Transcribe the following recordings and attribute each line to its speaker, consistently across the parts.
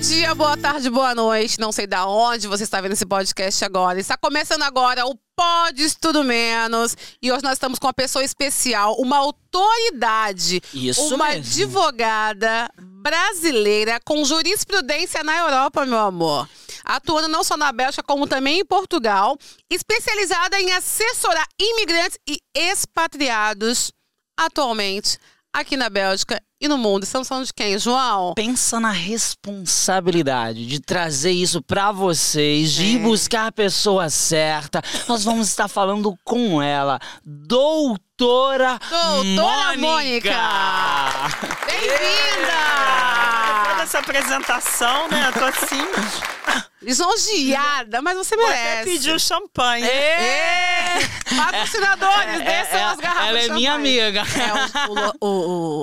Speaker 1: dia, boa tarde, boa noite. Não sei da onde você está vendo esse podcast agora. Está começando agora o Podes Tudo Menos. E hoje nós estamos com uma pessoa especial, uma autoridade,
Speaker 2: Isso
Speaker 1: uma
Speaker 2: mesmo.
Speaker 1: advogada brasileira com jurisprudência na Europa, meu amor. Atuando não só na Bélgica, como também em Portugal, especializada em assessorar imigrantes e expatriados atualmente aqui na Bélgica e no mundo. Estamos falando de quem, João?
Speaker 2: Pensa na responsabilidade de trazer isso pra vocês, de
Speaker 1: É.
Speaker 2: ir buscar a pessoa certa. Nós vamos estar falando com ela, doutora,
Speaker 1: Doutora Mônica.
Speaker 3: Depois
Speaker 1: Bem-vinda!
Speaker 3: dessa apresentação, né? Eu tô assim.
Speaker 1: É. Lisonjeada, mas você
Speaker 3: Vou até
Speaker 1: merece.
Speaker 3: pedir o champanhe.
Speaker 2: É.
Speaker 1: Patrocinadores,
Speaker 2: É,
Speaker 1: desçam
Speaker 2: ela-
Speaker 1: as garrafas.
Speaker 2: Ela
Speaker 1: de
Speaker 2: é minha
Speaker 1: champanhe.
Speaker 2: amiga.
Speaker 1: É, o, o, Lo- o,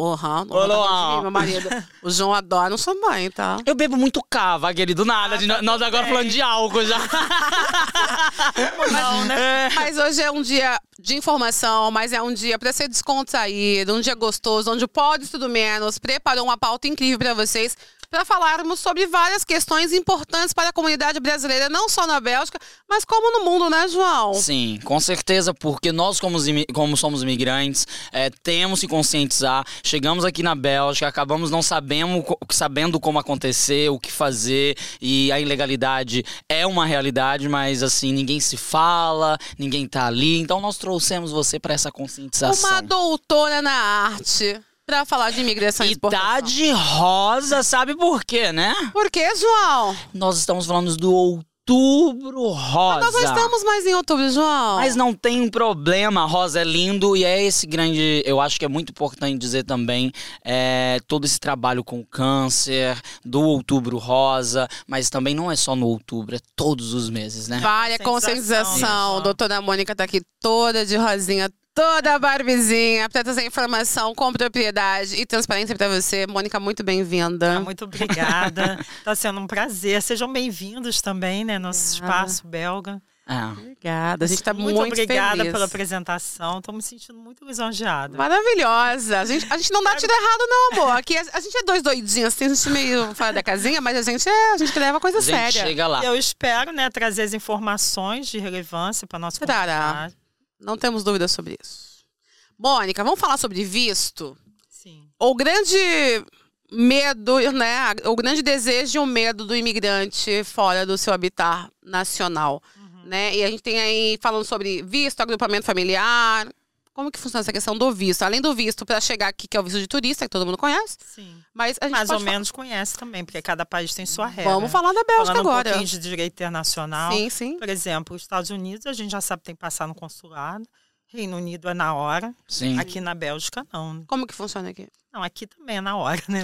Speaker 1: o, o, Ram, o,
Speaker 2: Ô,
Speaker 1: Ram tá
Speaker 2: Luan.
Speaker 1: falando de mim, meu marido. O João adora um champanhe, tá?
Speaker 2: Eu bebo muito cava, querido,
Speaker 1: Ah,
Speaker 2: nada. de- nós agora falando de álcool já.
Speaker 3: Não, né?
Speaker 1: Mas hoje é um dia de informação, mas é um dia pra ser descontraído, um dia gostoso, onde o Pode Tudo Menos preparou uma pauta incrível pra vocês pra falarmos sobre várias questões importantes para a comunidade brasileira, não só na Bélgica, mas como no mundo, né, João?
Speaker 2: Sim, com certeza, porque nós, como, os imi- como somos imigrantes, é, temos que conscientizar. Chegamos aqui na Bélgica, acabamos não sabemos, co- sabendo como acontecer, o que fazer, e a ilegalidade é uma realidade, mas assim, ninguém se fala, ninguém tá ali. Então nós trouxemos você para essa conscientização.
Speaker 1: Uma doutora na arte pra falar de imigração e exportação.
Speaker 2: Idade rosa, sabe por quê, né?
Speaker 1: Por que, João?
Speaker 2: Nós estamos falando do outubro rosa.
Speaker 1: Nós não estamos mais em outubro, João.
Speaker 2: Mas não tem um problema, Rosa é lindo e é esse grande. Eu acho que é muito importante dizer também é, todo esse trabalho com o câncer, do Outubro Rosa, mas também não é só no outubro, é todos os meses, né?
Speaker 1: Várias conscientização.
Speaker 3: Conscientização.
Speaker 1: Doutora Mônica tá aqui toda de rosinha, toda barbezinha, pra trazer informação com propriedade e transparência pra você. Mônica, muito
Speaker 3: Ah,
Speaker 1: bem-vinda.
Speaker 3: Muito obrigada. Tá sendo um prazer. Sejam bem-vindos também, né? Nosso
Speaker 1: Obrigada.
Speaker 3: espaço belga.
Speaker 2: É.
Speaker 1: Obrigada. A gente tá muito,
Speaker 3: obrigada
Speaker 1: feliz.
Speaker 3: pela apresentação. Tô me sentindo muito lisonjeada.
Speaker 1: Maravilhosa. A gente, a gente não dá tiro errado, não, amor. Aqui a, a gente é dois doidinhos, assim, a gente meio fora da casinha, mas a gente, é, a gente leva coisa
Speaker 2: Gente,
Speaker 1: séria.
Speaker 2: chega lá.
Speaker 3: Eu espero, né, trazer as informações de relevância para nossa
Speaker 1: Trará.
Speaker 3: comunidade.
Speaker 1: Não temos dúvidas sobre isso. Mônica, vamos falar sobre visto?
Speaker 3: Sim.
Speaker 1: o grande medo, né? O grande desejo e o medo do imigrante fora do seu habitat nacional,
Speaker 3: Uhum.
Speaker 1: né? E a gente tem aí falando sobre visto, agrupamento familiar. Como que funciona essa questão do visto? Além do visto para chegar aqui, que é o visto de turista, que todo mundo conhece,
Speaker 3: Sim.
Speaker 1: mas a gente
Speaker 3: Mais ou
Speaker 1: pode fa-
Speaker 3: menos conhece também, porque cada país tem sua regra.
Speaker 1: Vamos falar da Bélgica
Speaker 3: Falando um
Speaker 1: agora.
Speaker 3: pouquinho de direito internacional.
Speaker 1: sim, sim.
Speaker 3: Por exemplo, os Estados Unidos, a gente já sabe que tem que passar no consulado. Reino Unido é na hora.
Speaker 2: Sim.
Speaker 3: Aqui na Bélgica, não. né?
Speaker 1: Como que funciona aqui?
Speaker 3: Não, aqui também é na hora, né?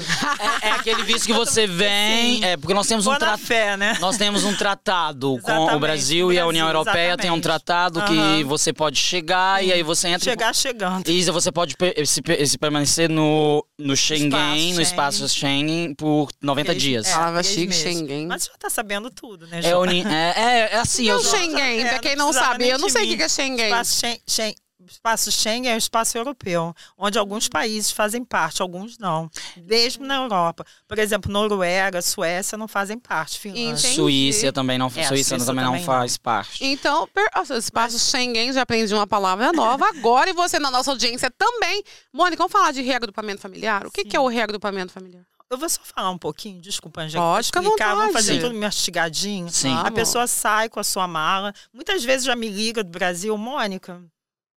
Speaker 2: É, é aquele visto que você vem.
Speaker 3: Sim.
Speaker 2: É, porque nós temos um
Speaker 3: Boa na
Speaker 2: tratado.
Speaker 3: fé, né?
Speaker 2: Nós temos um tratado com o
Speaker 3: Exatamente,
Speaker 2: Brasil
Speaker 3: com o
Speaker 2: e a União
Speaker 3: Brasil,
Speaker 2: Europeia tem um
Speaker 3: exatamente.
Speaker 2: tratado que
Speaker 3: Aham.
Speaker 2: você pode chegar e aí você entra em
Speaker 3: Chegar chegando.
Speaker 2: Isa, você pode pe- se, pe- se permanecer no, no Schengen,
Speaker 3: Espaço
Speaker 2: no espaço Schengen, por 90
Speaker 3: Três-
Speaker 2: dias.
Speaker 3: É,
Speaker 1: Falava
Speaker 3: três
Speaker 1: chique,
Speaker 3: meses.
Speaker 1: Schengen.
Speaker 3: Mas já tá sabendo tudo, né,
Speaker 2: É,
Speaker 3: João?
Speaker 2: uni- é, é- é assim,
Speaker 1: E
Speaker 2: eu
Speaker 1: o
Speaker 2: sou.
Speaker 1: Schengen,
Speaker 3: É,
Speaker 1: pra
Speaker 3: não
Speaker 1: quem não
Speaker 3: precisava
Speaker 1: sabe,
Speaker 3: nem
Speaker 1: eu não
Speaker 3: de
Speaker 1: sei o
Speaker 3: mim.
Speaker 1: que que é Schengen.
Speaker 3: Espaço Schengen, Schengen- espaço Schengen é o espaço europeu, onde alguns
Speaker 1: Hum.
Speaker 3: países fazem parte, alguns não. Mesmo na Europa. Por exemplo, Noruega, Suécia não fazem parte. Finlândia.
Speaker 1: Entendi.
Speaker 2: Suíça também não,
Speaker 3: É, a
Speaker 2: Suíça
Speaker 3: Suíça
Speaker 2: também não
Speaker 3: também
Speaker 2: faz parte.
Speaker 1: Então, per... Nossa, espaço Schengen, já aprendi uma palavra nova agora e você na nossa audiência também. Mônica, vamos falar de reagrupamento familiar? O que, que é o reagrupamento familiar?
Speaker 3: Eu vou só falar um pouquinho, desculpa, Angélica.
Speaker 1: Pode, fica à
Speaker 3: explicar,
Speaker 1: vontade.
Speaker 3: vamos fazer tudo mastigadinho.
Speaker 2: Sim.
Speaker 1: Ah,
Speaker 3: A pessoa sai com a sua mala. Muitas vezes já me liga do Brasil, Mônica,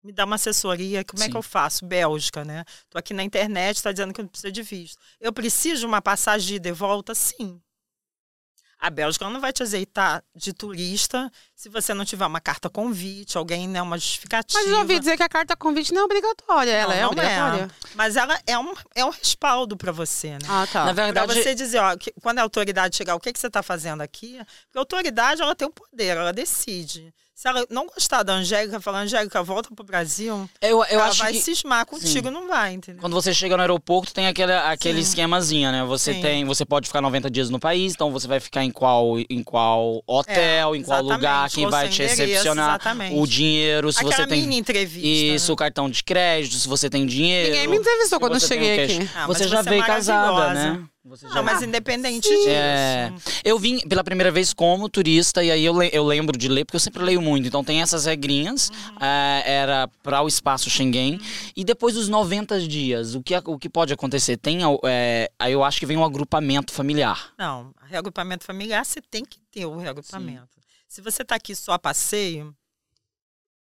Speaker 3: me dá uma assessoria. Como é
Speaker 2: Sim.
Speaker 3: que eu faço? Bélgica, né? Tô aqui na internet, tá dizendo que eu não preciso de visto. Eu preciso de uma passagem de ida e volta? Sim. A Bélgica ela não vai te aceitar de turista se você não tiver uma carta convite, alguém, né, uma justificativa.
Speaker 1: Mas eu ouvi dizer que a carta convite não é obrigatória. Ela
Speaker 3: Não,
Speaker 1: é
Speaker 3: não é.
Speaker 1: obrigatória?
Speaker 3: Mas ela é um, é um respaldo para você, né?
Speaker 1: Ah, tá.
Speaker 2: Na
Speaker 3: Pra
Speaker 2: verdade,
Speaker 3: você dizer, ó, que- quando a autoridade chegar, o que, que você está fazendo aqui? Porque a autoridade, ela tem o poder, ela decide. Se ela não gostar da Angélica, falar, Angélica, volta pro Brasil,
Speaker 2: eu, eu
Speaker 3: ela
Speaker 2: acho
Speaker 3: vai
Speaker 2: que
Speaker 3: cismar contigo, não vai, entendeu?
Speaker 2: quando você chega no aeroporto tem aquele, aquele
Speaker 3: Sim.
Speaker 2: esquemazinho, né? Você
Speaker 3: Sim.
Speaker 2: tem, você pode ficar 90 dias no país, então você vai ficar em qual, em qual hotel, em qual
Speaker 3: É, Exatamente,
Speaker 2: lugar, quem
Speaker 3: com
Speaker 2: vai
Speaker 3: seu
Speaker 2: te
Speaker 3: endereço,
Speaker 2: recepcionar,
Speaker 3: Exatamente.
Speaker 2: o dinheiro, se
Speaker 3: Aquela
Speaker 2: você tem
Speaker 3: mini né? entrevista.
Speaker 2: isso, o cartão de crédito, se você tem dinheiro.
Speaker 1: Ninguém me entrevistou
Speaker 2: Se
Speaker 1: quando eu
Speaker 2: você tem
Speaker 1: cheguei
Speaker 2: um
Speaker 1: aqui.
Speaker 2: queixo.
Speaker 3: Ah, mas
Speaker 2: você já
Speaker 3: você é
Speaker 2: veio casada,
Speaker 3: maravilhosa.
Speaker 2: né? Você
Speaker 3: Não, mas independente disso.
Speaker 2: É. Eu vim pela primeira vez como turista, e aí eu, le- eu lembro de ler, porque eu sempre leio muito. Então tem essas regrinhas,
Speaker 3: Uhum.
Speaker 2: ah, era para o espaço Schengen. E depois dos 90 dias, o que, a- o que pode acontecer? Tem, a- é, aí eu acho que vem um agrupamento familiar.
Speaker 3: Não, reagrupamento familiar, você tem que ter o reagrupamento. Se você está aqui só a passeio,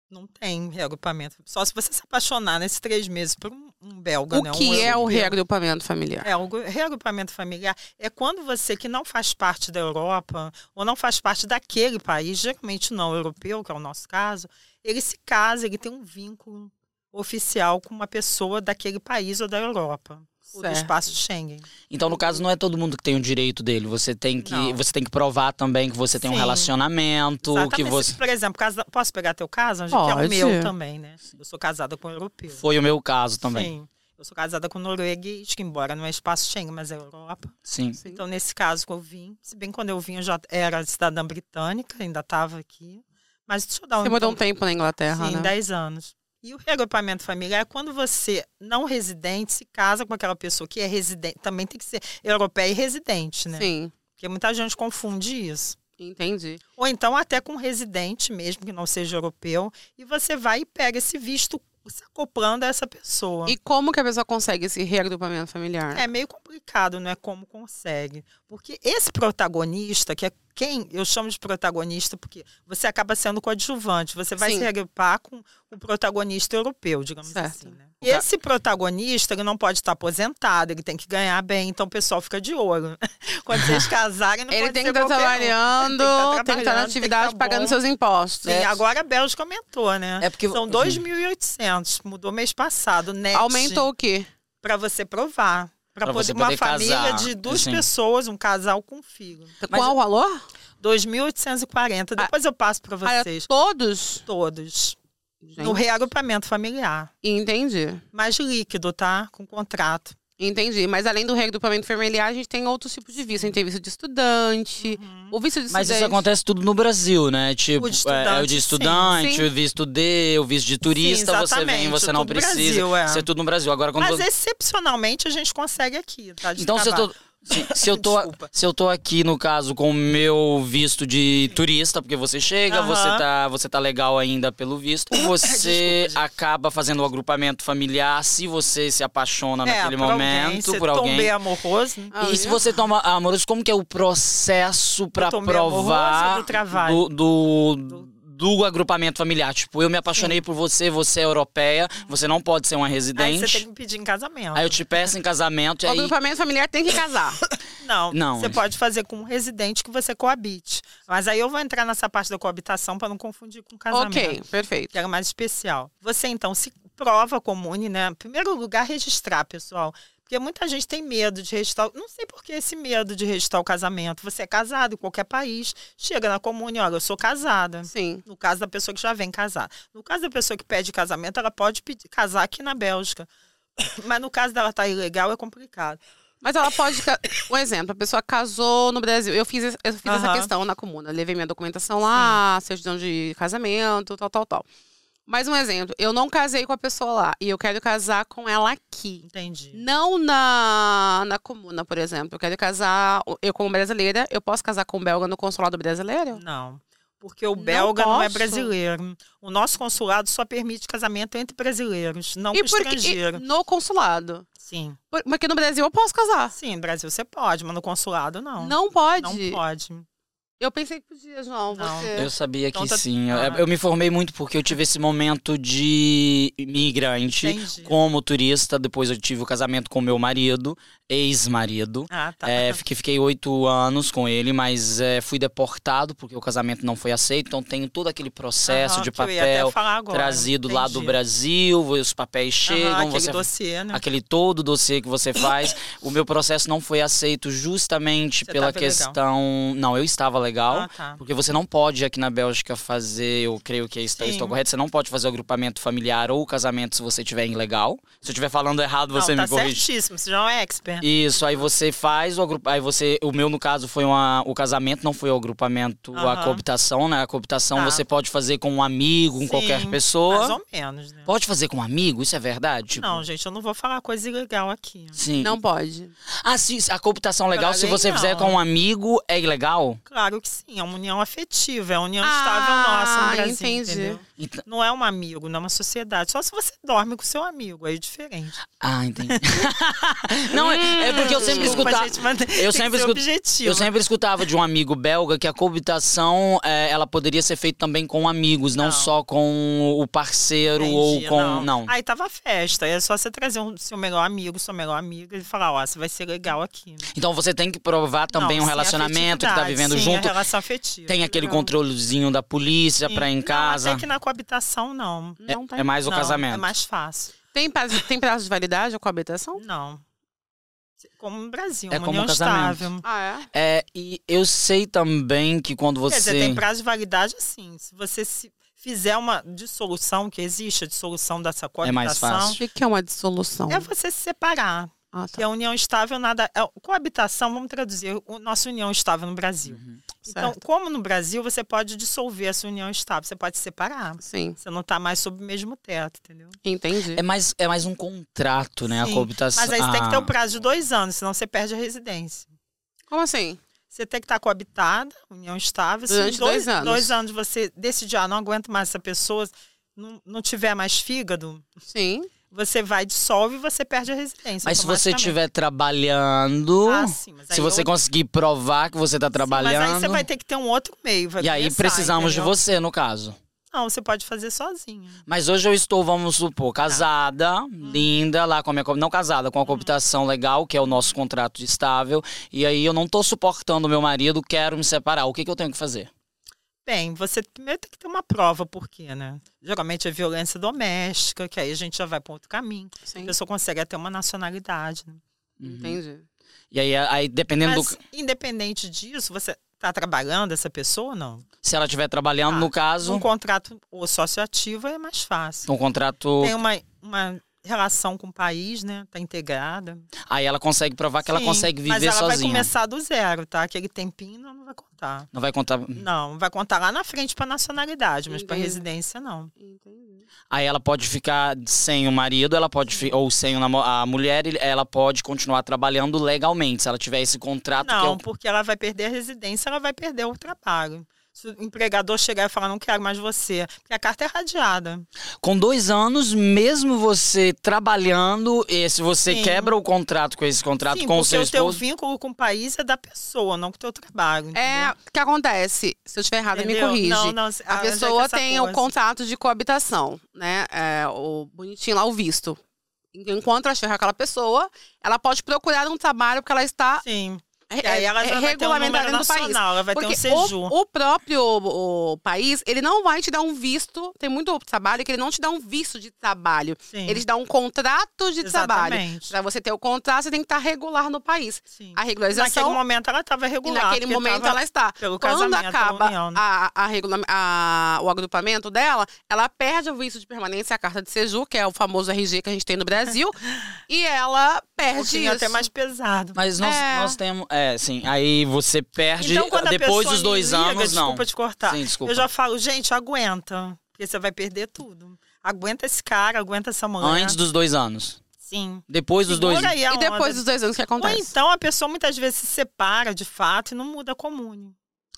Speaker 3: não tem reagrupamento. Só se você se apaixonar nesses três meses por um, um belga,
Speaker 1: O
Speaker 3: né?
Speaker 1: que
Speaker 3: um
Speaker 1: é o
Speaker 3: europeu.
Speaker 1: reagrupamento familiar?
Speaker 3: É, o gru- reagrupamento familiar é quando você que não faz parte da Europa ou não faz parte daquele país, geralmente não europeu, que é o nosso caso, ele se casa, ele tem um vínculo oficial com uma pessoa daquele país ou da Europa, ou do
Speaker 1: Certo.
Speaker 3: espaço Schengen.
Speaker 2: Então, no caso, não é todo mundo que tem o direito dele. Você tem que,
Speaker 3: Não.
Speaker 2: você tem que provar também que você tem um
Speaker 3: Sim.
Speaker 2: relacionamento, que
Speaker 3: Exatamente.
Speaker 2: você.
Speaker 3: Se, Por exemplo, casa- posso pegar teu caso, Anjo? Que é
Speaker 1: Pode.
Speaker 3: o meu também, né? Eu sou casada com um europeu.
Speaker 2: Foi o meu caso também.
Speaker 3: Sim. Eu sou casada com um norueguês, que embora não é espaço Schengen, mas é Europa.
Speaker 2: Sim.
Speaker 3: Então, nesse caso que eu vim, se bem quando eu vim eu já era cidadã britânica, ainda estava aqui. Mas deixa eu dar um...
Speaker 1: Você mudou um tempo na Inglaterra,
Speaker 3: Sim,
Speaker 1: né?
Speaker 3: 10 anos. E o reagrupamento familiar é quando você, não residente, se casa com aquela pessoa que é residente. Também tem que ser europeia e residente, né?
Speaker 1: Sim,
Speaker 3: Porque muita gente confunde isso.
Speaker 1: entendi.
Speaker 3: Ou então até com residente mesmo, que não seja europeu. E você vai e pega esse visto se acoplando a essa pessoa.
Speaker 1: E como que a pessoa consegue esse reagrupamento familiar?
Speaker 3: É meio complicado, não é como consegue. Porque esse protagonista, que é quem eu chamo de protagonista, porque você acaba sendo coadjuvante, você vai
Speaker 1: Sim.
Speaker 3: se agrupar com o protagonista europeu, digamos
Speaker 1: Certo.
Speaker 3: assim. Né? E esse protagonista, ele não pode estar aposentado, ele tem que ganhar bem, então o pessoal fica de olho. né? Quando vocês casarem, não
Speaker 1: Ele
Speaker 3: pode
Speaker 1: tem que
Speaker 3: ser
Speaker 1: estar
Speaker 3: qualquer um.
Speaker 1: trabalhando,
Speaker 3: Ele
Speaker 1: tem que estar na
Speaker 3: tem que
Speaker 1: atividade
Speaker 3: tá
Speaker 1: pagando
Speaker 3: bom.
Speaker 1: seus impostos.
Speaker 3: Sim, agora a Bélgica aumentou, né?
Speaker 2: É porque
Speaker 3: São 2.800, mudou mês passado, net.
Speaker 1: Aumentou o quê?
Speaker 3: Para você provar. Para
Speaker 2: Pra
Speaker 3: poder,
Speaker 2: você
Speaker 3: uma
Speaker 2: poder
Speaker 3: família
Speaker 2: casar,
Speaker 3: de duas
Speaker 2: assim.
Speaker 3: pessoas, um casal com filho.
Speaker 2: Mas-
Speaker 1: Qual o valor?
Speaker 3: 2.840. Depois eu passo para
Speaker 2: é.
Speaker 1: Ah,
Speaker 3: vocês.
Speaker 1: todos?
Speaker 3: Todos. No
Speaker 1: Gente,
Speaker 3: reagrupamento familiar.
Speaker 1: Entendi.
Speaker 3: Mais líquido, tá? Com contrato.
Speaker 1: Entendi. Mas além do reagrupamento familiar, a gente tem outros tipos de visto. A gente tem visto de estudante,
Speaker 3: Uhum.
Speaker 1: o visto de estudante.
Speaker 2: Mas isso acontece tudo no Brasil, né? Tipo,
Speaker 3: é O de estudante,
Speaker 2: é, o de
Speaker 3: sim.
Speaker 2: estudante,
Speaker 1: Sim.
Speaker 2: o visto D, o visto de turista, você vem,
Speaker 3: exatamente,
Speaker 2: você não
Speaker 3: tudo no
Speaker 2: precisa.
Speaker 3: Brasil, é.
Speaker 2: Isso é tudo no Brasil. Agora, quando
Speaker 3: Mas
Speaker 2: eu-
Speaker 3: excepcionalmente a gente consegue aqui, tá? De
Speaker 2: Então, se eu tô.
Speaker 3: trabalho.
Speaker 2: sim, Se eu, tô,
Speaker 3: Desculpa.
Speaker 2: se eu tô aqui, no caso, com o meu visto de turista, porque você chega,
Speaker 3: Aham.
Speaker 2: você, tá, você tá legal ainda pelo visto, você
Speaker 3: Desculpa, gente.
Speaker 2: acaba fazendo o agrupamento familiar se você se apaixona
Speaker 3: É,
Speaker 2: naquele
Speaker 3: por alguém,
Speaker 2: momento,
Speaker 3: você
Speaker 2: por alguém.
Speaker 3: tombei amoroso. né?
Speaker 1: Ah,
Speaker 2: e se
Speaker 1: é?
Speaker 2: você toma amoroso, como que é o processo pra
Speaker 3: tomei
Speaker 2: provar
Speaker 3: amoroso do trabalho.
Speaker 2: do, do- do agrupamento familiar? Tipo, eu me apaixonei por você, você é europeia, você não pode ser uma
Speaker 3: Aí você tem
Speaker 2: residente.
Speaker 3: que pedir em casamento.
Speaker 2: Aí eu te peço em casamento e
Speaker 1: O
Speaker 2: aí.
Speaker 1: agrupamento familiar tem que casar.
Speaker 3: Não,
Speaker 2: Não,
Speaker 3: você
Speaker 2: isso-
Speaker 3: pode fazer com um residente que você coabite. Mas aí eu vou entrar nessa parte da coabitação para não confundir com casamento.
Speaker 1: ok, perfeito.
Speaker 3: que era mais especial. Você então se prova comune, né? Em primeiro lugar, registrar, pessoal. Porque muita gente tem medo de registrar. Não sei por que esse medo de registrar o casamento. Você é casado em qualquer país, chega na comune, olha, eu sou casada.
Speaker 1: Sim.
Speaker 3: No caso da pessoa que já vem casar. No caso da pessoa que pede casamento, ela pode pedir, casar aqui na Bélgica. Mas no caso dela estar ilegal, é complicado.
Speaker 1: Mas ela pode. ca- Um exemplo, a pessoa casou no Brasil. Eu fiz, es- eu fiz essa
Speaker 3: Aham.
Speaker 1: questão na comuna. Levei minha documentação lá, certidão de casamento, tal, tal, tal. Mais um exemplo, eu não casei com a pessoa lá e eu quero casar com ela aqui.
Speaker 3: Entendi.
Speaker 1: Não na, na comuna, por exemplo. Eu quero casar, eu como brasileira, eu posso casar com um belga no consulado brasileiro?
Speaker 3: Não. Porque o
Speaker 1: Não
Speaker 3: belga não é
Speaker 1: posso.
Speaker 3: brasileiro. O nosso consulado só permite casamento entre brasileiros, não
Speaker 1: e
Speaker 3: com
Speaker 1: por que- e
Speaker 3: estrangeiro.
Speaker 1: no consulado.
Speaker 3: Sim.
Speaker 1: Por- Porque no Brasil eu posso casar.
Speaker 3: Sim, no Brasil você pode, mas no consulado não.
Speaker 1: Não, pode.
Speaker 3: Não pode.
Speaker 1: Eu pensei que podia, João.
Speaker 3: Não.
Speaker 1: Você...
Speaker 2: Eu sabia que
Speaker 3: Então tá-
Speaker 2: sim. Eu-
Speaker 3: Ah.
Speaker 2: Eu me formei muito porque eu tive esse momento de imigrante
Speaker 3: Entendi.
Speaker 2: como turista. Depois eu tive o casamento com meu marido, ex-marido.
Speaker 3: Ah, tá.
Speaker 2: É, fiquei, fiquei oito anos com ele, mas é, fui deportado porque o casamento não foi aceito. Então tenho todo aquele processo
Speaker 3: Aham,
Speaker 2: de
Speaker 3: que eu ia até
Speaker 2: papel
Speaker 3: falar agora.
Speaker 2: trazido lá do
Speaker 3: Entendi.
Speaker 2: Brasil, os papéis
Speaker 3: Aham,
Speaker 2: chegam,
Speaker 3: aquele
Speaker 2: você
Speaker 3: dossiê, né?
Speaker 2: aquele todo o dossiê que você faz. o meu processo não foi aceito justamente
Speaker 3: Você
Speaker 2: pela
Speaker 3: tava ilegal.
Speaker 2: questão. Não, eu estava legal.
Speaker 3: Ah, tá.
Speaker 2: Porque você não pode aqui na Bélgica fazer, eu creio que é isso, tá-
Speaker 3: Sim.
Speaker 2: estou correto, você não pode fazer o agrupamento familiar ou o casamento se você tiver ilegal. Se eu estiver falando errado, você
Speaker 3: não,
Speaker 2: me
Speaker 3: tá
Speaker 2: corrige.
Speaker 3: certíssimo, você já é um expert.
Speaker 2: Isso, aí você faz o agrupamento. Aí você. O meu, no caso, foi uma, o casamento, não foi o agrupamento, a
Speaker 3: Aham.
Speaker 2: cooptação, né? A cooptação
Speaker 3: Tá.
Speaker 2: você pode fazer com um amigo, com
Speaker 3: Sim,
Speaker 2: qualquer
Speaker 3: Mais
Speaker 2: pessoa.
Speaker 3: ou menos, né?
Speaker 2: Pode fazer com um amigo, isso é verdade? Tipo,
Speaker 3: Não, gente, eu não vou falar coisa ilegal aqui.
Speaker 2: Sim.
Speaker 1: Não pode.
Speaker 2: Ah, sim, a cooptação legal,
Speaker 3: Pra
Speaker 2: se
Speaker 3: mim,
Speaker 2: você fizer
Speaker 3: não.
Speaker 2: com um amigo, é ilegal?
Speaker 3: Claro que sim, é uma união afetiva, é uma união
Speaker 1: Ah,
Speaker 3: estável nossa no Brasil,
Speaker 1: entendi.
Speaker 3: entendeu?
Speaker 2: Então-
Speaker 3: Não é um amigo, não é uma sociedade. Só se você dorme com seu amigo, aí é diferente.
Speaker 2: Ah, entendi. não, é, é porque eu sempre
Speaker 3: Hum, Desculpa,
Speaker 2: escutava.
Speaker 3: gente, mas tem
Speaker 2: Eu
Speaker 3: que
Speaker 2: sempre
Speaker 3: ser
Speaker 2: escuto-
Speaker 3: objetivo.
Speaker 2: Eu sempre escutava de um amigo belga que a coabitação é, ela poderia ser feita também com amigos, não,
Speaker 3: Não.
Speaker 2: só com o parceiro ou
Speaker 3: Entendi,
Speaker 2: com. Não.
Speaker 3: não. Aí tava a festa, é só você trazer o seu melhor amigo, sua melhor amiga e falar, ó, você vai ser legal aqui.
Speaker 2: Então você tem que provar também
Speaker 3: Não,
Speaker 2: um
Speaker 3: sim,
Speaker 2: relacionamento que tá
Speaker 3: afetividade,
Speaker 2: vivendo
Speaker 3: sim,
Speaker 2: junto.
Speaker 3: A relação afetiva.
Speaker 2: Tem aquele
Speaker 1: Legal.
Speaker 2: controlezinho da polícia
Speaker 3: Sim.
Speaker 2: pra ir em
Speaker 3: Não,
Speaker 2: casa.
Speaker 3: até que na coabitação, não.
Speaker 1: Não tem.
Speaker 2: É mais o
Speaker 3: Não,
Speaker 2: casamento.
Speaker 3: É mais fácil.
Speaker 1: Tem, prazo, tem prazo de validade a coabitação?
Speaker 3: Não. Como no Brasil,
Speaker 2: É
Speaker 3: uma
Speaker 2: como
Speaker 3: união
Speaker 2: um casamento.
Speaker 3: estável.
Speaker 1: Ah, é?
Speaker 2: É, e eu sei também que quando
Speaker 3: Quer
Speaker 2: você.
Speaker 3: dizer, tem prazo de validade, assim. Se você se fizer uma dissolução, que existe a dissolução dessa
Speaker 2: É
Speaker 3: coabitação,
Speaker 2: mais fácil.
Speaker 1: O que que é uma dissolução?
Speaker 3: é você se separar.
Speaker 1: Ah,
Speaker 3: Que
Speaker 1: tá.
Speaker 3: a união estável nada. é- Coabitação, vamos traduzir, o nossa união estável no Brasil.
Speaker 2: Uhum.
Speaker 3: Então,
Speaker 1: Certo.
Speaker 3: como no Brasil, você pode dissolver essa união estável, você pode se separar.
Speaker 1: Sim,
Speaker 3: Você não está mais sob o mesmo teto, entendeu?
Speaker 1: entendi.
Speaker 2: É mais, é mais um contrato, né? a
Speaker 3: Sim,
Speaker 2: coabitação.
Speaker 3: Mas aí você tem que ter
Speaker 2: Ah,
Speaker 3: o prazo de dois anos, senão você perde a residência.
Speaker 1: Como assim?
Speaker 3: Você tem que estar coabitada, união estável. Se
Speaker 1: Durante
Speaker 3: em
Speaker 1: dois anos.
Speaker 3: Dois anos você decidir, ah, não aguento mais essa pessoa, não, não tiver mais fígado,
Speaker 1: Sim.
Speaker 3: você vai, dissolve e você perde a residência.
Speaker 2: Mas se você
Speaker 3: automaticamente.
Speaker 2: estiver trabalhando.
Speaker 3: é Ah, sim, mas aí
Speaker 2: Se você
Speaker 3: eu-
Speaker 2: conseguir provar que você tá trabalhando.
Speaker 3: Mas aí você vai ter que ter um outro meio. vai
Speaker 2: E aí
Speaker 3: começar,
Speaker 2: precisamos de
Speaker 3: entendeu?
Speaker 2: você, no caso.
Speaker 3: Não, você pode fazer sozinho.
Speaker 2: Mas hoje eu estou, vamos supor,
Speaker 3: Tá.
Speaker 2: casada,
Speaker 3: Hum.
Speaker 2: linda, lá com a minha. co- Não casada, com a cooptação legal, que é o nosso contrato de estável. E aí eu não tô suportando o meu marido, quero me separar. O que, que eu tenho que fazer?
Speaker 3: Bem, você primeiro tem que ter uma prova, por quê, né? Geralmente é violência doméstica, que aí a gente já vai para outro caminho. A
Speaker 1: Sim.
Speaker 3: pessoa consegue até uma nacionalidade. Né?
Speaker 1: Entendi.
Speaker 2: E aí, aí dependendo
Speaker 3: Mas,
Speaker 2: do.
Speaker 3: independente disso, você está trabalhando essa pessoa ou não?
Speaker 2: Se ela estiver trabalhando,
Speaker 3: Ah,
Speaker 2: no caso,
Speaker 3: Um contrato ou sócio-ativo é mais fácil.
Speaker 2: um contrato.
Speaker 3: Tem uma, uma relação com o país, né? Está integrada.
Speaker 2: Aí ela consegue provar que ela
Speaker 3: Sim,
Speaker 2: consegue
Speaker 3: Mas
Speaker 2: viver
Speaker 3: ela vai
Speaker 2: sozinha.
Speaker 3: começar do zero, tá? Aquele tempinho não não vai contar.
Speaker 2: Não vai contar.
Speaker 3: Não, vai contar lá na frente para nacionalidade, mas para
Speaker 1: Entendi.
Speaker 3: residência não.
Speaker 1: Entendi.
Speaker 2: Aí ela pode ficar sem o marido, ela pode fi- ou sem o namo- a mulher, ele- ela pode continuar trabalhando legalmente. Se ela tiver esse contrato que é
Speaker 3: Não,
Speaker 2: o
Speaker 3: porque ela vai perder a residência, ela vai perder o trabalho. Se o empregador chegar e falar, não quero mais você, porque a carta é radiada.
Speaker 2: Com dois anos, mesmo você trabalhando, e se você
Speaker 3: Sim.
Speaker 2: quebra o contrato com esse contrato
Speaker 3: Sim,
Speaker 2: com o
Speaker 3: porque
Speaker 2: seu
Speaker 3: o teu
Speaker 2: esposo.
Speaker 3: vínculo com o país é da pessoa, não com o teu trabalho.
Speaker 1: É,
Speaker 3: entendeu?
Speaker 1: o que acontece? Se eu estiver errado, me
Speaker 3: Entendeu?
Speaker 1: corrige.
Speaker 3: Não, não, se-
Speaker 1: A
Speaker 3: ah,
Speaker 1: pessoa
Speaker 3: já que essa
Speaker 1: tem o
Speaker 3: coisa.
Speaker 1: contrato de coabitação, né? É, o bonitinho lá, o visto. Enquanto ela chegar aquela pessoa, ela pode procurar um trabalho porque ela está
Speaker 3: Sim.
Speaker 1: re-
Speaker 3: E aí ela já
Speaker 1: é,
Speaker 3: vai ter um número
Speaker 1: regulamentada no
Speaker 3: nacional,
Speaker 1: país.
Speaker 3: ela vai
Speaker 1: Porque
Speaker 3: ter um SEJU.
Speaker 1: o, o próprio o país, ele não vai te dar um visto. Tem muito trabalho que ele não te dá um visto de trabalho.
Speaker 3: Sim,
Speaker 1: Ele te dá um contrato de trabalho.
Speaker 3: exatamente.
Speaker 1: Para você ter o contrato, você tem que estar regular no país. A
Speaker 3: Sim. Naquele
Speaker 1: regularização,
Speaker 3: momento ela estava
Speaker 1: e
Speaker 3: regular.
Speaker 1: naquele
Speaker 3: porque
Speaker 1: momento
Speaker 3: tava
Speaker 1: ela está.
Speaker 3: pelo
Speaker 1: Quando
Speaker 3: casamento,
Speaker 1: acaba
Speaker 3: a união, né?
Speaker 1: a, a regula- a- o agrupamento dela, ela perde o visto de permanência, a carta de Seju, que é o famoso RG que a gente tem no Brasil, e ela
Speaker 3: Um
Speaker 1: perde
Speaker 3: pouquinho
Speaker 1: isso.
Speaker 3: até mais pesado.
Speaker 2: Mas nós,
Speaker 1: É.
Speaker 2: nós temos. É, sim. Aí você perde.
Speaker 3: Então, quando a
Speaker 2: depois
Speaker 3: pessoa
Speaker 2: dos dois
Speaker 3: me liga,
Speaker 2: anos, não.
Speaker 3: Desculpa te cortar.
Speaker 2: Sim, desculpa.
Speaker 3: Eu já falo, gente, aguenta. Porque você vai perder tudo. Aguenta esse cara, aguenta essa mulher.
Speaker 2: Antes dos dois anos.
Speaker 3: Sim.
Speaker 2: Depois dos dois.
Speaker 3: Segura né? aí a
Speaker 1: E depois
Speaker 3: onda.
Speaker 1: dos dois anos, o que
Speaker 3: Ou
Speaker 1: acontece?
Speaker 3: então a pessoa muitas vezes se separa de fato e não muda a comune.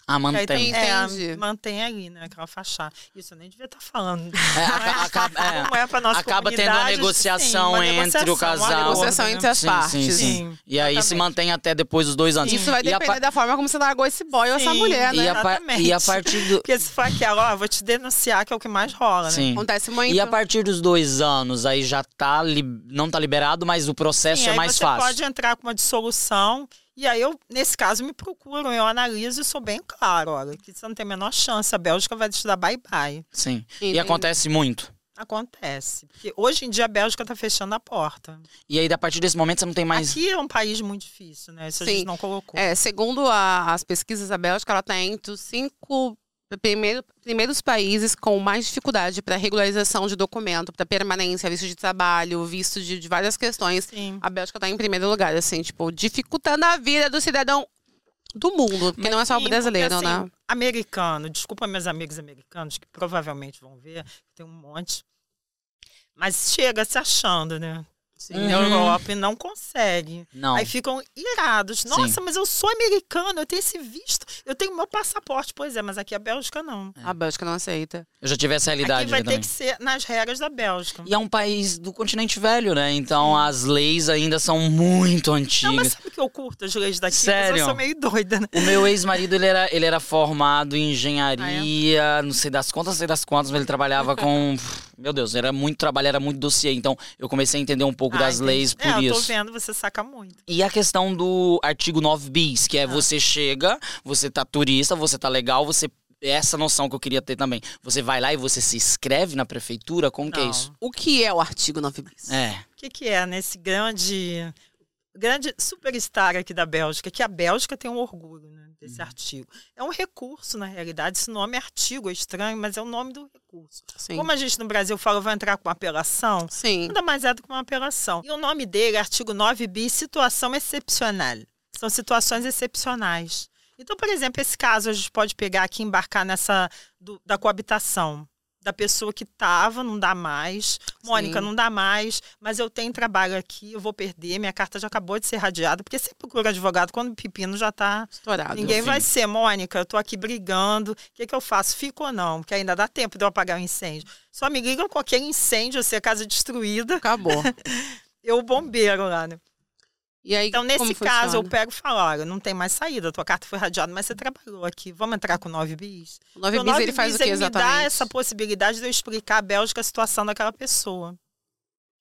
Speaker 2: Ah,
Speaker 3: Que aí
Speaker 2: mantém.
Speaker 1: tem- Entendi.
Speaker 3: É, mantém ali, né? Aquela fachada. Isso eu nem devia estar falando.
Speaker 2: É, aca- acaba, é.
Speaker 3: Como é pra nossa
Speaker 2: Acaba tendo
Speaker 3: comunidade,
Speaker 2: uma negociação
Speaker 3: sim, uma
Speaker 2: entre
Speaker 3: negociação,
Speaker 2: o casal.
Speaker 3: um acordo,
Speaker 1: Negociação
Speaker 3: né?
Speaker 1: entre as
Speaker 2: Sim,
Speaker 1: partes.
Speaker 2: sim, sim.
Speaker 3: Sim,
Speaker 2: E aí se
Speaker 3: exatamente.
Speaker 2: mantém até depois dos dois anos.
Speaker 1: Isso vai
Speaker 2: E a
Speaker 1: depender
Speaker 2: pa-
Speaker 1: da forma como você largou esse boy ou essa
Speaker 3: Sim.
Speaker 1: mulher, né?
Speaker 2: e a pa-
Speaker 3: Exatamente.
Speaker 2: E a partir do.
Speaker 3: Porque se for aquela, ó, vou te denunciar, que é o que mais rola, né?
Speaker 2: Sim.
Speaker 1: Acontece muito.
Speaker 2: E a partir dos dois anos, aí já tá li- não tá liberado, mas o processo
Speaker 3: Sim,
Speaker 2: é
Speaker 3: aí
Speaker 2: mais
Speaker 3: você
Speaker 2: fácil.
Speaker 3: pode entrar com uma dissolução. E aí eu, nesse caso, me procuram, eu analiso e sou bem claro, olha, que você não tem a menor chance, a Bélgica vai te dar bye-bye.
Speaker 2: Sim. E
Speaker 1: Entendi.
Speaker 2: acontece muito.
Speaker 3: Acontece. Porque hoje em dia a Bélgica está fechando a porta.
Speaker 2: E aí, a partir desse momento, você não tem mais.
Speaker 3: Aqui é um país muito difícil, né? Isso a
Speaker 1: Sim.
Speaker 3: gente não colocou.
Speaker 1: É, segundo a- as pesquisas da Bélgica, ela está entre os cinco primeiro- primeiros países com mais dificuldade para regularização de documento, para permanência, visto de trabalho, visto de, de várias questões.
Speaker 3: Sim.
Speaker 1: A Bélgica está em primeiro lugar, assim, tipo, dificultando a vida do cidadão do mundo, porque não é só o
Speaker 3: Sim,
Speaker 1: brasileiro,
Speaker 3: porque,
Speaker 1: né?
Speaker 3: assim, Americano, desculpa meus amigos americanos, que provavelmente vão ver, tem um monte. Mas chega se achando, né? Sim. Na
Speaker 2: Uhum.
Speaker 3: Europa e não consegue.
Speaker 2: Não.
Speaker 3: Aí ficam irados. Nossa, mas eu sou americano, eu tenho esse visto, eu tenho meu passaporte. Pois é, mas aqui a Bélgica não.
Speaker 2: é.
Speaker 1: A Bélgica não aceita.
Speaker 2: Eu já tive essa realidade
Speaker 3: aqui vai
Speaker 2: já
Speaker 3: ter
Speaker 2: também.
Speaker 3: que ser nas regras da Bélgica.
Speaker 2: E é um país do continente velho, né? Então as leis ainda são muito
Speaker 3: Não, mas
Speaker 2: antigas.
Speaker 3: sabe que eu curto as leis daqui? Mas
Speaker 2: Sério?
Speaker 3: eu sou meio doida, né?
Speaker 2: O meu ex-marido, ele era, ele era formado em
Speaker 3: Ah,
Speaker 2: engenharia,
Speaker 3: é?
Speaker 2: não sei das quantas, sei das quantas, mas ele trabalhava com... Meu Deus, era muito trabalho, era muito dossiê. Então, eu comecei a entender um pouco
Speaker 3: Ah,
Speaker 2: das
Speaker 3: entendi.
Speaker 2: leis por
Speaker 3: é, eu tô
Speaker 2: isso.
Speaker 3: vendo, você saca muito.
Speaker 2: E a questão do artigo 9 bis,
Speaker 3: Ah.
Speaker 2: que é você chega, você tá turista, você tá legal, você. Essa noção que eu queria ter também. Você vai lá e você se inscreve na prefeitura? Como que é
Speaker 3: Não.
Speaker 2: isso?
Speaker 1: O que é o artigo 9 bis?
Speaker 2: É.
Speaker 3: O que, que é nesse grande, grande superstar aqui da Bélgica? Que a Bélgica tem um orgulho né, desse artigo. É um recurso, na realidade. Esse nome é artigo, é estranho, mas é o nome do recurso.
Speaker 1: Sim.
Speaker 3: Como a gente no Brasil fala, vai entrar com apelação?
Speaker 1: Sim.
Speaker 3: Nada mais é do que uma apelação. E o nome dele, artigo 9 b situação excepcional. São situações excepcionais. Então, por exemplo, esse caso a gente pode pegar aqui e embarcar nessa do- da coabitação. Da pessoa que estava, não dá mais. Mônica, não dá mais, mas eu tenho trabalho aqui, eu vou perder, minha carta já acabou de ser radiada, porque sempre procura advogado quando o pepino já tá está
Speaker 1: Estourado.
Speaker 3: Ninguém
Speaker 2: Sim.
Speaker 3: vai ser, Mônica, eu tô aqui brigando, o que, que eu faço? Fico ou não? Porque ainda dá tempo de eu apagar o incêndio. Só me ligam com aquele incêndio, se a casa é destruída,
Speaker 1: Acabou.
Speaker 3: eu o bombeiro lá, né?
Speaker 1: E aí,
Speaker 3: Então, nesse
Speaker 1: como
Speaker 3: caso, eu
Speaker 1: funciona?
Speaker 3: pego e falo, olha, não tem mais saída, tua carta foi radiada, mas você trabalhou aqui, vamos entrar com 9 bis?
Speaker 1: o 9
Speaker 3: Então,
Speaker 1: bis ele
Speaker 3: nove
Speaker 1: faz o
Speaker 3: bis,
Speaker 1: que
Speaker 3: me
Speaker 1: exatamente?
Speaker 3: dá essa possibilidade de eu explicar a Bélgica a situação daquela pessoa.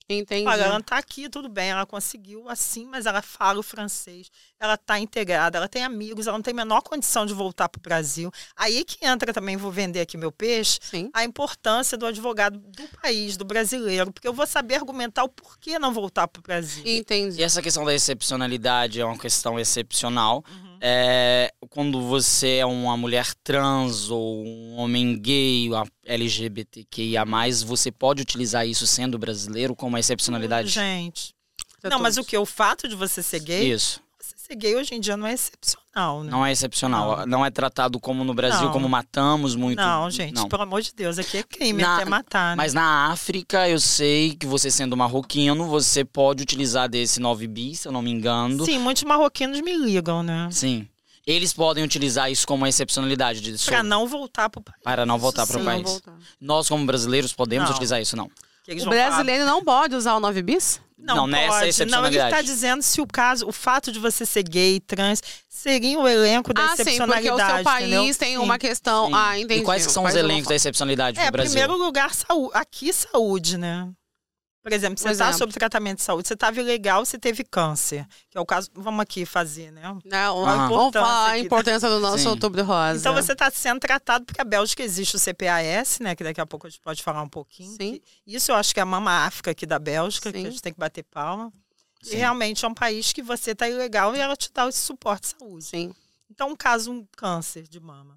Speaker 1: Entendi.
Speaker 3: Olha, ela tá aqui, tudo bem, ela conseguiu assim, mas ela fala o francês, ela tá integrada, ela tem amigos, ela não tem a menor condição de voltar pro Brasil. Aí que entra também, vou vender aqui meu peixe,
Speaker 1: Sim.
Speaker 3: a importância do advogado do país, do brasileiro, porque eu vou saber argumentar o porquê não voltar pro Brasil.
Speaker 1: Entendi.
Speaker 2: E essa questão da excepcionalidade é uma questão excepcional.
Speaker 3: Uhum.
Speaker 2: É, quando você é uma mulher trans ou um homem gay, uma LGBTQIA, você pode utilizar isso sendo brasileiro como uma excepcionalidade?
Speaker 3: Gente.
Speaker 1: Pra
Speaker 3: não, mas o
Speaker 1: todos.
Speaker 3: que? O fato de você ser gay,
Speaker 2: Isso.
Speaker 3: você ser gay hoje em dia não é excepcional, né?
Speaker 2: Não é excepcional. Não, é tratado como no Brasil,
Speaker 3: Não.
Speaker 2: como matamos muito.
Speaker 3: Não, gente,
Speaker 2: Não.
Speaker 3: pelo amor de Deus, aqui é crime
Speaker 2: Na-
Speaker 3: até matar, né?
Speaker 2: Mas na África, eu sei que você sendo marroquino, você pode utilizar desse 9 bis, se eu não me engano.
Speaker 3: Sim, muitos marroquinos me ligam, né?
Speaker 2: Sim. Eles podem utilizar isso como uma excepcionalidade de sou-
Speaker 3: Pra não voltar pro país.
Speaker 2: para não voltar para
Speaker 1: Sim,
Speaker 2: o
Speaker 1: não
Speaker 2: país.
Speaker 1: voltar.
Speaker 3: é
Speaker 2: Nós, como brasileiros, podemos
Speaker 3: Não.
Speaker 2: utilizar isso, não.
Speaker 3: que eles
Speaker 1: O
Speaker 3: vão falar,
Speaker 1: brasileiro não pode usar o 9 bis? Ah,
Speaker 3: Não,
Speaker 2: Não, né, nessa
Speaker 3: pode. Não, ele
Speaker 2: excepcionalidade.
Speaker 3: está dizendo se o caso, o fato de você ser gay, trans, seria o elenco da
Speaker 1: Ah, sim,
Speaker 3: excepcionalidade.
Speaker 1: porque o seu país
Speaker 3: entendeu?
Speaker 1: tem
Speaker 3: Sim.
Speaker 1: uma questão.
Speaker 2: Sim.
Speaker 1: Ah, entendi.
Speaker 2: E quais que são os
Speaker 1: Mas eu não
Speaker 2: elencos da
Speaker 1: falo.
Speaker 2: excepcionalidade
Speaker 3: É,
Speaker 2: pro Brasil?
Speaker 3: primeiro lugar, saú- aqui saúde, né? Por exemplo,
Speaker 1: Por
Speaker 3: você está
Speaker 1: exemplo.
Speaker 3: sob tratamento de saúde, você estava ilegal, você teve câncer, que é o caso, vamos aqui fazer, né?
Speaker 1: Não,
Speaker 2: Aham.
Speaker 1: Vamos falar a
Speaker 3: Importância aqui, né?
Speaker 1: importância do nosso
Speaker 2: Sim.
Speaker 1: outubro rosa.
Speaker 3: Então você está sendo tratado, porque a Bélgica existe o CPAS, né? Que daqui a pouco a gente pode falar um pouquinho.
Speaker 1: Sim.
Speaker 3: Que- Isso eu acho que é a mama África aqui da Bélgica,
Speaker 1: Sim.
Speaker 3: que a gente tem que bater palma.
Speaker 2: Sim.
Speaker 3: E realmente é um país que você está ilegal e ela te dá esse suporte de saúde.
Speaker 1: Sim.
Speaker 3: Então, um caso, um câncer de mama.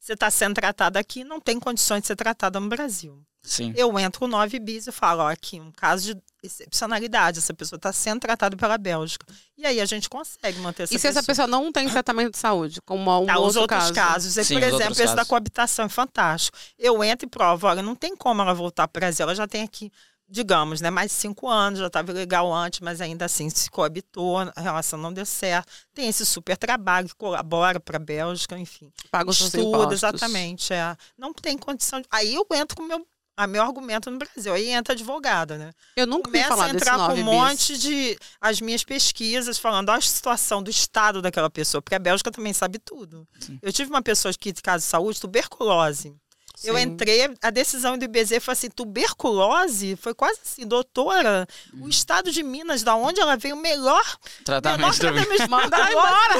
Speaker 3: Você está sendo tratada aqui, não tem condições de ser tratada no Brasil.
Speaker 2: Sim.
Speaker 3: Eu entro com 9 bis e falo, ó, aqui, um caso de excepcionalidade, essa pessoa está sendo tratada pela Bélgica. E aí a gente consegue manter essa
Speaker 1: E se essa pessoa não tem tratamento de saúde, como um
Speaker 3: Tá,
Speaker 1: outro
Speaker 3: os outros
Speaker 1: caso?
Speaker 3: casos. É,
Speaker 2: Sim,
Speaker 3: por
Speaker 2: os outros
Speaker 3: exemplo, esse da
Speaker 2: casos.
Speaker 3: coabitação é fantástico. Eu entro e provo, olha, não tem como ela voltar para o Brasil, ela já tem aqui, digamos, né, mais cinco anos, já estava legal antes, mas ainda assim se coabitou, a relação não deu certo. Tem esse super trabalho que colabora para a Bélgica, enfim.
Speaker 1: Paga os seus
Speaker 3: Estuda,
Speaker 1: impostos.
Speaker 3: exatamente. É. Não tem condição. de- Aí eu entro com o meu, a meu argumento no Brasil. Aí entra advogada, né?
Speaker 1: Eu nunca ouvi
Speaker 3: Começa
Speaker 1: falar
Speaker 3: a
Speaker 1: desse
Speaker 3: entrar com
Speaker 1: 9
Speaker 3: um
Speaker 1: bis.
Speaker 3: monte de. as minhas pesquisas, falando ó, a situação do estado daquela pessoa, porque a Bélgica também sabe tudo. Eu tive uma pessoa que, de caso de saúde, tuberculose. Eu entrei, a decisão do IBZ foi assim, tuberculose, foi quase assim, doutora,
Speaker 1: Uhum.
Speaker 3: o estado de Minas, da onde ela veio, o melhor, menor
Speaker 2: Tratamento de
Speaker 3: tratamento
Speaker 1: Manda
Speaker 3: tuberculose.
Speaker 1: embora.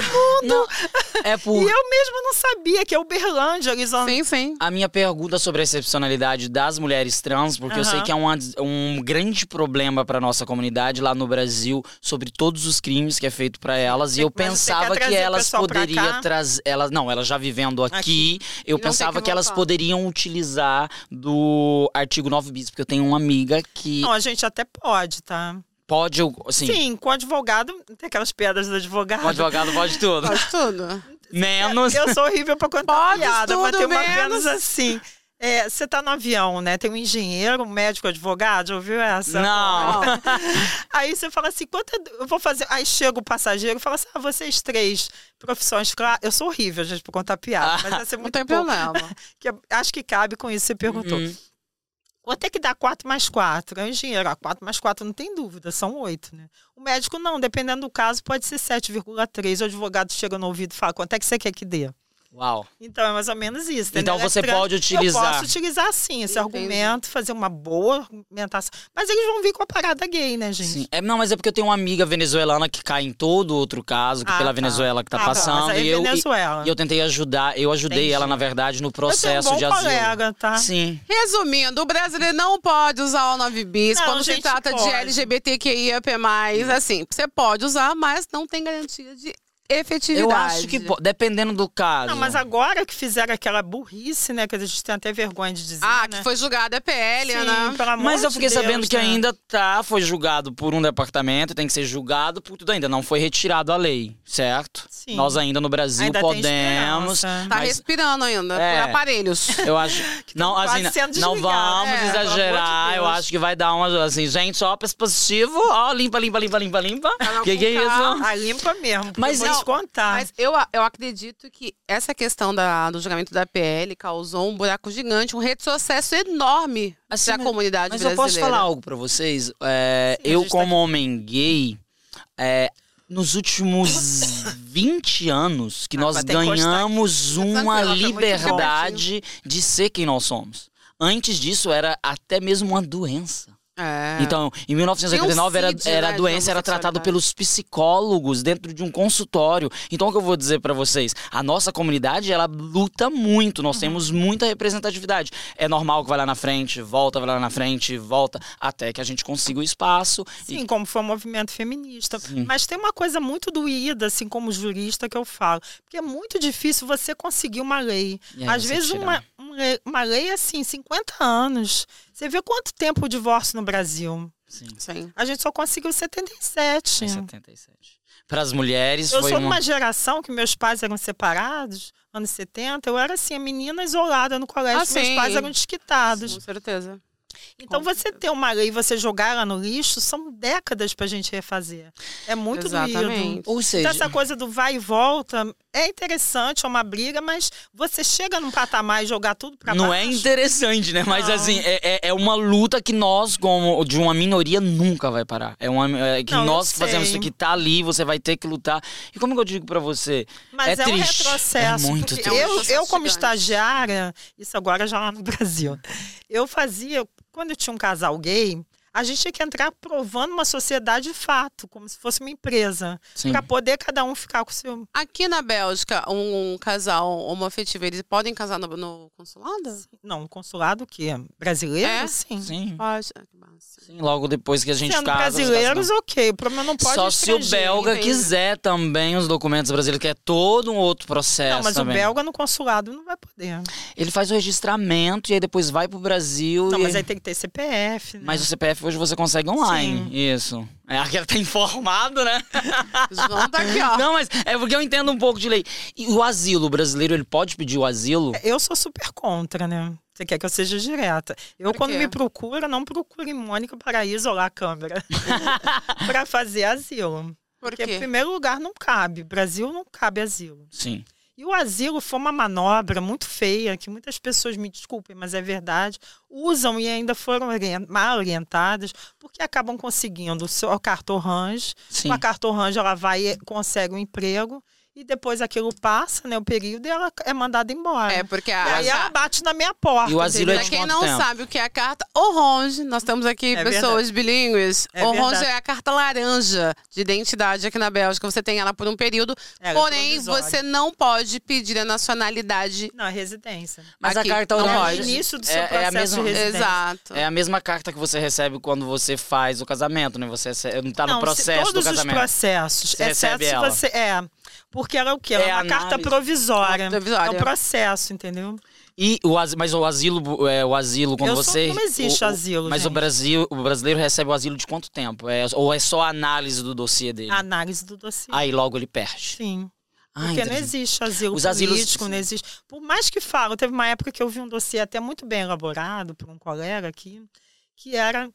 Speaker 2: Não, é por...
Speaker 3: E eu mesma não sabia que é Uberlândia, Arizona.
Speaker 1: Sim, sim.
Speaker 2: A minha pergunta sobre a excepcionalidade das mulheres trans, porque eu
Speaker 3: Aham.
Speaker 2: sei que é uma, des- um grande problema para nossa comunidade lá no Brasil sobre todos os crimes que é feito para elas. E eu
Speaker 3: Mas você quer
Speaker 2: pensava que
Speaker 3: trazer o
Speaker 2: elas
Speaker 3: pessoal pra
Speaker 2: poderiam
Speaker 3: cá?
Speaker 2: trazer. Elas, não, elas já vivendo aqui,
Speaker 3: Aqui.
Speaker 2: eu
Speaker 1: E não tem
Speaker 2: pensava
Speaker 1: que
Speaker 2: que, elas
Speaker 1: voltar.
Speaker 2: poderiam utilizar do artigo 9 bis, porque eu tenho uma amiga que
Speaker 3: Não, a gente até pode, tá?
Speaker 2: pode. eu- Assim,
Speaker 3: Sim, com advogado, tem aquelas pedras do advogado.
Speaker 2: o advogado pode tudo.
Speaker 1: Faz tudo.
Speaker 2: Menos.
Speaker 3: Eu sou horrível pra contar
Speaker 1: Pode
Speaker 3: piada, mas
Speaker 1: tudo
Speaker 3: tem uma
Speaker 1: menos.
Speaker 3: menos assim. É, você tá no avião, né? Tem um engenheiro, um médico, advogado, já ouviu essa?
Speaker 2: Não.
Speaker 1: Ó,
Speaker 3: Aí você fala assim, quanto é- eu vou fazer? Aí chega o passageiro e fala assim, ah, vocês três, profissões, claro. Eu sou horrível, gente, pra contar piada, mas essa é
Speaker 1: Ah, não
Speaker 3: muito
Speaker 1: tem
Speaker 3: pouco,
Speaker 1: problema.
Speaker 3: que eu- acho que cabe com isso, você perguntou.
Speaker 2: Hum.
Speaker 3: Quanto é que dá 4 mais 4? É um engenheiro, ah, 4 mais 4 não tem dúvida, são 8, né? O médico não, dependendo do caso, pode ser 7,3. O advogado chega no ouvido e fala, quanto é que você quer que dê?
Speaker 2: Uau.
Speaker 3: Então é mais ou menos isso.
Speaker 2: Então
Speaker 3: entendeu? É
Speaker 2: você
Speaker 3: trans-
Speaker 2: pode
Speaker 3: Eu
Speaker 2: utilizar.
Speaker 3: posso utilizar sim
Speaker 1: Entendi.
Speaker 3: esse argumento, fazer uma boa argumentação. Mas eles vão vir com a parada gay, né, gente?
Speaker 2: Sim. É, não, mas é porque eu tenho uma amiga venezuelana que cai em todo outro caso, que
Speaker 3: Ah,
Speaker 2: pela
Speaker 3: tá.
Speaker 2: Venezuela que tá
Speaker 3: Ah,
Speaker 2: passando.
Speaker 3: mas aí
Speaker 2: e eu, e-
Speaker 3: Venezuela.
Speaker 2: E eu tentei ajudar, eu ajudei
Speaker 3: Entendi.
Speaker 2: ela, na verdade, no
Speaker 3: Eu tenho um
Speaker 2: processo
Speaker 3: bom
Speaker 2: de asilo.
Speaker 3: colega, tá?
Speaker 2: Sim.
Speaker 1: Resumindo, o brasileiro não pode usar o 9 bis
Speaker 3: Não,
Speaker 1: quando se
Speaker 3: gente,
Speaker 1: trata de
Speaker 3: pode. Hum.
Speaker 1: LGBTQIAP+. Assim, você pode usar, mas não tem garantia de efetividade.
Speaker 2: Eu acho que, po- dependendo do caso.
Speaker 3: Não, mas agora que fizeram aquela burrice, né? Que a gente tem até vergonha de dizer.
Speaker 1: Ah,
Speaker 3: né?
Speaker 1: que foi julgada a PL,
Speaker 3: Sim,
Speaker 1: né?
Speaker 3: pelo amor
Speaker 2: Mas eu
Speaker 3: de
Speaker 2: fiquei
Speaker 3: Deus,
Speaker 2: sabendo que
Speaker 3: né?
Speaker 2: ainda tá, foi julgado por um departamento, tem que ser julgado por tudo ainda. Não foi retirado a lei, certo?
Speaker 3: Sim.
Speaker 2: Nós ainda no Brasil
Speaker 3: Ainda tem
Speaker 2: podemos.
Speaker 3: esperança.
Speaker 1: Tá
Speaker 2: mas
Speaker 1: respirando ainda,
Speaker 2: É.
Speaker 1: por aparelhos.
Speaker 2: eu acho. não,
Speaker 3: quase
Speaker 2: assim,
Speaker 3: sendo
Speaker 2: não
Speaker 3: desligados,
Speaker 2: vamos
Speaker 1: é, pelo amor de
Speaker 2: exagerar. eu
Speaker 3: Deus.
Speaker 2: acho que vai dar uma. Assim, gente, ó, peso positivo, ó, limpa, limpa, limpa, limpa, limpa.
Speaker 1: Ela
Speaker 2: Que que é
Speaker 1: tá com
Speaker 2: isso? Ah.
Speaker 3: Ah, limpa mesmo. porque
Speaker 2: Mas
Speaker 3: eu vou
Speaker 1: não,
Speaker 3: te contar.
Speaker 1: Mas eu, a- eu acredito que essa questão da- do julgamento da PL causou um buraco gigante, um retrocesso enorme
Speaker 2: Assim,
Speaker 1: pra
Speaker 2: mas-
Speaker 1: comunidade
Speaker 2: Mas
Speaker 1: brasileira.
Speaker 2: eu posso falar algo pra vocês? É,
Speaker 3: Sim, a
Speaker 2: eu,
Speaker 3: gente tá
Speaker 2: como homem gay, é, nos últimos 20 anos que
Speaker 3: Ah,
Speaker 2: nós
Speaker 3: vai ter que encostar
Speaker 2: ganhamos uma
Speaker 3: Tranquilo, tá muito
Speaker 2: liberdade de ser quem nós somos. Antes disso era até mesmo uma doença.
Speaker 1: É.
Speaker 2: Então, em 1989
Speaker 1: Tem um
Speaker 2: era,
Speaker 1: CID,
Speaker 2: era
Speaker 1: né, de
Speaker 2: doença, era tratado
Speaker 3: é.
Speaker 1: homossexualidade.
Speaker 2: pelos psicólogos dentro de um consultório. Então, o que eu vou dizer pra vocês? A nossa comunidade, ela luta muito,
Speaker 3: Uhum.
Speaker 2: nós temos muita representatividade. É normal que vai lá na frente, volta, vai lá na frente, volta, até que a gente consiga o espaço. E-
Speaker 3: Sim, como foi o movimento feminista.
Speaker 2: Sim.
Speaker 3: Mas tem uma coisa muito doída, assim, como jurista que eu falo. Porque é muito difícil você conseguir uma lei.
Speaker 2: e aí
Speaker 3: Às
Speaker 2: você
Speaker 3: vezes,
Speaker 2: tirar.
Speaker 3: uma, uma lei- uma lei, assim, 50 anos. Você vê quanto tempo o divórcio no Brasil?
Speaker 2: Sim,
Speaker 1: Sim.
Speaker 3: A gente só conseguiu 77.
Speaker 2: foi 77. Para as mulheres,
Speaker 3: Eu
Speaker 2: foi
Speaker 3: sou de
Speaker 2: uma...
Speaker 3: uma geração que meus pais eram separados, anos 70. Eu era, assim, a menina isolada no colégio.
Speaker 1: Ah,
Speaker 3: meus
Speaker 1: sim.
Speaker 3: pais eram desquitados.
Speaker 1: Com certeza.
Speaker 3: Então, você ter uma lei e você jogar ela no lixo, são décadas pra gente refazer. É muito doído.
Speaker 1: Exatamente.
Speaker 2: Ou seja,
Speaker 3: Então, essa coisa do vai e volta é interessante, é uma briga, mas você chega num patamar e jogar tudo pra
Speaker 2: não é
Speaker 3: baixo.
Speaker 2: interessante, né? Mas
Speaker 3: Não.
Speaker 2: assim, é, é- é uma luta que nós, como de uma minoria, nunca vai parar. É uma é que
Speaker 3: Não, eu
Speaker 2: nós que
Speaker 3: sei.
Speaker 2: fazemos isso que tá ali, você vai ter que lutar. E como que eu digo pra você?
Speaker 3: Mas
Speaker 2: é
Speaker 3: é, um
Speaker 2: triste,
Speaker 3: retrocesso.
Speaker 2: é muito
Speaker 1: triste.
Speaker 3: porque
Speaker 1: É um
Speaker 3: eu,
Speaker 1: retrocesso
Speaker 3: eu, como
Speaker 1: gigante.
Speaker 3: estagiária, isso agora já lá no Brasil, eu fazia, quando eu tinha um casal gay, a gente tinha que entrar provando uma sociedade de fato, como se fosse uma empresa,
Speaker 2: Sim.
Speaker 3: pra poder cada um ficar com o seu.
Speaker 1: Aqui na Bélgica, um, um casal homoafetivo, eles podem casar no, no consulado?
Speaker 3: Não, consulado o quê? Brasileiro?
Speaker 1: É?
Speaker 3: Sim.
Speaker 2: Sim.
Speaker 1: Pode. Ah, que massa.
Speaker 2: Sim, logo depois que a gente
Speaker 3: Sendo
Speaker 2: casa. você
Speaker 3: brasileiros,
Speaker 2: casa-
Speaker 3: ok. O problema não pode
Speaker 2: Só
Speaker 3: é
Speaker 2: se o
Speaker 3: estrangeiro.
Speaker 2: belga
Speaker 1: entende?
Speaker 2: quiser também os documentos brasileiros, que é todo um outro processo.
Speaker 3: Não, mas
Speaker 2: também.
Speaker 3: o belga no consulado não vai poder.
Speaker 2: Ele faz o registramento e aí depois vai pro Brasil.
Speaker 3: Não,
Speaker 2: e-
Speaker 3: mas é aí tem que ter CPF, né?
Speaker 2: Mas o CPF hoje você consegue online. Isso. É aquele que tá informado, né?
Speaker 1: João tá aqui, ó.
Speaker 2: Não, mas é porque eu entendo um pouco de lei. E o asilo, o brasileiro, ele pode pedir o asilo?
Speaker 3: Eu sou super contra, né? Você quer que eu seja direta. Eu,
Speaker 1: Por
Speaker 3: quando
Speaker 1: quê?
Speaker 3: me procura, não procuro em Mônica Paraíso ou lá a câmera para fazer asilo.
Speaker 1: Por
Speaker 3: Porque, é em
Speaker 1: quê?
Speaker 3: primeiro lugar, não cabe. Brasil não cabe asilo.
Speaker 2: Sim.
Speaker 3: E o asilo foi uma manobra muito feia, que muitas pessoas, me desculpem, mas é verdade, usam e ainda foram orien- mal orientadas, porque acabam conseguindo o seu carta orange.
Speaker 2: Sim.
Speaker 3: Com a carta orange, ela vai e consegue um emprego. e depois aquilo passa, né, o período, e ela é mandada embora.
Speaker 1: É, porque
Speaker 3: e
Speaker 1: a.
Speaker 3: aí ela bate na minha porta.
Speaker 2: E o asilo é
Speaker 3: entendeu?
Speaker 1: Pra
Speaker 2: de
Speaker 1: quem
Speaker 2: quanto
Speaker 1: não
Speaker 2: tempo?
Speaker 1: sabe o que é a carta orange, nós temos aqui
Speaker 3: É
Speaker 1: pessoas bilíngues.
Speaker 3: É
Speaker 1: orange
Speaker 3: verdade.
Speaker 1: é a carta laranja de identidade aqui na Bélgica. Você tem ela por um período,
Speaker 2: tipo
Speaker 3: Ela é
Speaker 1: porém
Speaker 3: provisória.
Speaker 1: você não pode pedir a nacionalidade.
Speaker 3: Não, é residência.
Speaker 2: Mas
Speaker 1: Aqui,
Speaker 2: a carta
Speaker 1: não
Speaker 3: É o
Speaker 1: pode.
Speaker 2: orange.
Speaker 3: início do seu
Speaker 2: É- é a
Speaker 3: processo
Speaker 2: mesma-
Speaker 3: de residência.
Speaker 1: Exato.
Speaker 2: É a mesma carta que você recebe quando você faz o casamento, né? Você rece- não tá no
Speaker 3: Não, se-
Speaker 2: processo do
Speaker 3: todos os
Speaker 2: casamento.
Speaker 3: processos,
Speaker 2: Você
Speaker 3: exceto
Speaker 2: recebe
Speaker 3: se
Speaker 2: ela.
Speaker 3: você... É, porque ela é o quê? Ela
Speaker 2: É
Speaker 3: é uma
Speaker 2: análise.
Speaker 3: carta provisória.
Speaker 1: Provisória.
Speaker 3: É um processo, entendeu?
Speaker 2: E o as- mas o asilo, é, o asilo quando
Speaker 3: Eu sou-
Speaker 2: você
Speaker 3: não existe
Speaker 2: o- o-
Speaker 3: asilo,
Speaker 2: Mas o
Speaker 3: gente.
Speaker 2: Brasil, o brasileiro recebe o asilo de quanto tempo? É- ou é só a análise do dossiê dele?
Speaker 3: A análise do dossiê.
Speaker 2: Aí logo ele perde.
Speaker 3: Sim.
Speaker 2: Ah,
Speaker 3: Ah, Porque não
Speaker 2: entendi.
Speaker 3: existe asilo
Speaker 2: Os asilos-
Speaker 3: político, não existe. Por mais que falam, teve uma época que eu vi um dossiê até muito bem elaborado por um colega aqui, que era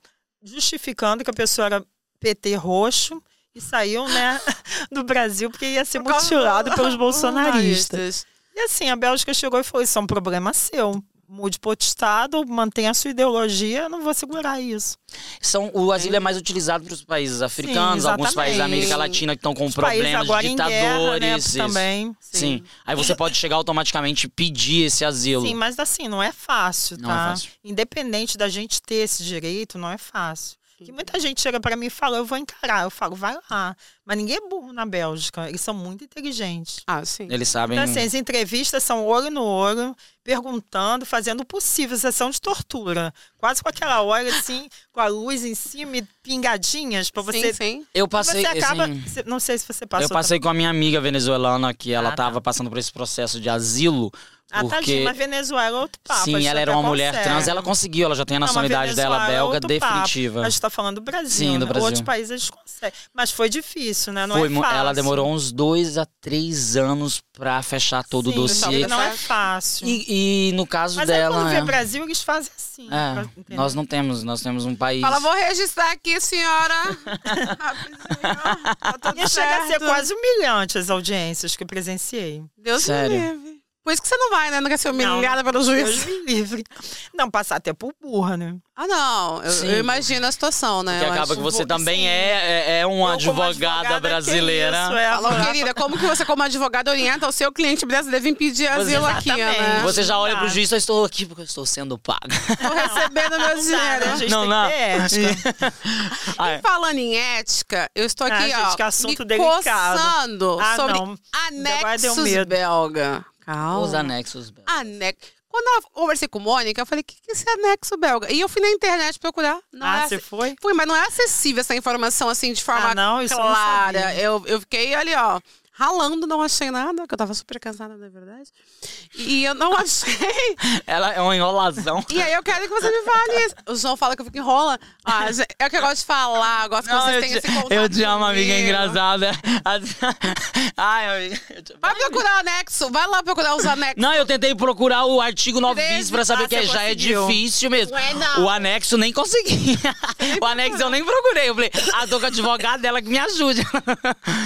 Speaker 3: justificando que a pessoa era PT roxo e saiu, né, do Brasil porque ia ser
Speaker 1: Por causa
Speaker 3: mutilado
Speaker 1: do-
Speaker 3: pelos bolsonaristas. E assim, a Bélgica chegou e falou: Isso é um problema seu. Mude para outro estado, mantenha a sua ideologia, eu não vou segurar isso.
Speaker 2: São, o asilo é mais utilizado para os países africanos, alguns
Speaker 3: exatamente.
Speaker 2: países da América Latina que estão com
Speaker 3: Os países
Speaker 2: problemas,
Speaker 3: agora
Speaker 2: Um ditadores.
Speaker 3: em guerra, né,
Speaker 2: isso.
Speaker 3: também.
Speaker 2: Sim. Aí você pode chegar automaticamente e pedir esse asilo.
Speaker 3: Sim, mas assim, não é fácil,
Speaker 2: Não
Speaker 3: tá?
Speaker 2: é fácil.
Speaker 3: Independente da gente ter esse direito, não é fácil.
Speaker 2: Uhum.
Speaker 3: Que muita gente chega pra mim e fala, eu vou encarar. Eu falo, vai lá. Mas ninguém é burro na Bélgica. Eles são muito inteligentes.
Speaker 1: Ah, sim.
Speaker 2: Eles sabem.
Speaker 3: Então, assim, as entrevistas são olho no olho, perguntando, fazendo o possível, sessão de tortura. Quase com aquela hora, assim, com a luz em cima e pingadinhas pra você.
Speaker 1: Sim, sim.
Speaker 2: eu
Speaker 3: E
Speaker 2: passei.
Speaker 3: você acaba.
Speaker 2: assim,
Speaker 3: cê- Não sei se você passou.
Speaker 2: eu passei com a minha amiga venezuelana que ela
Speaker 3: Ah, tá.
Speaker 2: estava passando por esse processo de asilo.
Speaker 3: também. Ah, tadinha,
Speaker 2: porque
Speaker 3: mas Venezuela é outro papo. a
Speaker 2: sim,
Speaker 3: gente
Speaker 2: ela era
Speaker 3: até
Speaker 2: uma mulher
Speaker 3: consegue.
Speaker 2: trans, ela conseguiu, ela já tem a
Speaker 3: Não, mas
Speaker 2: nacionalidade dela
Speaker 3: Venezuela é
Speaker 2: belga
Speaker 3: outro papo.
Speaker 2: definitiva.
Speaker 3: A gente tá falando do Brasil.
Speaker 2: Ah. Sim, do
Speaker 3: né?
Speaker 2: Brasil.
Speaker 3: Outros países eles conseguem. Mas foi difícil, né? Não
Speaker 2: Foi
Speaker 3: é
Speaker 2: mu-
Speaker 3: fácil.
Speaker 2: ela demorou uns dois a três anos pra fechar todo
Speaker 3: Sim,
Speaker 2: o dossiê.
Speaker 3: Não é fácil.
Speaker 2: E, e no caso
Speaker 3: Mas aí
Speaker 2: dela,
Speaker 3: quando vê
Speaker 2: é,
Speaker 3: Brasil, eles fazem assim.
Speaker 2: é,
Speaker 3: pra- entendeu?
Speaker 2: nós não temos, nós temos um país.
Speaker 1: Fala, vou registrar aqui, senhora. Rapidinho, ó. Tá tudo
Speaker 3: Ia chegar a ser
Speaker 1: certo.
Speaker 3: quase humilhante as audiências que eu presenciei.
Speaker 1: Deus
Speaker 2: Sério.
Speaker 1: me livre. Por isso que você não vai, né? Não quer ser humilhada pelo
Speaker 3: Deus
Speaker 1: juiz.
Speaker 3: me livre. Não, passar até por burra, né?
Speaker 1: Ah, não. Eu,
Speaker 2: Sim.
Speaker 1: eu imagino a situação, né?
Speaker 2: Porque
Speaker 1: Eu
Speaker 2: acaba
Speaker 1: acho-
Speaker 2: que você
Speaker 3: vou-
Speaker 2: também
Speaker 3: sim.
Speaker 2: é, é, é
Speaker 3: Eu,
Speaker 2: uma
Speaker 3: como
Speaker 2: advogada
Speaker 3: que isso,
Speaker 2: brasileira.
Speaker 3: é,
Speaker 1: Alô,
Speaker 3: morar-
Speaker 1: querida, como que você, como advogada, orienta o seu cliente brasileiro vir pedir asilo aqui, né?
Speaker 3: Exatamente.
Speaker 2: Você já olha
Speaker 1: Tá.
Speaker 2: pro
Speaker 3: Verdade.
Speaker 2: juiz, eu estou aqui porque eu estou sendo paga.
Speaker 1: Tô recebendo meu
Speaker 3: Não dá, né? A
Speaker 1: dinheiro.
Speaker 3: gente
Speaker 2: Não,
Speaker 3: tem
Speaker 2: não.
Speaker 3: que ter ética.
Speaker 2: Ah, é.
Speaker 1: Falando em ética, eu estou aqui,
Speaker 3: Ah, gente,
Speaker 1: ó,
Speaker 3: que assunto
Speaker 1: me
Speaker 3: delicado.
Speaker 1: coçando
Speaker 3: Ah,
Speaker 1: sobre
Speaker 3: não. Agora deu
Speaker 1: anexos
Speaker 3: medo.
Speaker 1: belga.
Speaker 2: Os
Speaker 1: Calma.
Speaker 2: anexos.
Speaker 1: Ah.
Speaker 2: belga.
Speaker 1: Anexo. Quando eu conversei com Mônica, eu falei, o que que é esse anexo belga? E eu fui na internet procurar. Não é
Speaker 3: Ah,
Speaker 1: ac-
Speaker 3: você foi?
Speaker 1: Fui, mas não é acessível essa informação, assim, de forma
Speaker 3: Ah, não, isso eu não
Speaker 1: clara.
Speaker 3: sabia.
Speaker 1: Eu, eu fiquei ali, ó, ralando, não achei nada, que eu tava super cansada, na verdade. E eu não achei.
Speaker 2: Ela é uma enrolação.
Speaker 1: E aí eu quero que você me fale isso. O João fala que eu fico enrola. Ah, gente, é o que eu gosto de falar, eu gosto que
Speaker 2: Não,
Speaker 1: vocês
Speaker 2: eu,
Speaker 1: tenham
Speaker 2: te,
Speaker 1: esse contato
Speaker 2: eu te amo, amiga é
Speaker 1: comigo.
Speaker 2: engraçada. Ai, amiga. eu te-
Speaker 1: Vai procurar o anexo, vai lá procurar os anexos.
Speaker 2: Não, eu tentei procurar o artigo 9 bis
Speaker 1: Treze,
Speaker 2: pra saber
Speaker 3: ah,
Speaker 2: que é-
Speaker 3: você
Speaker 2: já é
Speaker 3: conseguiu.
Speaker 2: difícil mesmo.
Speaker 1: Não é, não.
Speaker 2: O anexo nem consegui. o anexo eu nem procurei. Eu falei, ah, tô com a advogada dela que me ajude.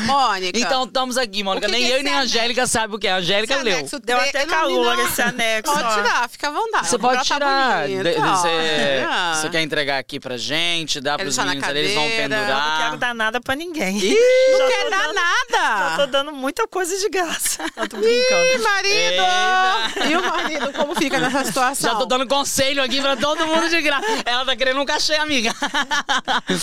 Speaker 1: Mônica.
Speaker 2: então, estamos aqui, Mônica.
Speaker 1: que
Speaker 2: Nem
Speaker 1: que é
Speaker 2: eu e
Speaker 1: esse
Speaker 2: nem a
Speaker 1: anexo?
Speaker 2: Angélica sabe o que é. A Angélica
Speaker 1: esse
Speaker 2: leu.
Speaker 1: anexo é
Speaker 3: Deu
Speaker 1: tre-
Speaker 3: até
Speaker 1: não,
Speaker 3: calor
Speaker 1: não.
Speaker 3: esse anexo.
Speaker 1: Pode
Speaker 3: ó.
Speaker 1: tirar, fica à vontade.
Speaker 2: Você pode
Speaker 1: Ela tá
Speaker 2: tirar.
Speaker 1: bonita,
Speaker 2: De-
Speaker 1: ó.
Speaker 2: Você
Speaker 1: Ah.
Speaker 2: você quer entregar aqui pra gente, dá
Speaker 1: Quer
Speaker 2: pros
Speaker 1: deixar na
Speaker 2: meninos ali, eles vão
Speaker 1: cadeira.
Speaker 3: Não
Speaker 2: pendurar.
Speaker 3: quero dar nada pra ninguém.
Speaker 1: Não
Speaker 3: Já
Speaker 1: quer
Speaker 3: tô
Speaker 1: dar
Speaker 3: dando- Já tô
Speaker 1: nada.
Speaker 3: dando muita coisa de graça. Ah. Eu tô brincando.
Speaker 1: Ih, marido!
Speaker 2: Eita.
Speaker 1: E o marido, como fica nessa situação?
Speaker 2: Já tô dando conselho aqui pra todo mundo de graça. Ela tá querendo um cachê, amiga.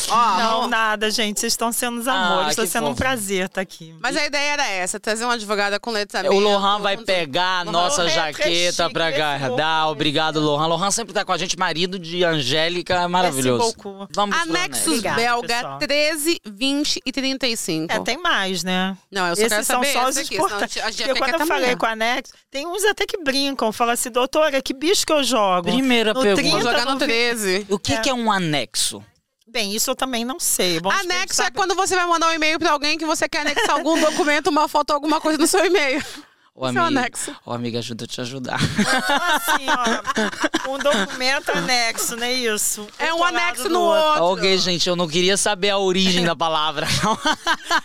Speaker 1: Ó,
Speaker 3: Não,
Speaker 1: vamos-
Speaker 3: nada, gente. Vocês estão sendo os
Speaker 2: Ah,
Speaker 3: amores. Está
Speaker 2: que
Speaker 3: sendo um
Speaker 2: fofo.
Speaker 3: prazer estar aqui.
Speaker 1: Mas a ideia era essa, trazer uma advogada com letramento.
Speaker 2: O Lohan vai
Speaker 1: com-
Speaker 2: pegar a
Speaker 1: Lohan.
Speaker 2: nossa
Speaker 3: Lohan é
Speaker 2: jaqueta
Speaker 3: chique,
Speaker 2: pra
Speaker 3: esse
Speaker 2: guardar.
Speaker 3: louco.
Speaker 2: Obrigado, Lohan. Lohan sempre tá com a gente, marido de Angélica, é maravilhoso.
Speaker 3: Esse Goku.
Speaker 2: Vamos né? pro
Speaker 1: Anexos
Speaker 2: anexo.
Speaker 3: Obrigada,
Speaker 1: belga
Speaker 3: pessoal.
Speaker 1: 13, 20 e 35.
Speaker 3: É, tem mais, né?
Speaker 1: Não, eu só quero
Speaker 3: Esses são
Speaker 1: saber
Speaker 3: só os
Speaker 1: esse aqui, senão
Speaker 3: importantes.
Speaker 1: a gente
Speaker 3: Porque
Speaker 1: já quer
Speaker 3: quando
Speaker 1: que
Speaker 3: eu
Speaker 1: a
Speaker 3: falei
Speaker 1: mulher.
Speaker 3: com a Nex, tem uns até que brincam. Falam assim, doutora, que bicho que eu jogo?
Speaker 2: Primeira
Speaker 3: No
Speaker 1: Vou
Speaker 2: pergunta.
Speaker 3: 30.
Speaker 1: jogar no
Speaker 3: no vi-
Speaker 1: 13.
Speaker 2: O que
Speaker 3: É.
Speaker 2: que é um anexo?
Speaker 3: Bem, isso eu também não sei. Bom,
Speaker 1: Anexo é
Speaker 3: sabe-
Speaker 1: quando você vai mandar um e-mail pra alguém que você quer anexar algum documento, uma foto, alguma coisa no seu e-mail.
Speaker 2: Ô,
Speaker 1: Isso é um
Speaker 2: amiga,
Speaker 1: anexo.
Speaker 2: ô, amiga, ajuda a te ajudar.
Speaker 3: assim, ó, um documento anexo, não é isso?
Speaker 1: É um
Speaker 3: colado
Speaker 1: anexo
Speaker 3: do
Speaker 1: no outro.
Speaker 2: ok, gente, eu não queria saber a origem da palavra.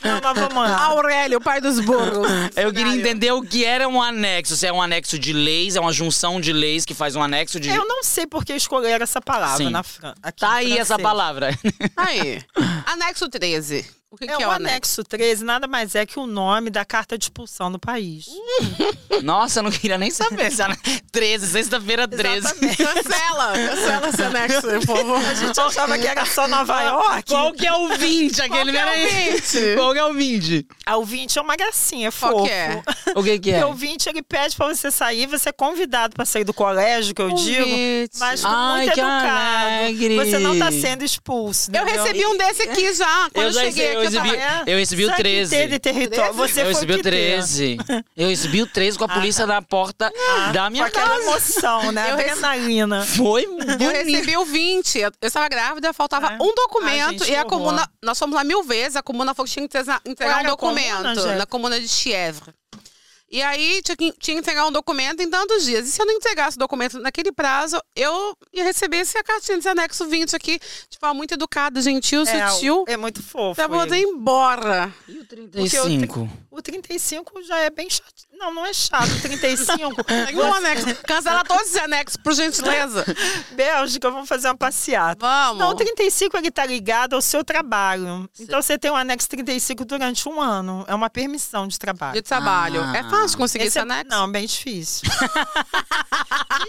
Speaker 3: Não, mas vamos lá.
Speaker 1: Aurélio, pai dos burros.
Speaker 2: Eu queria entender o que era um anexo. Se é um anexo de leis, é uma junção de leis que faz um anexo de. Tá
Speaker 3: Eu não sei por que escolher essa palavra
Speaker 2: Sim.
Speaker 3: na França.
Speaker 2: Tá aí essa palavra.
Speaker 1: Aí. Anexo 13. O que,
Speaker 3: É,
Speaker 1: que é
Speaker 3: o anexo 13 nada mais é que o nome da carta de expulsão do país.
Speaker 1: Hum,
Speaker 2: Nossa, eu não queria nem saber. se era- 13, sexta-feira 13.
Speaker 3: Exatamente.
Speaker 1: Cancela, cancela esse anexo, por favor.
Speaker 3: A gente achava que era só Nova York.
Speaker 2: Qual que é o 20? Aquele
Speaker 1: que é o
Speaker 2: era-
Speaker 1: 20?
Speaker 2: Qual que é o 20?
Speaker 3: Ah, o 20 é uma gracinha, é fofo.
Speaker 1: Qual que é?
Speaker 2: O que que é?
Speaker 3: Porque o 20 ele pede pra você sair, você é convidado pra sair do colégio, que
Speaker 1: Um é?
Speaker 3: eu digo.
Speaker 1: Convite.
Speaker 3: Mas tu
Speaker 2: Ai,
Speaker 3: muito
Speaker 2: que alegre.
Speaker 3: educado. Você não tá sendo expulso.
Speaker 1: Eu
Speaker 3: entendeu?
Speaker 1: recebi um desse aqui já, quando eu,
Speaker 2: já
Speaker 1: cheguei aqui.
Speaker 2: recebi-
Speaker 1: Eu
Speaker 2: eu
Speaker 1: tava...
Speaker 2: recebi- eu recebi o
Speaker 3: Sabe que
Speaker 2: 13.
Speaker 3: teve território.
Speaker 1: 13?
Speaker 3: Você
Speaker 2: eu
Speaker 3: foi
Speaker 2: recebi
Speaker 3: que
Speaker 2: o 13. Eu recebi o 13 com a polícia na porta da
Speaker 3: teve. né? Com
Speaker 2: minha
Speaker 3: aquela
Speaker 2: casa.
Speaker 3: emoção, né?
Speaker 1: Eu rece-
Speaker 3: Adrenalina.
Speaker 2: Foi
Speaker 1: Eu
Speaker 2: bonito.
Speaker 1: recebi o 20. Eu estava grávida, faltava
Speaker 3: É.
Speaker 1: um documento
Speaker 3: Ai, gente,
Speaker 1: e a
Speaker 3: que
Speaker 1: comuna.
Speaker 3: horror.
Speaker 1: Nós fomos lá mil vezes, a comuna falou que tinha que entregar- entregar
Speaker 3: Qual
Speaker 1: um
Speaker 3: era a
Speaker 1: documento
Speaker 3: comuna, Jéssica?
Speaker 1: na comuna de Chievre. E aí tinha que, tinha que entregar um documento em tantos dias. E se eu não entregasse o documento naquele prazo, eu ia receber essa cartinha desse anexo 20 aqui, de forma muito educada, gentil,
Speaker 3: É,
Speaker 1: sutil, Tá
Speaker 3: é muito fofo.
Speaker 1: pra poder ir embora.
Speaker 2: E o
Speaker 3: Porque eu
Speaker 2: 35?
Speaker 3: O 35 já é bem chato. Não, não é chato. O 35.
Speaker 1: Pega um anexo. Cancela todos os anexos, por gentileza.
Speaker 3: Bélgica, vamos fazer uma passeata.
Speaker 1: Vamos.
Speaker 3: Não, o 35 ele tá ligado ao seu trabalho. Então você tem um anexo 35 durante um ano. É uma permissão de trabalho.
Speaker 1: De trabalho.
Speaker 2: Ah.
Speaker 1: É fácil conseguir esse,
Speaker 3: Esse é-
Speaker 1: anexo?
Speaker 3: Não, bem difícil.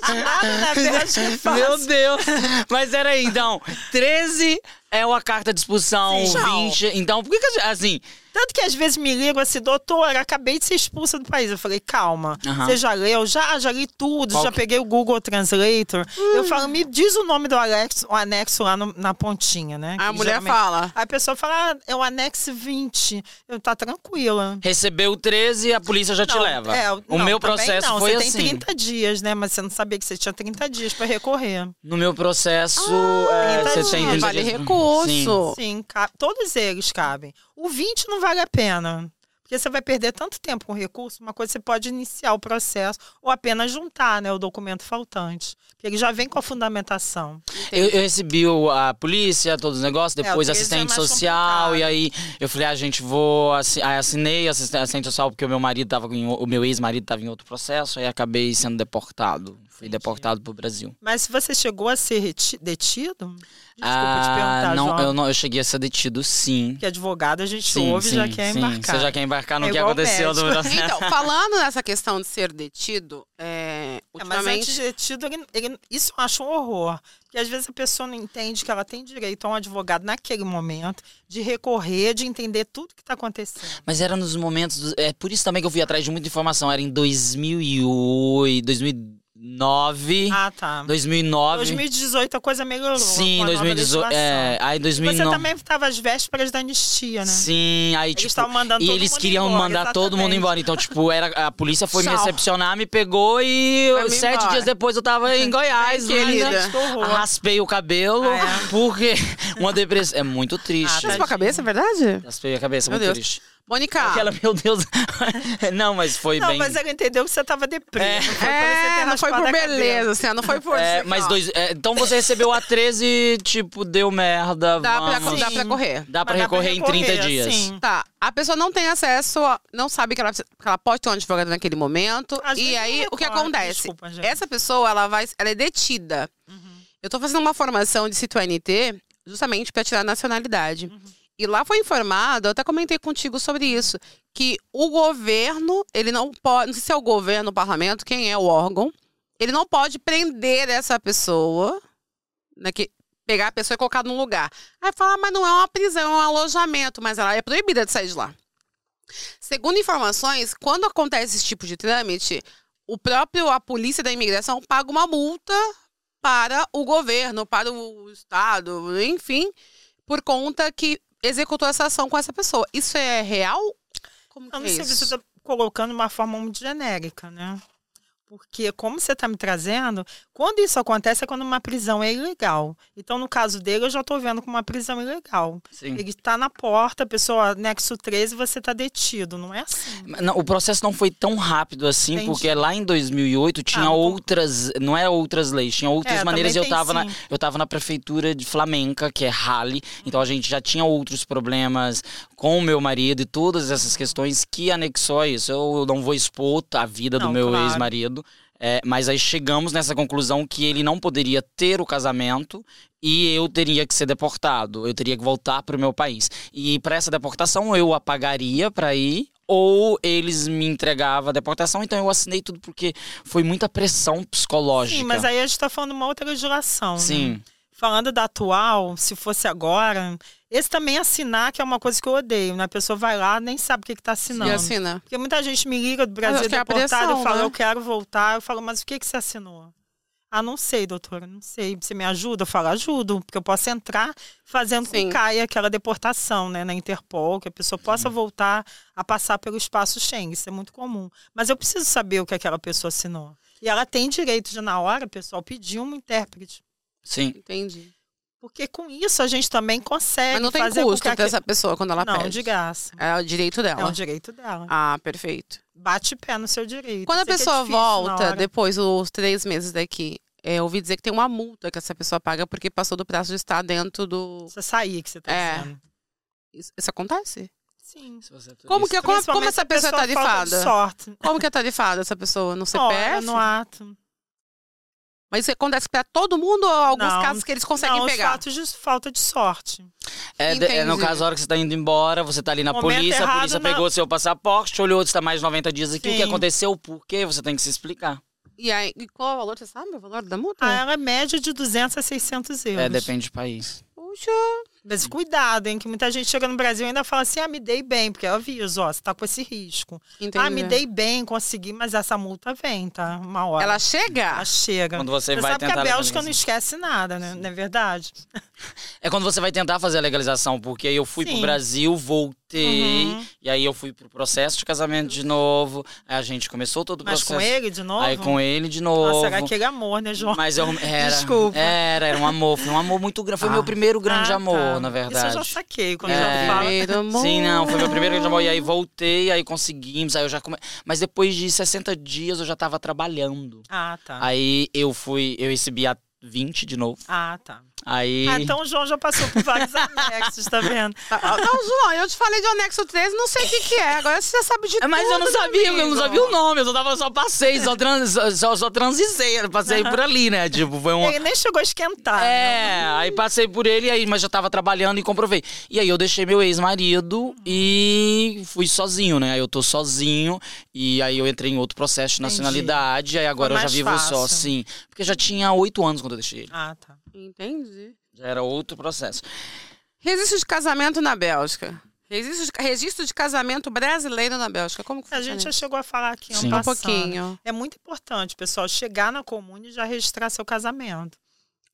Speaker 3: Gente, nada na Bélgica é
Speaker 2: Meu
Speaker 3: fácil.
Speaker 2: Deus! Mas era aí, então, 13 é uma carta de expulsão,
Speaker 1: Sim.
Speaker 2: 20. Então, por que que a gente- assim?
Speaker 3: Tanto que às vezes me ligam assim, doutora, acabei de ser expulsa do país. Eu falei, calma,
Speaker 2: Aham.
Speaker 3: você já leu? Já, já li tudo,
Speaker 2: Qual
Speaker 3: já
Speaker 2: que-
Speaker 3: peguei o Google Translator. Eu falo, me diz o nome do anexo, o anexo lá no- na pontinha, né?
Speaker 1: A
Speaker 2: Ah,
Speaker 3: Que
Speaker 1: mulher
Speaker 3: geralmente-
Speaker 1: fala.
Speaker 3: Aí a pessoa fala, ah, é o anexo 20. Eu, tá tranquila.
Speaker 2: Recebeu o 13 e a polícia já te
Speaker 3: Não,
Speaker 2: leva.
Speaker 3: é,
Speaker 2: o
Speaker 3: não,
Speaker 2: meu
Speaker 3: também
Speaker 2: processo
Speaker 3: não,
Speaker 2: foi
Speaker 3: você
Speaker 2: assim.
Speaker 3: tem 30 dias, né? Mas você não sabia que você tinha 30 dias pra recorrer.
Speaker 2: No meu processo, é,
Speaker 3: 30
Speaker 2: você tem
Speaker 3: dias.
Speaker 2: 30
Speaker 1: Ah, Vale
Speaker 2: dias.
Speaker 1: recurso.
Speaker 3: Sim, ca- todos eles cabem. O 20 não vale a pena. Porque você vai perder tanto tempo com recurso, uma coisa você pode iniciar o processo ou apenas juntar né, o documento faltante. Porque ele já vem com a fundamentação.
Speaker 2: Eu, eu recebi o- a polícia, todos os negócios,
Speaker 3: É, o
Speaker 2: depois
Speaker 3: 13 é
Speaker 2: assistente
Speaker 3: mais
Speaker 2: social,
Speaker 3: complicado.
Speaker 2: e aí eu falei, ah, gente, vou. assi- aí assinei assistente, assistente social porque o meu marido tava em o- o meu ex-marido tava em outro processo, aí acabei sendo deportado. Fui deportado pro Brasil.
Speaker 3: Mas se você chegou a ser reti- detido, desculpa te
Speaker 2: Ah,
Speaker 3: perguntar,
Speaker 2: não,
Speaker 3: João,
Speaker 2: eu não, eu cheguei a ser detido, sim.
Speaker 3: que advogado a gente
Speaker 2: Sim,
Speaker 3: ouve e
Speaker 2: sim,
Speaker 3: já quer
Speaker 2: sim.
Speaker 3: embarcar.
Speaker 2: Você já quer embarcar no
Speaker 3: É
Speaker 2: que
Speaker 3: igual
Speaker 2: aconteceu no
Speaker 3: médico.
Speaker 2: processo.
Speaker 1: Então, falando nessa questão de ser detido, é,
Speaker 3: É, mas
Speaker 1: ultimamente.
Speaker 3: antes de detido, ele- ele- isso eu acho um horror. Porque às vezes a pessoa não entende que ela tem direito a um advogado naquele momento, de recorrer, de entender tudo que está acontecendo.
Speaker 2: Mas era nos momentos. do- é por isso também que eu fui atrás de muita informação. Era em 2008, 2009.
Speaker 3: Ah, tá.
Speaker 2: 2009.
Speaker 3: 2018 a coisa melhorou.
Speaker 2: Sim,
Speaker 3: com a nova
Speaker 2: 2018. É,
Speaker 3: legislação.
Speaker 2: aí
Speaker 3: Você
Speaker 2: 2009.
Speaker 3: também estava às vésperas da anistia, né?
Speaker 2: Sim, aí
Speaker 3: Eles
Speaker 2: tipo.
Speaker 3: estavam mandando
Speaker 2: E
Speaker 3: todo
Speaker 2: eles
Speaker 3: mundo
Speaker 2: queriam
Speaker 3: embora,
Speaker 2: mandar todo mundo
Speaker 3: exatamente.
Speaker 2: embora. Então, tipo, era, a polícia foi me
Speaker 1: Tchau.
Speaker 2: recepcionar, me pegou e
Speaker 1: Foi me
Speaker 2: sete
Speaker 1: embora.
Speaker 2: dias depois eu tava em Goiás,
Speaker 1: Ai, querida.
Speaker 2: ainda.
Speaker 3: Que horror.
Speaker 2: Raspei o cabelo,
Speaker 3: Ah,
Speaker 2: porque uma depressão. É muito triste.
Speaker 3: Ah,
Speaker 1: Mas pra
Speaker 3: tadinho.
Speaker 1: cabeça, é verdade?
Speaker 2: Raspei a cabeça,
Speaker 1: Meu
Speaker 2: muito
Speaker 1: Deus.
Speaker 2: triste.
Speaker 1: Mônica,
Speaker 2: Aquela, meu Deus. não, mas foi
Speaker 3: Ah. Não,
Speaker 2: bem.
Speaker 3: mas é ela entendeu que você estava deprimido.
Speaker 2: É.
Speaker 3: Foi por você
Speaker 1: é,
Speaker 3: ter
Speaker 1: não foi
Speaker 3: raspado
Speaker 1: por
Speaker 3: a cabeça.
Speaker 1: beleza, assim, não foi por.
Speaker 2: É,
Speaker 1: assim,
Speaker 2: mas
Speaker 1: ó,
Speaker 2: dois. é, então você recebeu a 13, tipo, deu merda.
Speaker 1: Dá pra,
Speaker 2: vamos.
Speaker 1: dá pra
Speaker 3: Sim.
Speaker 1: correr.
Speaker 2: Dá pra
Speaker 3: Mas dá pra
Speaker 2: recorrer em 30
Speaker 3: recorrer,
Speaker 2: dias.
Speaker 3: sim.
Speaker 1: Tá, a pessoa não tem acesso, a- não sabe que ela, precisa- que ela pode ter um advogado naquele momento.
Speaker 3: Às
Speaker 1: e
Speaker 3: vezes
Speaker 1: aí,
Speaker 3: não
Speaker 1: o que
Speaker 3: recorre.
Speaker 1: acontece?
Speaker 3: Desculpa, gente.
Speaker 1: Essa pessoa, ela vai, ela é detida. Eu tô fazendo uma formação de CITO-NT justamente pra tirar a nacionalidade. E lá foi informado, eu até comentei contigo sobre isso, que o governo, ele não pode, não sei se é o governo, o parlamento, quem é o órgão, ele não pode prender essa pessoa, né, que- pegar a pessoa e colocar num lugar. Aí fala, "Ah, mas não é uma prisão, é um alojamento, mas ela é proibida de sair de lá. Segundo informações, quando acontece esse tipo de trâmite, o próprio a polícia da imigração paga uma multa para o governo, para o estado, enfim, por conta que executou essa ação com essa pessoa. Isso é real? Como que
Speaker 3: Eu
Speaker 1: é
Speaker 3: não sei se
Speaker 1: isso?
Speaker 3: você tá está colocando de uma forma muito genérica, né? Porque, como você está me trazendo, quando isso acontece é quando uma prisão é ilegal. Então, no caso dele, eu já estou vendo como uma prisão ilegal.
Speaker 2: Sim.
Speaker 3: Ele está na porta, a pessoa, anexo 13, você está detido. Não é assim.
Speaker 2: Mas não, o processo não foi tão rápido assim,
Speaker 3: Entendi.
Speaker 2: porque lá em 2008 tinha
Speaker 3: Ah, então-
Speaker 2: outras, não é outras leis, tinha outras
Speaker 3: É,
Speaker 2: maneiras. e Eu
Speaker 3: também tem
Speaker 2: tava, na,
Speaker 3: sim.
Speaker 2: eu tava na prefeitura de Flamenca, que é Raleigh, então a gente já tinha outros problemas com o meu marido e todas essas questões que anexou a isso. Eu não vou expor a vida do
Speaker 3: Não,
Speaker 2: meu
Speaker 3: claro.
Speaker 2: ex-marido. é, mas aí chegamos nessa conclusão que ele não poderia ter o casamento e eu teria que ser deportado, eu teria que voltar para o meu país. E para essa deportação eu apagaria para ir ou eles me entregavam a deportação, então eu assinei tudo porque foi muita pressão psicológica.
Speaker 3: Sim, mas aí a gente está falando de uma outra legislação. né?
Speaker 2: Sim.
Speaker 3: Falando da atual, se fosse agora, esse também assinar, que é uma coisa que eu odeio, né? A pessoa vai lá, nem sabe o que está assinando.
Speaker 1: E assina.
Speaker 3: Porque muita gente me liga do Brasil
Speaker 1: acho que é a
Speaker 3: deportado
Speaker 1: pressão,
Speaker 3: e fala,
Speaker 1: né?
Speaker 3: eu quero voltar. Eu falo, mas o que, que você assinou? Ah, não sei, doutora, não sei. Você me ajuda? Eu falo, ajudo, porque eu posso entrar fazendo com
Speaker 1: Sim.
Speaker 3: que caia aquela deportação, né, na Interpol, que a pessoa possa voltar a passar pelo espaço Schengen. Isso é muito comum. Mas eu preciso saber o que aquela pessoa assinou. E ela tem direito de, na hora, pessoal, pedir um intérprete.
Speaker 2: Sim.
Speaker 1: Entendi.
Speaker 3: Porque com isso a gente também consegue
Speaker 1: Mas não tem
Speaker 3: É, fazer com
Speaker 1: custo
Speaker 3: que
Speaker 1: pra
Speaker 3: aquele-
Speaker 1: essa pessoa quando ela
Speaker 3: Não,
Speaker 1: pede.
Speaker 3: de graça.
Speaker 1: É o direito
Speaker 3: É um
Speaker 1: dela.
Speaker 3: direito dela.
Speaker 1: Ah, perfeito.
Speaker 3: Bate pé no seu direito.
Speaker 1: Quando a
Speaker 3: Sei que é
Speaker 1: pessoa
Speaker 3: difícil na
Speaker 1: volta,
Speaker 3: hora.
Speaker 1: depois dos três meses daqui, é, eu ouvi dizer que tem uma multa que essa pessoa paga porque passou do prazo de estar dentro do.
Speaker 3: Você sair que você tá
Speaker 1: É.
Speaker 3: dizendo.
Speaker 1: Isso, isso acontece?
Speaker 3: Sim.
Speaker 1: Como que como, como
Speaker 3: Principalmente se
Speaker 1: essa
Speaker 3: a
Speaker 1: pessoa é
Speaker 3: falta de
Speaker 1: tarifada?
Speaker 3: Sorte.
Speaker 1: Como que é tarifada essa pessoa? No
Speaker 3: Hora,
Speaker 1: CPF?
Speaker 3: no ato.
Speaker 1: Mas isso acontece pra todo mundo ou alguns
Speaker 3: Não,
Speaker 1: casos que eles conseguem
Speaker 3: não,
Speaker 1: pegar?
Speaker 3: os fatos de falta de sorte.
Speaker 2: É, de- é, no
Speaker 1: Entendi.
Speaker 2: caso, a hora que você tá indo embora, você tá ali na
Speaker 3: Momento
Speaker 2: polícia, a
Speaker 3: errado,
Speaker 2: polícia
Speaker 3: não.
Speaker 2: pegou seu passaporte, olhou, está mais 90 dias aqui, o que
Speaker 3: Sim.
Speaker 2: aconteceu, por quê, você tem que se explicar.
Speaker 1: E aí, e qual é o valor? Você sabe o valor da multa?
Speaker 3: Ah, ela é média de 200 a 600 euros.
Speaker 2: É, depende do país.
Speaker 1: Puxa.
Speaker 3: Mas cuidado, hein? Que muita gente chega no Brasil e ainda fala assim, ah, me dei bem. Porque eu aviso, ó, você tá com esse risco.
Speaker 1: Entendi.
Speaker 3: Ah, me dei bem, consegui, mas essa multa vem, tá? Uma hora.
Speaker 1: Ela chega?
Speaker 3: Ela chega.
Speaker 2: Quando você vai
Speaker 3: sabe que
Speaker 2: tentar
Speaker 3: a Bélgica
Speaker 1: um.
Speaker 2: legalizar.
Speaker 3: não esquece nada, né? Não é verdade?
Speaker 2: É quando você vai tentar fazer a legalização, porque eu fui pro
Speaker 3: Sim.
Speaker 2: Brasil, voltei,
Speaker 3: Uhum.
Speaker 2: e aí eu fui pro processo de casamento de novo, aí a gente começou todo o
Speaker 3: Mas
Speaker 2: processo.
Speaker 3: com ele, de novo?
Speaker 2: Aí com ele de
Speaker 3: Nossa,
Speaker 2: novo.
Speaker 3: era aquele amor, né, João?
Speaker 2: Mas eu era,
Speaker 3: Desculpa.
Speaker 2: era, era um amor, foi um amor muito grande, foi
Speaker 1: Ah.
Speaker 2: meu primeiro grande
Speaker 3: Ah,
Speaker 2: amor,
Speaker 3: tá.
Speaker 2: na
Speaker 3: Isso eu
Speaker 2: verdade.
Speaker 3: já saquei quando
Speaker 2: É.
Speaker 3: já fala.
Speaker 1: Primeiro amor.
Speaker 2: Sim, não, foi meu primeiro grande amor. E aí voltei, aí conseguimos, aí eu já come... Mas depois de 60 dias eu já tava trabalhando.
Speaker 3: Ah, tá.
Speaker 2: Aí eu fui, eu recebi a 20 de novo.
Speaker 3: Ah, tá.
Speaker 2: Aí.
Speaker 3: Ah, então o João já passou por vários anexos, tá vendo?
Speaker 1: Ah, Não, João, eu te falei de anexo 13, não sei o que, que é. Agora você já sabe de
Speaker 2: É,
Speaker 1: tudo.
Speaker 2: Mas eu não sabia, eu não
Speaker 1: amigo.
Speaker 2: sabia o nome, eu só, tava, só passei, só, trans, só- só, só transicei, eu passei por ali, né? Tipo, foi um.
Speaker 3: Ele nem chegou a esquentar. né?
Speaker 2: É, aí passei por ele, aí, mas já tava trabalhando e comprovei. E aí eu deixei meu ex-marido e fui sozinho, né? Aí eu tô sozinho e aí eu entrei em outro processo de
Speaker 3: Entendi.
Speaker 2: nacionalidade, aí agora eu já
Speaker 3: mais
Speaker 2: vivo só,
Speaker 3: fácil.
Speaker 2: sim. Porque já tinha oito anos quando eu deixei ele.
Speaker 3: Ah, tá.
Speaker 1: Entendi.
Speaker 2: Já era outro processo.
Speaker 1: Registro de casamento na Bélgica. Registro de, registro de casamento brasileiro na Bélgica. Como que
Speaker 3: A
Speaker 1: funciona
Speaker 3: gente já
Speaker 1: isso?
Speaker 3: chegou a falar aqui
Speaker 2: Sim.
Speaker 3: um,
Speaker 2: Um
Speaker 1: É. um pouquinho.
Speaker 3: É muito importante, pessoal, chegar na comune e já registrar seu casamento.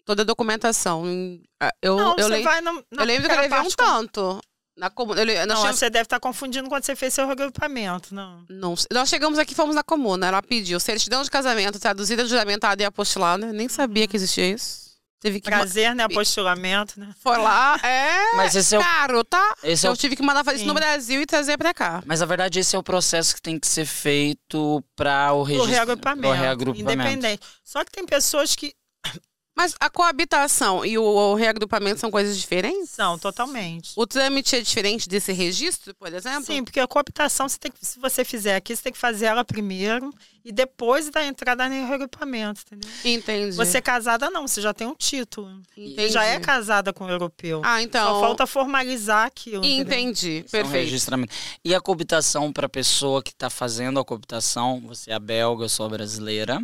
Speaker 1: Toda a documentação. Hum, ah, Eu,
Speaker 3: não,
Speaker 1: eu,
Speaker 3: você
Speaker 1: lem-
Speaker 3: vai na, na
Speaker 1: eu lembro que eu levei
Speaker 3: aquela
Speaker 1: um
Speaker 3: parte com-
Speaker 1: tanto. Na comu- eu le- nós
Speaker 3: Não, assim-
Speaker 1: chegamos-
Speaker 3: você deve estar confundindo quando você fez seu agrupamento, não.
Speaker 1: não sei. Nós chegamos aqui fomos na comuna. Ela pediu certidão de casamento, traduzida, juramentada e apostilada.
Speaker 3: Hum.
Speaker 1: Nem sabia que existia isso. Teve que. ma-
Speaker 3: Prazer, né? Apostilamento, né?
Speaker 1: Foi lá. É.
Speaker 2: Mas esse é o.
Speaker 1: Caro, tá?
Speaker 2: Esse é
Speaker 1: Eu
Speaker 2: o
Speaker 1: tive que mandar fazer isso no
Speaker 3: Então, Sim.
Speaker 1: Brasil e trazer pra cá.
Speaker 2: mas na verdade, esse é o processo que tem que ser feito para o
Speaker 3: O
Speaker 2: registro.
Speaker 3: reagrupamento.
Speaker 2: pro reagrupamento.
Speaker 3: Independente. Só que tem pessoas que
Speaker 1: Mas a coabitação e o, o reagrupamento são coisas diferentes?
Speaker 3: são totalmente.
Speaker 1: O trâmite é diferente desse registro, por exemplo?
Speaker 3: Sim, porque a cooptação, você tem que, se você fizer aqui, você tem que fazer ela primeiro e depois da entrada no reagrupamento, entendeu?
Speaker 1: Entendi.
Speaker 3: Você é casada, não, você já tem um título.
Speaker 1: Entendi.
Speaker 3: Já é casada com o europeu.
Speaker 1: Ah, então.
Speaker 3: Só falta formalizar aquilo. entendeu?
Speaker 1: Entendi.
Speaker 2: Isso é um
Speaker 1: Perfeito.
Speaker 2: registramento. E a cooptação para a pessoa que está fazendo a cooptação, você é belga, eu sou a brasileira.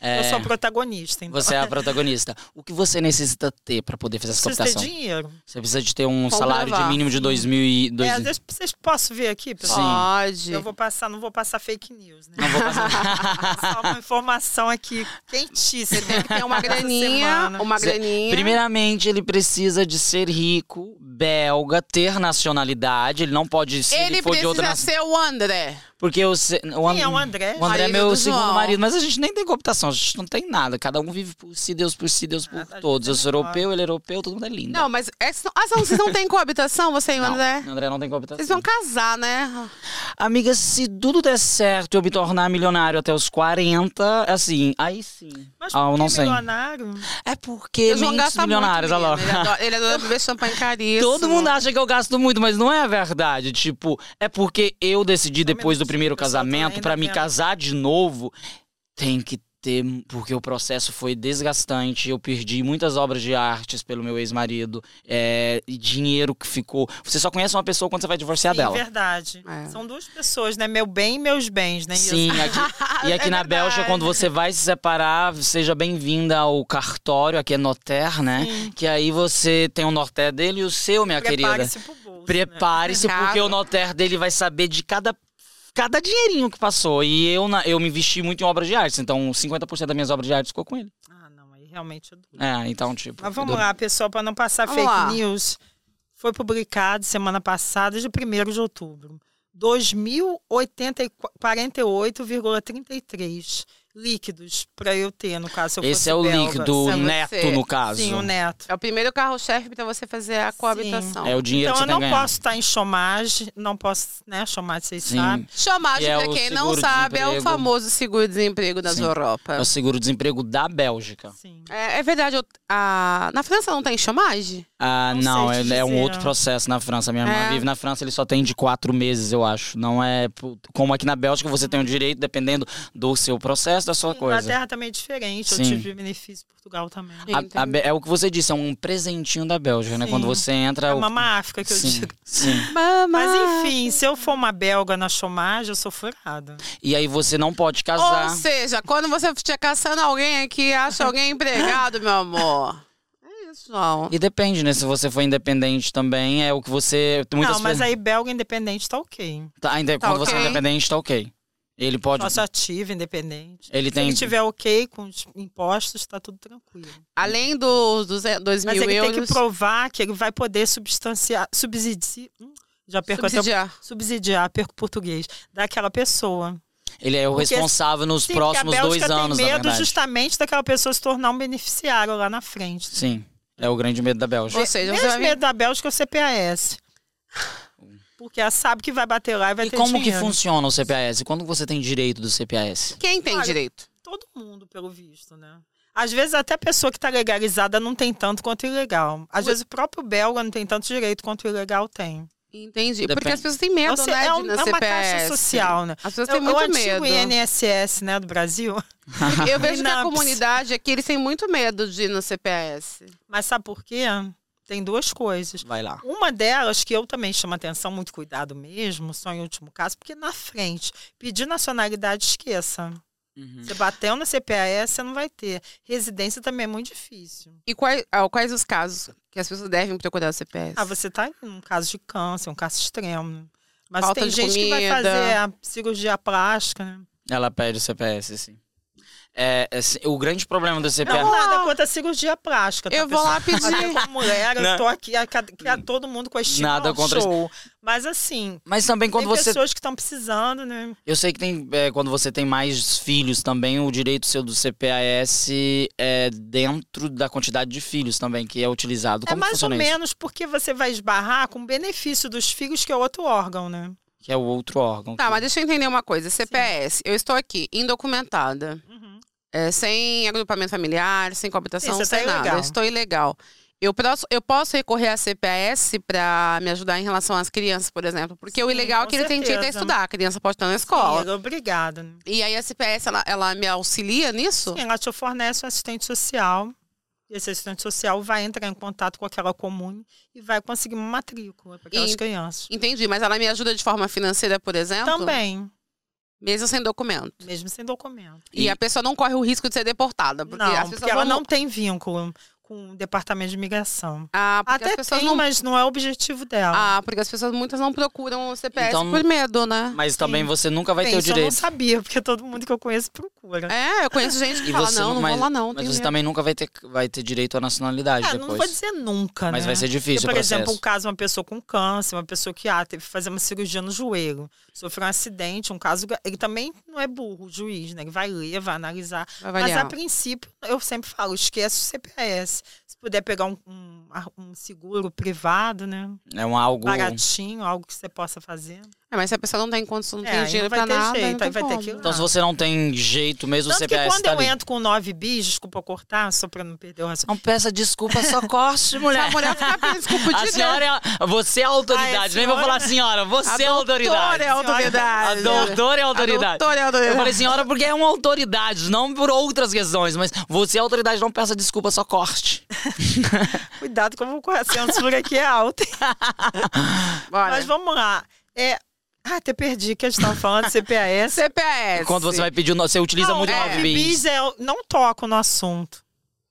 Speaker 2: É,
Speaker 3: Uhum. Eu sou protagonista, então.
Speaker 2: você é a protagonista. O que você necessita ter para poder fazer essa
Speaker 3: precisa ter
Speaker 2: é cooptação?
Speaker 3: dinheiro.
Speaker 2: Você precisa de ter um
Speaker 1: Comprovar.
Speaker 2: salário de mínimo de dois mil e dois.
Speaker 3: É, às vezes vocês posso ver aqui, pessoal.
Speaker 1: Pode.
Speaker 3: Eu vou passar, não vou passar fake news, né?
Speaker 2: Não Então, vou passar.
Speaker 3: Só uma informação aqui
Speaker 1: Tem
Speaker 3: quentíssima.
Speaker 1: que ter uma
Speaker 3: Essa
Speaker 1: graninha,
Speaker 3: semana.
Speaker 1: uma
Speaker 2: Zé,
Speaker 1: graninha.
Speaker 2: Primeiramente, ele precisa de ser rico, belga, ter nacionalidade. Ele não pode se
Speaker 1: ele
Speaker 2: for de outra
Speaker 1: precisa
Speaker 2: nação.
Speaker 1: ser o André.
Speaker 2: Porque eu se- o,
Speaker 3: Quem é o André?
Speaker 2: o André é
Speaker 1: Marido
Speaker 2: meu
Speaker 1: do
Speaker 2: segundo
Speaker 1: João.
Speaker 2: marido, mas a gente nem tem cooptação, a gente não tem nada. Cada um vive por si, Deus por si, Deus por
Speaker 3: Ah, tá,
Speaker 2: todos. Eu
Speaker 3: gente,
Speaker 2: sou
Speaker 3: é
Speaker 2: europeu, ele é europeu, todo mundo é lindo.
Speaker 1: Não, mas essa, ah, são- vocês não têm coabitação, você e o
Speaker 2: Não,
Speaker 1: André?
Speaker 2: o André não tem cooptação.
Speaker 1: Vocês vão casar, né?
Speaker 2: Amiga, se tudo der certo e eu me tornar milionário até os 40, assim, aí sim.
Speaker 3: Mas
Speaker 2: ah, eu
Speaker 3: por
Speaker 2: não
Speaker 3: que
Speaker 2: sei.
Speaker 3: milionário?
Speaker 2: É porque
Speaker 1: O João
Speaker 2: mentes
Speaker 1: gasta muito,
Speaker 2: milionários, olha lá.
Speaker 1: menina. Ele adora, ele adora beber champanhe caríssimo.
Speaker 2: Todo mundo acha que eu gasto muito, mas não é verdade. Tipo, é porque eu decidi
Speaker 3: Só um
Speaker 2: depois do
Speaker 3: minutinho,
Speaker 2: primeiro
Speaker 3: pessoal, tô
Speaker 2: casamento
Speaker 3: ainda
Speaker 2: pra me
Speaker 3: vendo.
Speaker 2: casar de novo, tem que ter, porque o processo foi desgastante. Eu perdi muitas obras de artes pelo meu ex-marido, é, e dinheiro que ficou. Você só conhece uma pessoa quando você vai divorciar
Speaker 3: Sim,
Speaker 2: dela.
Speaker 3: verdade.
Speaker 1: É.
Speaker 3: São duas pessoas, né? Meu bem e meus bens, né?
Speaker 2: Sim, aqui- e aqui
Speaker 3: É
Speaker 2: na
Speaker 3: verdade.
Speaker 2: Bélgica, quando você vai se separar, seja bem-vinda ao cartório, aqui é noter, né? Que aí você tem o noter dele e o seu, minha querida.
Speaker 3: Prepare-se é né? pro bolso.
Speaker 2: Prepare-se,
Speaker 1: Exato.
Speaker 2: porque o noter dele vai saber de cada. Cada dinheirinho que passou. E eu, na- eu me investi muito em obras de artes, então 50% das minhas obras de artes ficou com ele.
Speaker 3: Né? Ah, não, aí realmente é duro.
Speaker 2: É, então, tipo.
Speaker 3: Mas vamos
Speaker 2: do-
Speaker 3: lá, pessoal, para não passar
Speaker 1: Vamos
Speaker 3: fake
Speaker 1: lá.
Speaker 3: news. Foi publicado semana passada, de 1 de outubro. 2.048,33 líquidos para eu ter, no caso, se eu
Speaker 2: Esse
Speaker 3: fosse
Speaker 2: é o
Speaker 3: belga.
Speaker 2: líquido um
Speaker 1: se você-
Speaker 2: neto, no caso.
Speaker 3: Sim, o neto.
Speaker 1: É o primeiro carro-chefe pra você fazer a coabitação.
Speaker 2: É o dinheiro
Speaker 3: Então eu
Speaker 2: que você
Speaker 3: não
Speaker 2: tem que ganhar.
Speaker 3: posso estar em chomagem, não posso, né, chomagem, vocês
Speaker 2: Sim.
Speaker 3: sabem.
Speaker 1: Chomagem,
Speaker 2: Que é
Speaker 1: pra
Speaker 2: o
Speaker 1: quem não
Speaker 2: seguro-desemprego.
Speaker 1: sabe, é o famoso seguro-desemprego das
Speaker 2: Sim. É o
Speaker 1: Europa.
Speaker 2: seguro-desemprego da Bélgica.
Speaker 3: Sim.
Speaker 1: É, é verdade, eu- a- na França não tem chomagem?
Speaker 2: Ah,
Speaker 3: Não
Speaker 2: não,
Speaker 3: sei te
Speaker 2: é, é um
Speaker 3: dizer.
Speaker 2: outro processo na França. Minha irmã
Speaker 1: É.
Speaker 2: vive na França, ele só tem de quatro meses, eu acho. Não é pu- como aqui na Bélgica, você tem o direito, dependendo do seu processo, da sua coisa.
Speaker 3: Inglaterra também é diferente,
Speaker 2: Sim.
Speaker 3: eu tive benefício em Portugal também.
Speaker 2: A- a Bé- é o que você disse, é um presentinho da Bélgica, né?
Speaker 3: Sim.
Speaker 2: Quando você entra.
Speaker 3: É
Speaker 2: o-
Speaker 3: uma máfica que eu
Speaker 2: Sim,
Speaker 3: digo.
Speaker 2: sim.
Speaker 1: Mamãe.
Speaker 3: Mas enfim, se eu for uma belga na chomagem, eu sou furada.
Speaker 2: E aí você não pode
Speaker 1: Ou
Speaker 2: casar.
Speaker 1: seja, quando você estiver caçando alguém aqui, acha alguém empregado, meu amor. É isso, João.
Speaker 2: E depende, né? Se você for independente também, é o que você. Muitas
Speaker 3: não, mas
Speaker 2: pessoas-
Speaker 3: aí belga independente tá ok.
Speaker 2: Tá, ainda,
Speaker 1: tá
Speaker 2: quando você
Speaker 1: ok.
Speaker 2: é independente, tá ok. Ele pode.
Speaker 3: Nosso ativo independente.
Speaker 2: ele
Speaker 3: Se
Speaker 2: tem.
Speaker 3: ele tiver ok com os impostos, tá tudo tranquilo.
Speaker 1: Além dos 200 dois
Speaker 3: Mas
Speaker 1: mil
Speaker 3: ele
Speaker 1: euros.
Speaker 3: tem que provar que ele vai poder substanciar, subsidiar. hum, Já perco até o-
Speaker 1: subsidiar.
Speaker 3: subsidiar, perco o português, daquela pessoa.
Speaker 2: Ele é o
Speaker 3: Porque-
Speaker 2: responsável nos
Speaker 3: Sim, porque
Speaker 2: próximos
Speaker 3: a
Speaker 2: dois
Speaker 3: Bélgica
Speaker 2: anos,
Speaker 3: tem
Speaker 2: na
Speaker 3: medo
Speaker 2: verdade.
Speaker 3: justamente daquela pessoa se tornar um beneficiário lá na frente.
Speaker 2: Sim. É o grande medo da Bélgica.
Speaker 1: Ou seja, você
Speaker 3: Mesmo
Speaker 1: vai vir-
Speaker 3: medo da Bélgica é o CPAS. Porque ela sabe que vai bater lá e vai
Speaker 2: E
Speaker 3: ter
Speaker 2: como
Speaker 3: dinheiro.
Speaker 2: que funciona o CPAS? Quando você tem direito do CPAS?
Speaker 1: Quem tem
Speaker 3: Olha,
Speaker 1: direito?
Speaker 3: Todo mundo, pelo visto, né? Às vezes até a pessoa que está legalizada não tem tanto quanto o ilegal. Às vezes o próprio belga não tem tanto direito quanto o ilegal tem.
Speaker 1: Entendi. Porque
Speaker 2: Depende.
Speaker 1: as pessoas têm medo,
Speaker 3: Então,
Speaker 1: né,
Speaker 3: é,
Speaker 1: de
Speaker 3: um-
Speaker 1: ir na
Speaker 3: é uma
Speaker 1: CPS.
Speaker 3: caixa social, né?
Speaker 1: As pessoas
Speaker 3: É
Speaker 1: têm
Speaker 3: o-
Speaker 1: muito
Speaker 3: é o antigo
Speaker 1: medo.
Speaker 3: INSS, né, do Brasil.
Speaker 1: Eu vejo que a
Speaker 3: INAPS.
Speaker 1: comunidade aqui, eles têm muito medo de ir no CPS.
Speaker 3: Mas sabe por quê? Tem duas coisas.
Speaker 2: Vai lá.
Speaker 3: Uma delas, que eu também chamo atenção, muito cuidado mesmo, só em último caso, porque na frente, pedir nacionalidade, esqueça.
Speaker 2: Uhum.
Speaker 3: Você bateu na CPAS, você não vai ter. Residência também é muito difícil.
Speaker 1: E quais, ah, quais os casos que as pessoas devem procurar o CPS?
Speaker 3: Ah, você tá em um caso de câncer, um caso extremo. Mas
Speaker 1: Falta
Speaker 3: tem
Speaker 1: de
Speaker 3: gente que vai
Speaker 1: comida.
Speaker 3: fazer a cirurgia plástica, né?
Speaker 2: Ela pede o CPAS, sim. É, é, se- o grande problema do CPAS.
Speaker 3: Não, nada contra a cirurgia plástica. tá,
Speaker 1: eu vou lá
Speaker 3: pessoal?
Speaker 1: pedir.
Speaker 3: Até como mulher, eu
Speaker 2: Não. Hum.
Speaker 3: tô aqui, a, cada- que a todo mundo com a estima
Speaker 2: Nada
Speaker 3: ao
Speaker 2: contra
Speaker 3: show. Mas assim,
Speaker 2: Mas também quando
Speaker 3: tem
Speaker 2: você.
Speaker 3: pessoas que estão precisando, né?
Speaker 2: Eu sei que tem. é, quando você tem mais filhos também, o direito seu do CPAS é dentro da quantidade de filhos também, que é utilizado.
Speaker 3: é
Speaker 2: Como
Speaker 3: mais ou
Speaker 2: funciona isso?
Speaker 3: menos porque você vai esbarrar com o benefício dos filhos, que é outro órgão, né?
Speaker 2: Que é o outro órgão.
Speaker 1: Tá,
Speaker 2: que-
Speaker 1: mas deixa eu entender uma coisa. CPS, eu estou aqui, indocumentada.
Speaker 3: Uhum.
Speaker 1: é, sem agrupamento familiar, sem coabitação,
Speaker 3: Sim, você tá
Speaker 1: sem nada.
Speaker 3: ilegal.
Speaker 1: Eu estou ilegal. Eu posso, eu posso recorrer à CPS para me ajudar em relação às crianças, por exemplo. Porque o
Speaker 3: Sim,
Speaker 1: ilegal é
Speaker 3: com
Speaker 1: que ele tem direito a
Speaker 3: certeza.
Speaker 1: estudar. A criança pode estar na
Speaker 3: Sim,
Speaker 1: escola.
Speaker 3: ela é obrigada. Né?
Speaker 1: E aí a CPS, ela, ela me auxilia nisso?
Speaker 3: Sim, ela te fornece um assistente social. E esse assistente social vai entrar em contato com aquela comune e vai conseguir uma matrícula para aquelas
Speaker 1: E-
Speaker 3: crianças.
Speaker 1: Entendi, mas ela me ajuda de forma financeira, por exemplo?
Speaker 3: Também,
Speaker 1: Mesmo sem documento.
Speaker 3: mesmo sem documento.
Speaker 1: E,
Speaker 2: E-
Speaker 1: a pessoa não corre o risco de ser deportada. É Porque as
Speaker 3: não,
Speaker 1: pessoas
Speaker 3: porque ela
Speaker 1: vão-
Speaker 3: não tem vínculo com o departamento de imigração.
Speaker 1: Ah, porque as
Speaker 3: Até
Speaker 1: pessoas
Speaker 3: tem,
Speaker 1: não.
Speaker 3: mas não é o objetivo dela.
Speaker 1: Ah, porque as pessoas muitas não procuram o CPS
Speaker 2: Então-
Speaker 1: por medo, né?
Speaker 2: Mas também
Speaker 3: Sim.
Speaker 2: você nunca vai
Speaker 3: Bem,
Speaker 2: ter o
Speaker 3: isso eu não
Speaker 2: direito.
Speaker 3: sabia, porque todo mundo que eu conheço procura.
Speaker 1: É, eu conheço gente que
Speaker 2: E
Speaker 1: fala,
Speaker 2: você
Speaker 1: não,
Speaker 2: não-
Speaker 1: não
Speaker 2: mas-
Speaker 1: vou lá não.
Speaker 2: Mas
Speaker 1: tenho
Speaker 2: você
Speaker 1: medo."
Speaker 2: também nunca vai ter, vai ter direito à nacionalidade
Speaker 3: né? Ah,
Speaker 2: depois.
Speaker 3: não vou dizer nunca,
Speaker 2: Mas
Speaker 3: né?
Speaker 2: vai ser difícil
Speaker 3: Porque, por
Speaker 2: o processo.
Speaker 3: exemplo, um caso, uma pessoa com câncer, uma pessoa que ah, teve que fazer uma cirurgia no joelho, sofreu um acidente, um caso. gra- Ele também não é burro, o juiz, né? Ele vai ler, vai
Speaker 2: tá
Speaker 3: analisar.
Speaker 1: Vai
Speaker 3: Mas a
Speaker 1: variar.
Speaker 3: princípio, eu sempre falo, esquece o CPS. Se puder pegar um, um- um seguro privado, né?
Speaker 2: É um algo.
Speaker 3: Baratinho, algo que você possa fazer.
Speaker 1: É, mas se a pessoa não tem condição, não
Speaker 3: É,
Speaker 1: tem
Speaker 3: aí
Speaker 1: dinheiro
Speaker 3: não
Speaker 1: pra
Speaker 3: vai ter
Speaker 1: nada,
Speaker 3: jeito,
Speaker 1: não tem
Speaker 3: aí vai ter
Speaker 1: como.
Speaker 3: que ir lá.
Speaker 2: Então, se você não tem jeito mesmo, o
Speaker 3: Tanto que
Speaker 2: CPS
Speaker 3: quando
Speaker 2: tá
Speaker 3: eu
Speaker 2: ali.
Speaker 3: entro com 9 bis, desculpa cortar, só pra não perder o raciocínio.
Speaker 2: Não peça desculpa, só corte,
Speaker 1: Essa
Speaker 2: mulher.
Speaker 1: mulher fica pedindo desculpa de
Speaker 2: A senhora é a- Você é a
Speaker 3: né? Ah, é a
Speaker 2: autoridade. Nem vou
Speaker 3: senhora?
Speaker 2: falar senhora,
Speaker 1: A
Speaker 2: você é a
Speaker 1: doutora
Speaker 2: autoridade.
Speaker 1: é autoridade.
Speaker 2: A doutora é a autoridade.
Speaker 1: A doutora é a
Speaker 2: Eu
Speaker 1: autoridade.
Speaker 2: falei senhora porque é uma autoridade, não por outras questões, mas você é a autoridade, não peça desculpa, só corte.
Speaker 3: Cuidado como a censura aqui é alta.
Speaker 1: Bora.
Speaker 3: Mas vamos lá. É... Ah, até perdi que a gente tava falando de CPAS.
Speaker 1: CPS.
Speaker 2: Quando você vai pedir, o no- você utiliza
Speaker 3: É, não,
Speaker 2: muito o
Speaker 1: é.
Speaker 2: 9 bis
Speaker 3: bis é, não toco no assunto.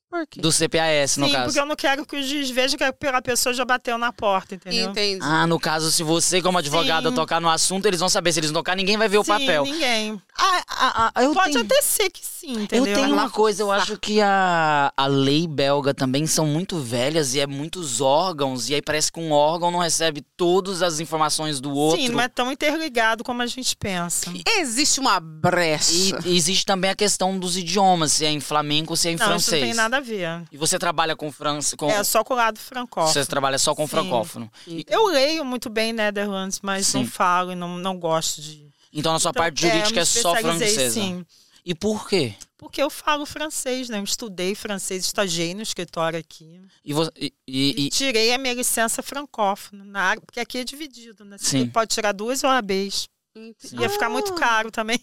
Speaker 1: Por quê?
Speaker 2: do CPAS, no
Speaker 3: Sim,
Speaker 2: caso.
Speaker 3: porque eu não quero que o juiz veja que aquela pessoa já bateu na porta, entendeu?
Speaker 1: Entendi.
Speaker 2: Ah, no caso, se você, como advogada,
Speaker 3: Sim.
Speaker 2: tocar no assunto, eles vão saber. Se eles não tocar, ninguém vai ver o
Speaker 3: Sim,
Speaker 2: papel.
Speaker 3: ninguém.
Speaker 2: Ah, ah, ah, eu
Speaker 3: Pode
Speaker 2: tenho-
Speaker 3: até ser que sim,
Speaker 2: Eu
Speaker 3: entendeu? É
Speaker 2: tenho um uma coisa, eu acho que a, a lei belga também são muito velhas e é muitos órgãos, e aí parece que um órgão não recebe todas as informações do outro.
Speaker 3: Sim, não é tão interligado como a gente pensa.
Speaker 1: Existe uma
Speaker 2: E
Speaker 1: brecha.
Speaker 2: e existe também a questão dos idiomas, se é em flamenco ou se é em
Speaker 3: não, isso não
Speaker 2: francês.
Speaker 3: tem nada a ver.
Speaker 2: E você trabalha com França. Com...
Speaker 3: É só com o lado francófono.
Speaker 2: Você trabalha só com
Speaker 3: Sim.
Speaker 2: francófono. E-
Speaker 3: Eu leio muito bem Netherlands, mas
Speaker 2: Sim.
Speaker 3: não falo e não, não gosto de.
Speaker 2: então a sua parte
Speaker 3: Então,
Speaker 2: jurídica
Speaker 3: eu me
Speaker 2: é só
Speaker 3: especializei,
Speaker 2: francesa.
Speaker 3: Sim,
Speaker 2: E por quê?
Speaker 3: porque eu falo francês, né? Eu estudei francês, estagiei no escritório aqui.
Speaker 2: E, vo- e- e-
Speaker 3: E
Speaker 2: e-
Speaker 3: tirei a minha licença francófona, na área, porque aqui é dividido, né? Você
Speaker 2: Sim.
Speaker 3: pode tirar duas OABs.
Speaker 1: Entendi.
Speaker 3: Ia ficar
Speaker 1: Ah.
Speaker 3: muito caro também.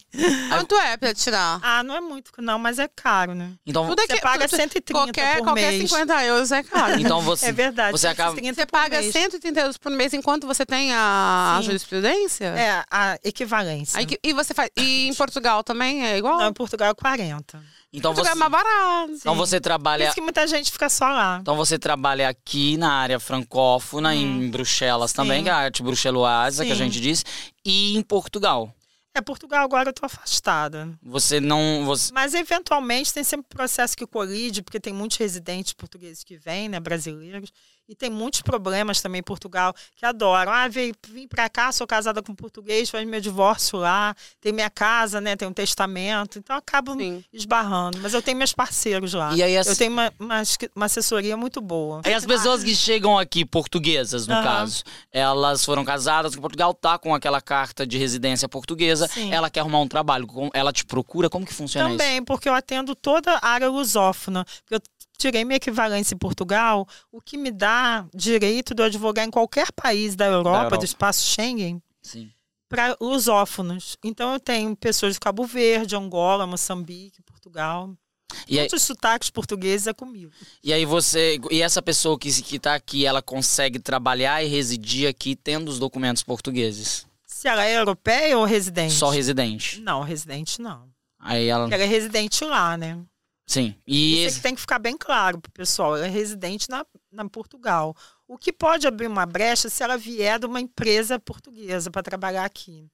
Speaker 1: Quanto é pra tirar?
Speaker 3: Ah, não é muito, não, mas é caro, né?
Speaker 2: então,
Speaker 1: Tudo é
Speaker 3: Você
Speaker 1: que-
Speaker 3: paga
Speaker 1: tudo-
Speaker 3: 130
Speaker 1: Qualquer,
Speaker 3: por
Speaker 1: qualquer
Speaker 3: mês.
Speaker 1: 50 euros é caro.
Speaker 2: então você.
Speaker 3: É verdade.
Speaker 2: você acaba-
Speaker 3: 130
Speaker 1: Você
Speaker 3: por
Speaker 1: paga
Speaker 3: mês.
Speaker 1: 130 euros por mês enquanto você tem a
Speaker 3: Sim.
Speaker 1: jurisprudência?
Speaker 3: É, a equivalência.
Speaker 1: Aí que- e você faz. E em Portugal também é igual?
Speaker 3: Não, em Portugal é 40.
Speaker 2: então,
Speaker 1: Portugal
Speaker 2: você
Speaker 1: é mais barato.
Speaker 2: então
Speaker 3: Sim.
Speaker 2: você
Speaker 3: Por
Speaker 2: trabalha.
Speaker 3: isso que muita gente fica só lá.
Speaker 2: Então você trabalha aqui na área francófona, em Bruxelas
Speaker 3: Uhum. Sim.
Speaker 2: também, que é a arte bruxeloasa, que a
Speaker 3: Sim.
Speaker 2: gente diz, e em Portugal.
Speaker 3: É, Portugal agora eu tô afastada. né?
Speaker 2: Você não. Você,
Speaker 3: Mas eventualmente tem sempre processo que colide, porque tem muitos residentes portugueses que vêm, né, brasileiros, e tem muitos problemas também em Portugal que adoram. Ah, vim, vim para cá, sou casada com um português, faz meu divórcio lá, tem minha casa, né, tem um testamento, então acabo
Speaker 1: Sim.
Speaker 3: esbarrando. Mas eu tenho meus parceiros lá.
Speaker 2: e aí as,
Speaker 3: Ah, Eu tenho uma, uma, uma assessoria muito boa.
Speaker 2: aí as pessoas que chegam aqui, portuguesas no
Speaker 3: Aham.
Speaker 2: caso, elas foram casadas com Portugal, tá com aquela carta de residência portuguesa,
Speaker 3: Sim.
Speaker 2: ela quer arrumar um trabalho, com- ela te procura, como que funciona isso?
Speaker 3: Também, porque eu atendo toda a área lusófona. Eu tirei minha equivalência em Portugal, o que me dá direito de eu advogar em qualquer país da Europa,
Speaker 2: Europa.
Speaker 3: do espaço Schengen,
Speaker 2: Sim.
Speaker 3: para lusófonos. Então eu tenho pessoas de Cabo Verde, Angola, Moçambique, Portugal.
Speaker 2: E aí,
Speaker 3: Todos os sotaques portugueses é comigo.
Speaker 2: e aí você, e essa pessoa que, se- que tá aqui, ela consegue trabalhar e residir aqui tendo os documentos portugueses?
Speaker 3: Se ela é europeia ou residente?
Speaker 2: Só residente.
Speaker 3: Não, residente não.
Speaker 2: Aí ela,
Speaker 3: Porque ela é residente lá, né?
Speaker 2: sim. E
Speaker 3: Isso
Speaker 2: esse-
Speaker 3: é que tem que ficar bem claro pro pessoal. Ela é residente na, na Portugal. O que pode abrir uma brecha se ela vier de uma empresa portuguesa para trabalhar aqui.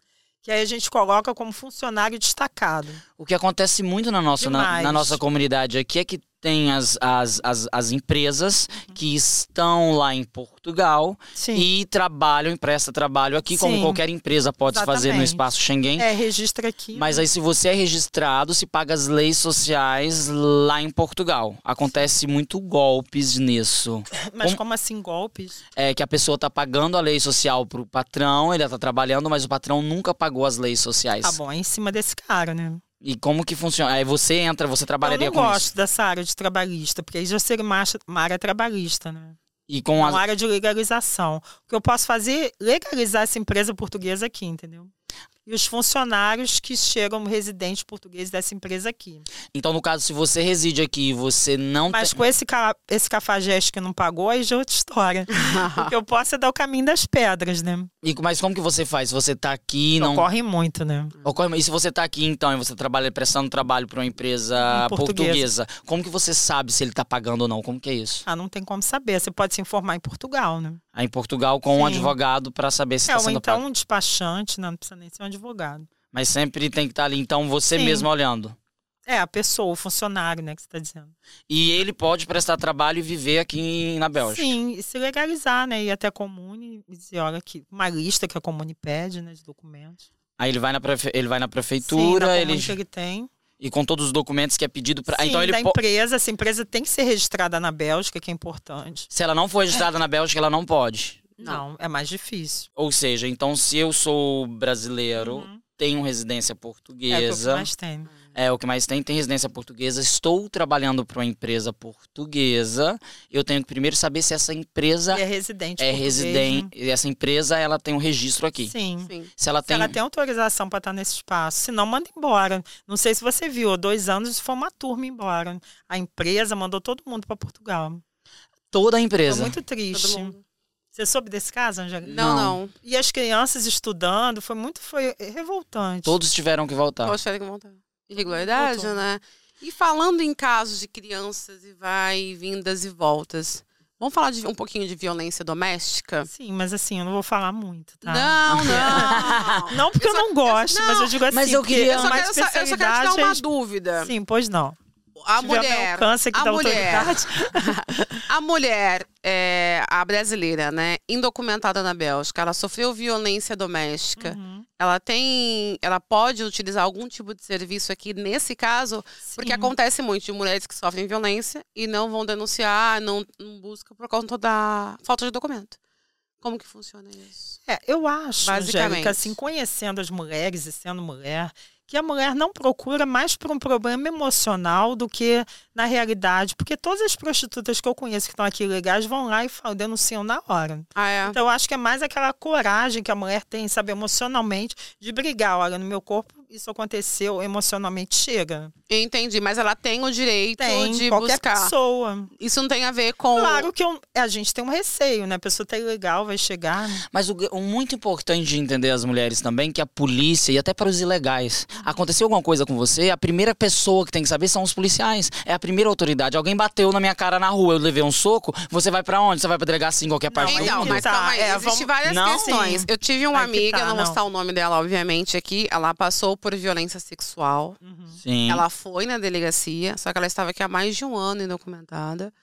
Speaker 3: Que aí a gente coloca como funcionário destacado.
Speaker 2: O que acontece muito na nossa, na,
Speaker 3: Demais.
Speaker 2: na nossa comunidade aqui é que tem as, as, as, as empresas que estão lá em Portugal
Speaker 3: Uhum. Sim.
Speaker 2: e trabalham, empresta trabalho aqui, como
Speaker 3: Sim.
Speaker 2: qualquer empresa pode fazer no
Speaker 3: Exatamente.
Speaker 2: espaço Schengen.
Speaker 3: É, registra aqui.
Speaker 2: Mas aí, se você é registrado, se paga as leis sociais lá em Portugal. Acontece muito golpes nisso.
Speaker 3: Mas
Speaker 2: como-
Speaker 3: como, assim, golpes?
Speaker 2: É que a pessoa tá pagando a lei social pro patrão, ele tá trabalhando, mas o patrão nunca pagou as leis sociais.
Speaker 3: Tá bom, é em cima desse cara, né?
Speaker 2: E como que funciona? Aí você entra, você
Speaker 3: Então, Eu
Speaker 2: trabalharia
Speaker 3: não
Speaker 2: com
Speaker 3: gosto
Speaker 2: isso.
Speaker 3: dessa área de trabalhista, porque aí já seria uma acha- uma área trabalhista, né?
Speaker 2: E com as,
Speaker 3: Uma área de legalização. O que eu posso fazer é legalizar essa empresa portuguesa aqui, entendeu? E os funcionários que chegam residentes portugueses dessa empresa aqui.
Speaker 2: Então, no caso, se você reside aqui e você não
Speaker 3: é- Mas
Speaker 2: tem...
Speaker 3: com esse, ca- esse cafajeste que não pagou, aí já é outra história.
Speaker 2: Ah.
Speaker 3: O que eu posso é dar o caminho das pedras, né?
Speaker 2: E, mas como que você faz? Você tá aqui e
Speaker 3: Não
Speaker 2: não...
Speaker 3: corre muito, né?
Speaker 2: Ocorre- E se você tá aqui, então, e você trabalha prestando trabalho para uma empresa
Speaker 3: Hum,
Speaker 2: portuguesa.
Speaker 3: portuguesa.
Speaker 2: como que você sabe se ele tá pagando ou não? Como que é isso?
Speaker 3: Ah, não tem como saber. Você pode se informar em Portugal, né?
Speaker 2: Aí em Portugal, com um
Speaker 3: Sim.
Speaker 2: advogado para saber se
Speaker 3: É,
Speaker 2: tá
Speaker 3: ou
Speaker 2: sendo
Speaker 3: então
Speaker 2: pago.
Speaker 3: um despachante, né? não precisa nem ser um advogado.
Speaker 2: Mas sempre tem que estar ali, então, você
Speaker 3: Sim.
Speaker 2: mesmo olhando.
Speaker 3: É, a pessoa, o funcionário, né, que você está dizendo.
Speaker 2: E ele pode prestar trabalho e viver aqui em- na Bélgica.
Speaker 3: Sim, e se legalizar, né? Ir até a comune e dizer, olha aqui, uma lista que a comune pede, né? De documentos.
Speaker 2: Aí ele vai na, prefe- ele vai na
Speaker 3: Sim,
Speaker 2: prefeitura,
Speaker 3: da
Speaker 2: ele...
Speaker 3: comune que ele tem.
Speaker 2: e com todos os documentos que é pedido para.
Speaker 3: Sim,
Speaker 2: Então ele
Speaker 3: da
Speaker 2: po-
Speaker 3: empresa. Essa empresa tem que ser registrada na Bélgica, que é importante.
Speaker 2: Se ela não for registrada na Bélgica, ela não pode.
Speaker 3: Não, é mais difícil.
Speaker 2: Ou seja, então se eu sou brasileiro,
Speaker 3: Uhum.
Speaker 2: tenho residência
Speaker 3: É o que eu
Speaker 2: portuguesa,
Speaker 3: mais tem.
Speaker 2: é o que mais tem, tem residência portuguesa, estou trabalhando para uma empresa portuguesa, eu tenho que primeiro saber se essa empresa
Speaker 3: E é residente.
Speaker 2: é
Speaker 3: português, né?
Speaker 2: residente, essa empresa ela tem um registro aqui.
Speaker 3: Sim.
Speaker 1: Sim.
Speaker 2: Se ela
Speaker 3: Se
Speaker 2: tem,
Speaker 3: ela tem autorização para estar nesse espaço, se não, manda embora. Não sei se você viu, há dois anos foi uma turma embora. A empresa mandou todo mundo para Portugal.
Speaker 2: toda a
Speaker 3: Foi
Speaker 2: empresa.
Speaker 3: muito triste.
Speaker 1: Todo mundo.
Speaker 3: Você soube desse caso, Angélica?
Speaker 1: Não,
Speaker 2: Não.
Speaker 1: não.
Speaker 3: E as crianças estudando, foi muito foi revoltante.
Speaker 2: Todos tiveram que voltar.
Speaker 1: Poxa, era que vontade. Irregularidade,
Speaker 3: tá. Voltou.
Speaker 1: né? E falando em casos de crianças e vai, e vindas e voltas. Vamos falar de um pouquinho de violência doméstica?
Speaker 3: Sim, mas assim, eu não vou falar muito, tá?
Speaker 1: Não, não.
Speaker 3: Não porque eu, não gosto, mas eu digo assim,
Speaker 2: Mas eu
Speaker 3: porque
Speaker 2: queria-
Speaker 3: é
Speaker 1: Eu só,
Speaker 3: uma
Speaker 1: quero, eu só- eu só quero te dar
Speaker 3: especialidade,
Speaker 1: uma
Speaker 3: é- tipo
Speaker 1: dúvida.
Speaker 3: Sim, pois não.
Speaker 1: a
Speaker 3: Tive meu
Speaker 1: mulher,
Speaker 3: alcance aqui
Speaker 1: a
Speaker 3: da
Speaker 1: mulher.
Speaker 3: autoridade.
Speaker 1: a mulher, é, a brasileira, né, indocumentada na Bélgica, ela sofreu violência doméstica.
Speaker 3: Uhum.
Speaker 1: Ela tem, ela pode utilizar algum tipo de serviço aqui nesse caso, porque
Speaker 3: Sim.
Speaker 1: acontece muito de mulheres que sofrem violência e não vão denunciar, não, não buscam por conta da falta de documento. Como que funciona isso?
Speaker 3: É, eu acho,
Speaker 1: Basicamente.
Speaker 3: Angélica, assim, conhecendo as mulheres e sendo mulher, que a mulher não procura mais por um problema emocional do que na realidade. Porque todas as prostitutas que eu conheço que estão aqui legais vão lá e falam, denunciam na hora.
Speaker 1: Ah, é.
Speaker 3: Então, eu acho que é mais aquela coragem que a mulher tem, sabe, emocionalmente, de brigar. Olha, no meu corpo isso aconteceu, emocionalmente chega.
Speaker 1: Entendi, mas ela tem o direito
Speaker 3: Então Tem,
Speaker 1: Então, de
Speaker 3: qualquer
Speaker 1: buscar.
Speaker 3: pessoa.
Speaker 1: Isso não tem a ver com
Speaker 3: Claro que eu- a gente tem um receio, né? A pessoa tá ilegal, vai chegar. né?
Speaker 2: Mas o, o muito importante de entender as mulheres também que a polícia e até para os ilegais aconteceu alguma coisa com você, a primeira pessoa que tem que saber são os policiais, é a primeira autoridade. Alguém bateu na minha cara na rua, eu levei um soco, você vai pra onde? Você vai pra delegacia em qualquer parte do
Speaker 1: Então,
Speaker 2: mundo?
Speaker 1: mas
Speaker 3: Tá,
Speaker 1: calma aí,
Speaker 3: é,
Speaker 1: existe
Speaker 3: vamos-
Speaker 1: várias
Speaker 2: Não?
Speaker 1: questões.
Speaker 3: Sim.
Speaker 1: Eu tive uma
Speaker 3: Aí que
Speaker 1: amiga,
Speaker 3: tá,
Speaker 1: eu não vou
Speaker 3: não.
Speaker 1: citar o nome dela, obviamente, aqui. Ela passou por violência sexual.
Speaker 3: Uhum.
Speaker 2: Sim.
Speaker 1: Ela foi na delegacia, só que ela estava aqui há mais de um ano indocumentada.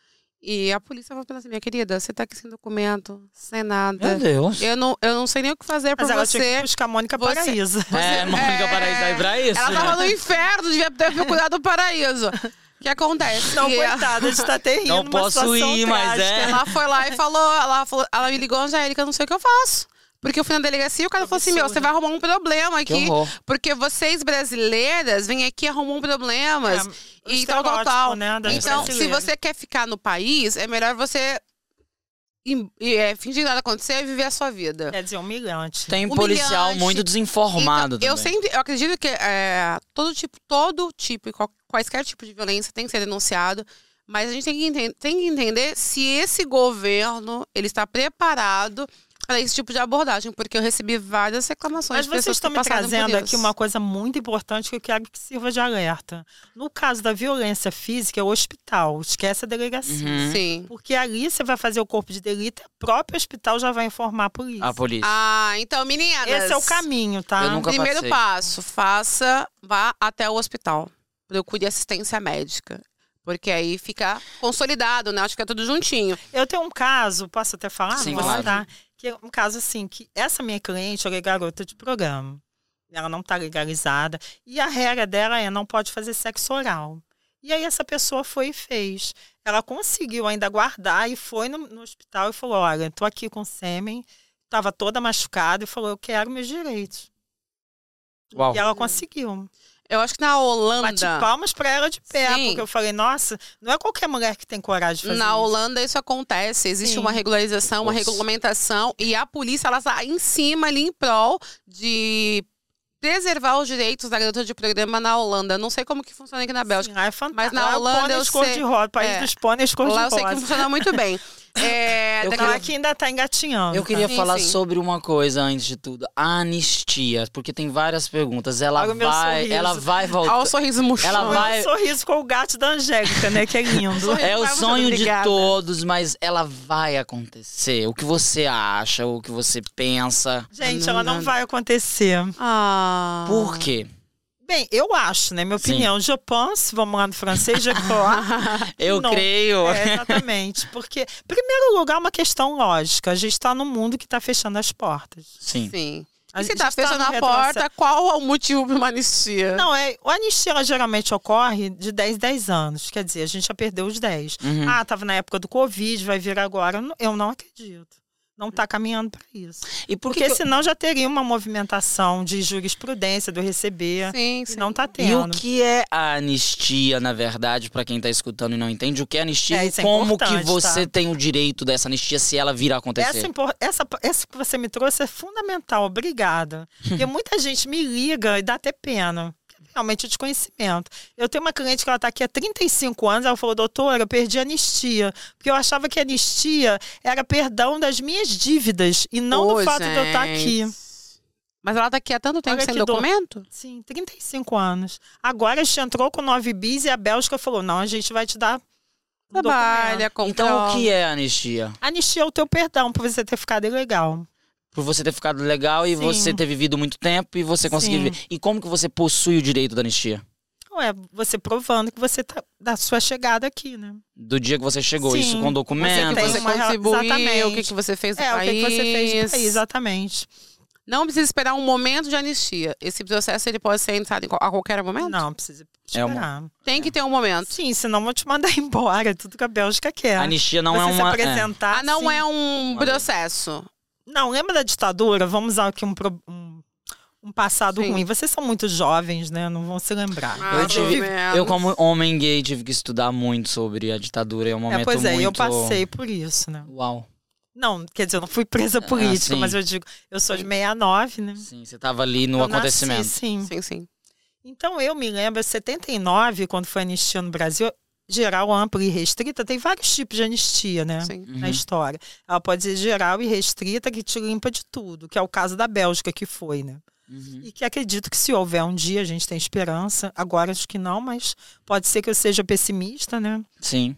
Speaker 1: E a polícia falou pra ela assim, minha querida, você tá aqui sem documento, sem
Speaker 2: Meu
Speaker 1: nada.
Speaker 2: Deus.
Speaker 1: Eu não, eu não sei nem o que fazer É por
Speaker 3: Mas ela tinha que
Speaker 1: você.
Speaker 3: buscar a Mônica
Speaker 1: você-
Speaker 3: Paraíso.
Speaker 2: É, Mônica
Speaker 1: é.
Speaker 2: Paraíso tá aí pra isso.
Speaker 1: Ela tava
Speaker 3: né?
Speaker 1: no inferno, devia ter procurado o paraíso. O que é. acontece?
Speaker 3: Não,
Speaker 1: E ela-
Speaker 3: coitada, a gente tá até rindo.
Speaker 2: Não
Speaker 3: uma
Speaker 2: posso
Speaker 3: situação
Speaker 2: ir, mas
Speaker 3: trágica.
Speaker 2: é.
Speaker 1: Ela foi lá e falou, ela, falou- ela me ligou, Angélica, eu não sei o que eu faço. Porque eu fui na delegacia e o cara falou assim: meu, você vai arrumar um problema
Speaker 2: Que
Speaker 1: aqui.
Speaker 2: horror.
Speaker 1: Porque vocês brasileiras vêm aqui e arrumam problemas.
Speaker 3: É, o
Speaker 1: e tal, tal,
Speaker 3: Um estereótipo,
Speaker 1: tal.
Speaker 3: né, das
Speaker 1: então, se
Speaker 3: brasileiras.
Speaker 1: você quer ficar no país, é melhor você im- e, é, fingir nada acontecer e viver a sua vida.
Speaker 3: Quer dizer, humilhante.
Speaker 2: Tem
Speaker 1: Humilhante.
Speaker 2: policial muito desinformado
Speaker 1: Então, eu
Speaker 2: também.
Speaker 1: sempre, eu acredito que é, todo tipo, todo tipo, e qual- quaisquer tipo de violência tem que ser denunciado. Mas a gente tem que, enten- tem que entender se esse governo ele está preparado para esse tipo de abordagem, porque eu recebi várias reclamações.
Speaker 3: Mas
Speaker 1: de
Speaker 3: vocês
Speaker 1: pessoas
Speaker 3: estão
Speaker 1: que
Speaker 3: me
Speaker 1: passaram por
Speaker 3: trazendo
Speaker 1: isso.
Speaker 3: aqui uma coisa muito importante que eu quero que sirva de alerta. No caso da violência física, é o hospital, esquece a delegacia.
Speaker 2: Uhum.
Speaker 1: Sim.
Speaker 3: Porque ali você vai fazer o corpo de delito, o próprio hospital já vai informar a polícia.
Speaker 2: A polícia.
Speaker 1: Ah, então, meninas.
Speaker 3: Esse é o caminho, tá?
Speaker 2: Eu nunca
Speaker 1: Primeiro
Speaker 2: passei.
Speaker 1: passo, faça, vá até o hospital. Procure assistência médica. Porque aí fica consolidado, né? Acho que é tudo juntinho.
Speaker 3: Eu tenho um caso, posso até falar?
Speaker 2: Sim,
Speaker 3: Posso
Speaker 2: claro.
Speaker 3: dar? Que é um caso assim, que essa minha cliente ela é garota de programa. Ela não está legalizada. E a regra dela é não pode fazer sexo oral. E aí essa pessoa foi e fez. Ela conseguiu ainda guardar e foi no, no hospital e falou: olha, estou aqui com sêmen, estava toda machucada, e falou, eu quero meus direitos.
Speaker 2: Uau.
Speaker 3: E ela conseguiu.
Speaker 1: Eu acho que na
Speaker 3: Bate
Speaker 1: Holanda.
Speaker 3: palmas para ela de pé,
Speaker 1: Sim.
Speaker 3: porque eu falei, nossa, não é qualquer mulher que tem coragem de fazer
Speaker 1: Na
Speaker 3: isso.
Speaker 1: Holanda isso acontece, existe
Speaker 3: Sim.
Speaker 1: uma regularização, uma
Speaker 2: Nossa.
Speaker 1: regulamentação e a polícia ela está em cima ali em prol de preservar os direitos da garota de programa na Holanda. Não sei como que funciona aqui na Bélgica.
Speaker 3: Sim, lá é fantástico.
Speaker 1: Mas na
Speaker 3: Lá é o
Speaker 1: Holanda
Speaker 3: pônei
Speaker 1: eu
Speaker 3: de cor
Speaker 1: sei-
Speaker 3: de rosa, o país
Speaker 1: é.
Speaker 3: dos pôneis cor de
Speaker 1: Lá eu
Speaker 3: rosa.
Speaker 1: sei que funciona muito bem. É,
Speaker 2: Eu
Speaker 1: daqui-
Speaker 3: Não, aqui ainda está engatinhando.
Speaker 2: Eu queria
Speaker 1: Sim,
Speaker 2: falar
Speaker 1: sim.
Speaker 2: sobre uma coisa antes de tudo, a anistia, porque tem várias perguntas. Ela
Speaker 3: Olha o meu
Speaker 2: vai,
Speaker 3: sorriso.
Speaker 2: ela vai
Speaker 1: Olha o
Speaker 2: voltar.
Speaker 1: sorriso murchão.
Speaker 2: Ela
Speaker 3: tá.
Speaker 2: vai-
Speaker 3: Um sorriso com o gato da Angélica, né? Que é lindo.
Speaker 2: É o
Speaker 1: Vai, muito
Speaker 2: sonho de
Speaker 1: obrigada.
Speaker 2: todos, mas ela vai acontecer. O que você acha, o que você pensa?
Speaker 3: Gente,
Speaker 1: Não,
Speaker 3: ela não
Speaker 1: não.
Speaker 3: vai acontecer.
Speaker 1: Ah.
Speaker 2: Por quê?
Speaker 3: Bem, eu acho, né? Minha
Speaker 2: Sim.
Speaker 3: opinião. Je pense, vamos lá no francês, je crois.
Speaker 2: Eu
Speaker 3: Não.
Speaker 2: creio.
Speaker 3: É, exatamente. Porque, primeiro lugar, é uma questão lógica. A gente está num mundo que está fechando as portas.
Speaker 2: Sim.
Speaker 1: Sim.
Speaker 3: A
Speaker 1: E se
Speaker 3: gente
Speaker 1: tá
Speaker 3: tá
Speaker 1: fechando
Speaker 3: no
Speaker 1: a
Speaker 3: retrocesso.
Speaker 1: porta, qual é o motivo para uma anistia?
Speaker 3: Não, é, a anistia ela geralmente ocorre de 10 10 anos. Quer dizer, a gente já perdeu os 10.
Speaker 2: Uhum.
Speaker 3: Ah, tava na época do Covid, vai vir agora. Eu não- Eu não acredito. não está caminhando para isso.
Speaker 2: E por que
Speaker 3: Porque
Speaker 2: que-
Speaker 3: senão já teria uma movimentação de jurisprudência do receber.
Speaker 1: Sim,
Speaker 3: que
Speaker 1: sim.
Speaker 3: não está
Speaker 2: E o
Speaker 3: tendo.
Speaker 2: que é a anistia, na verdade, pra quem tá escutando e não entende, o que é anistia
Speaker 3: É,
Speaker 2: e
Speaker 3: isso é
Speaker 2: como que
Speaker 3: importante,
Speaker 2: você
Speaker 3: tá?
Speaker 2: tem o direito dessa anistia se ela vir a acontecer?
Speaker 3: Essa, é impor- essa, essa que você me trouxe é fundamental, obrigada. Porque muita gente me liga e dá até pena. Realmente é desconhecimento. Eu tenho uma cliente que ela está aqui há 35 anos, ela falou, doutora, eu perdi a anistia. Porque eu achava que a anistia era perdão das minhas dívidas e não
Speaker 1: Ô,
Speaker 3: do fato de eu
Speaker 2: tá
Speaker 3: estar aqui.
Speaker 1: gente. Mas ela tá aqui há tanto tempo
Speaker 3: Olha
Speaker 1: sem
Speaker 3: que dor.
Speaker 1: documento?
Speaker 3: Sim, 35 anos. Agora a gente entrou com 9 bis e a Bélgica falou: não, a gente vai te dar. um documento.
Speaker 1: Trabalha, compra.
Speaker 2: Então, o que é a anistia?
Speaker 3: Anistia é o teu perdão por você ter ficado ilegal.
Speaker 2: Por você ter ficado legal e
Speaker 3: Sim.
Speaker 2: você ter vivido muito tempo e você conseguir
Speaker 3: Sim.
Speaker 2: viver. E como que você possui o direito da anistia?
Speaker 3: Ué, é você provando que você tá da sua chegada aqui, né?
Speaker 2: Do dia que você chegou,
Speaker 3: Sim.
Speaker 2: isso com
Speaker 1: O
Speaker 2: documento.
Speaker 1: que
Speaker 3: tem
Speaker 1: você
Speaker 3: uma rela-
Speaker 1: contribuiu, o que,
Speaker 3: exatamente.
Speaker 1: que você fez no
Speaker 3: é, o
Speaker 1: país.
Speaker 3: que, que você fez no país, exatamente.
Speaker 1: Não precisa esperar um momento de anistia. Esse processo ele pode ser entrado em qual- a qualquer momento?
Speaker 3: Não, precisa
Speaker 2: É uma-
Speaker 3: esperar.
Speaker 1: Tem que ter um momento.
Speaker 3: Sim, senão vou te mandar embora, é tudo que a Bélgica quer.
Speaker 2: A anistia não
Speaker 3: você
Speaker 2: é uma.
Speaker 3: se apresentar.
Speaker 1: Ah, não
Speaker 3: sim.
Speaker 1: é um
Speaker 2: Olha.
Speaker 1: processo.
Speaker 3: Não, lembra da ditadura? Vamos usar aqui um, pro- um, um passado
Speaker 1: Sim.
Speaker 3: ruim. Vocês são muito jovens, né? Não vão se lembrar.
Speaker 1: Ah,
Speaker 2: Eu tive-
Speaker 1: pelo
Speaker 2: é.
Speaker 1: menos.
Speaker 2: Eu, como homem gay, tive que estudar muito sobre a ditadura. É um momento
Speaker 3: é, pois é,
Speaker 2: muito...
Speaker 3: eu passei por isso, né?
Speaker 2: Uau.
Speaker 3: Não, quer dizer, eu não fui presa
Speaker 2: Ah,
Speaker 3: política,
Speaker 2: sim.
Speaker 3: mas eu digo, eu sou de 69, né?
Speaker 2: Sim, você tava ali no
Speaker 3: Eu nasci,
Speaker 2: acontecimento.
Speaker 3: sim.
Speaker 1: Sim, sim.
Speaker 3: Então eu me lembro, em 79, quando foi anistia no Brasil, geral, ampla e restrita, tem vários tipos de anistia, né?
Speaker 1: sim.
Speaker 2: Uhum.
Speaker 3: Na história. Ela pode ser geral e restrita, que te limpa de tudo, que é o caso da Bélgica que foi, né?
Speaker 2: Uhum.
Speaker 3: E que acredito que se houver um dia, a gente tem esperança. Agora acho que não, mas pode ser que eu seja pessimista, né?
Speaker 2: Sim.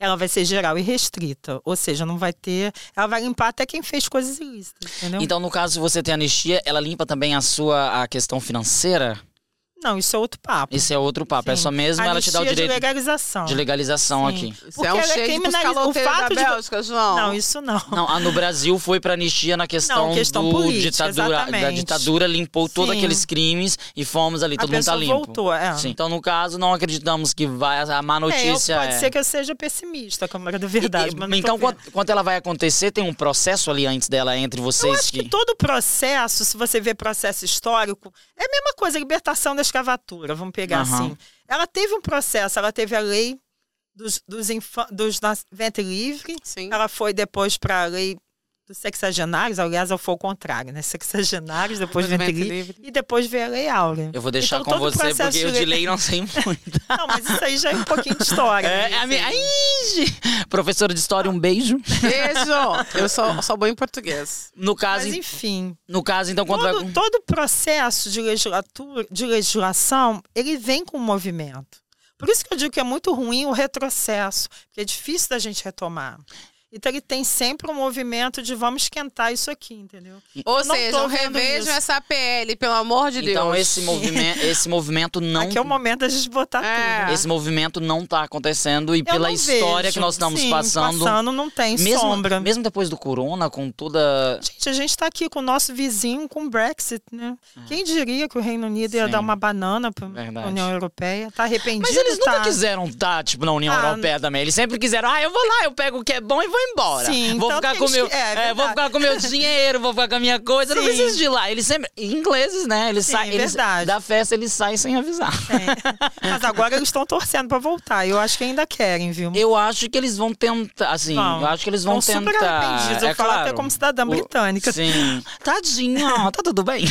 Speaker 3: Ela vai ser geral e restrita. Ou seja, não vai ter. Ela vai limpar até quem fez coisas ilícitas, entendeu?
Speaker 2: Então, no caso, se você tem anistia, ela limpa também a sua a questão financeira?
Speaker 3: Não, isso é outro papo.
Speaker 2: Isso é outro papo. É
Speaker 3: Sim.
Speaker 2: só mesmo ela te
Speaker 3: Anistia
Speaker 2: dar o
Speaker 3: de
Speaker 2: direito
Speaker 3: legalização.
Speaker 2: de legalização
Speaker 3: Sim.
Speaker 2: aqui.
Speaker 1: Isso
Speaker 3: Porque
Speaker 1: é um
Speaker 3: ela
Speaker 1: cheiro de
Speaker 3: criminaliza- o
Speaker 1: caloteiros da
Speaker 3: fato de-
Speaker 1: Bélgica, João.
Speaker 3: Não, isso não.
Speaker 2: Não, a no Brasil foi pra anistia na questão,
Speaker 3: questão
Speaker 2: do
Speaker 3: política,
Speaker 2: ditadura. Da
Speaker 3: exatamente.
Speaker 2: ditadura limpou todos
Speaker 3: Sim.
Speaker 2: aqueles crimes e fomos ali,
Speaker 3: a
Speaker 2: todo mundo tá
Speaker 3: pessoa
Speaker 2: limpo.
Speaker 3: voltou, é.
Speaker 2: Sim. Então, no caso, não acreditamos que vai. A má
Speaker 3: É, eu-
Speaker 2: notícia.
Speaker 3: pode
Speaker 2: é-
Speaker 3: ser que eu seja pessimista, Câmara da
Speaker 2: E-
Speaker 3: Verdade.
Speaker 2: e-
Speaker 3: mas não tô
Speaker 2: então,
Speaker 3: vendo.
Speaker 2: quando, quando ela vai acontecer, tem um processo ali antes dela entre vocês
Speaker 3: Eu acho que todo processo, se você vê processo histórico, é a mesma coisa, a libertação da escravatura, vamos pegar
Speaker 2: Aham.
Speaker 3: assim. Ela teve um processo, ela teve a lei dos, dos, infa- dos nas- ventre livre,
Speaker 1: Sim.
Speaker 3: ela foi depois para a lei dos sexagenários, aliás, ela foi ao contrário, né? Sexagenários,
Speaker 1: Depois
Speaker 3: depois
Speaker 1: do
Speaker 3: ventre
Speaker 1: ventre
Speaker 3: livre,
Speaker 1: livre.
Speaker 3: e depois veio a lei áurea.
Speaker 2: Eu vou deixar
Speaker 3: Então,
Speaker 2: com
Speaker 3: todo
Speaker 2: você,
Speaker 3: processo
Speaker 2: porque eu de
Speaker 3: legal-
Speaker 2: lei não sei muito.
Speaker 3: Não, mas isso aí já é um pouquinho de história.
Speaker 2: É,
Speaker 3: né?
Speaker 2: a minha... Ai, gente. Professora de história, um beijo.
Speaker 1: Beijo. Eu sou, sou boa em português.
Speaker 2: No
Speaker 3: Mas
Speaker 2: caso,
Speaker 3: enfim,
Speaker 2: no caso então, quando
Speaker 3: todo,
Speaker 2: vai.
Speaker 3: todo processo de, legislatura, de legislação, ele vem com movimento. Por isso que eu digo que é muito ruim o retrocesso, porque é difícil da gente retomar. Então ele tem sempre um movimento de vamos esquentar isso aqui, entendeu?
Speaker 1: Ou
Speaker 3: Eu não
Speaker 1: seja,
Speaker 3: tô
Speaker 1: eu
Speaker 3: vendo
Speaker 1: revejo
Speaker 3: isso.
Speaker 1: essa PL, pelo amor de
Speaker 2: Então,
Speaker 1: Deus.
Speaker 2: esse movimento, esse movimento não.
Speaker 3: Aqui é o momento da gente botar
Speaker 1: É.
Speaker 3: tudo.
Speaker 2: Esse movimento não tá acontecendo e
Speaker 3: Eu
Speaker 2: pela
Speaker 3: não
Speaker 2: história
Speaker 3: vejo.
Speaker 2: que nós estamos
Speaker 3: Sim,
Speaker 2: passando.
Speaker 3: passando não tem
Speaker 2: mesmo,
Speaker 3: sombra.
Speaker 2: mesmo depois do corona, com toda.
Speaker 3: Gente, a gente está aqui com o nosso vizinho com o Brexit, né? Quem diria que o Reino Unido
Speaker 2: É.
Speaker 3: ia
Speaker 2: Sim.
Speaker 3: dar uma banana para a
Speaker 2: Verdade.
Speaker 3: União Europeia? Tá arrependido?
Speaker 2: Mas eles nunca
Speaker 3: tá...
Speaker 2: quiseram estar, tipo, na União
Speaker 3: Ah,
Speaker 2: Europeia também. Eles sempre quiseram, ah, eu vou lá, eu pego o que é bom e vou embora.
Speaker 3: Sim,
Speaker 2: vou
Speaker 3: então
Speaker 2: ficar
Speaker 3: tem
Speaker 2: com
Speaker 3: que-
Speaker 2: meu,
Speaker 3: é, é
Speaker 2: é, vou
Speaker 3: verdade.
Speaker 2: ficar com meu dinheiro, vou ficar com a minha coisa, não
Speaker 3: Sim.
Speaker 2: preciso de ir lá. Eles sempre, ingleses, né? Eles
Speaker 3: Sim,
Speaker 2: saem, eles-
Speaker 3: verdade.
Speaker 2: da festa eles saem sem avisar.
Speaker 3: É. Mas agora eles estão torcendo para voltar. Eu acho que ainda querem, viu?
Speaker 2: Eu acho que eles vão tentar, assim,
Speaker 3: Vão.
Speaker 2: eu acho que eles vão
Speaker 3: Estão super
Speaker 2: tentar.
Speaker 3: arrependidos.
Speaker 2: é
Speaker 3: Eu falo até
Speaker 2: claro.
Speaker 3: como cidadã britânica.
Speaker 2: Sim. Tadinha, tá tudo bem?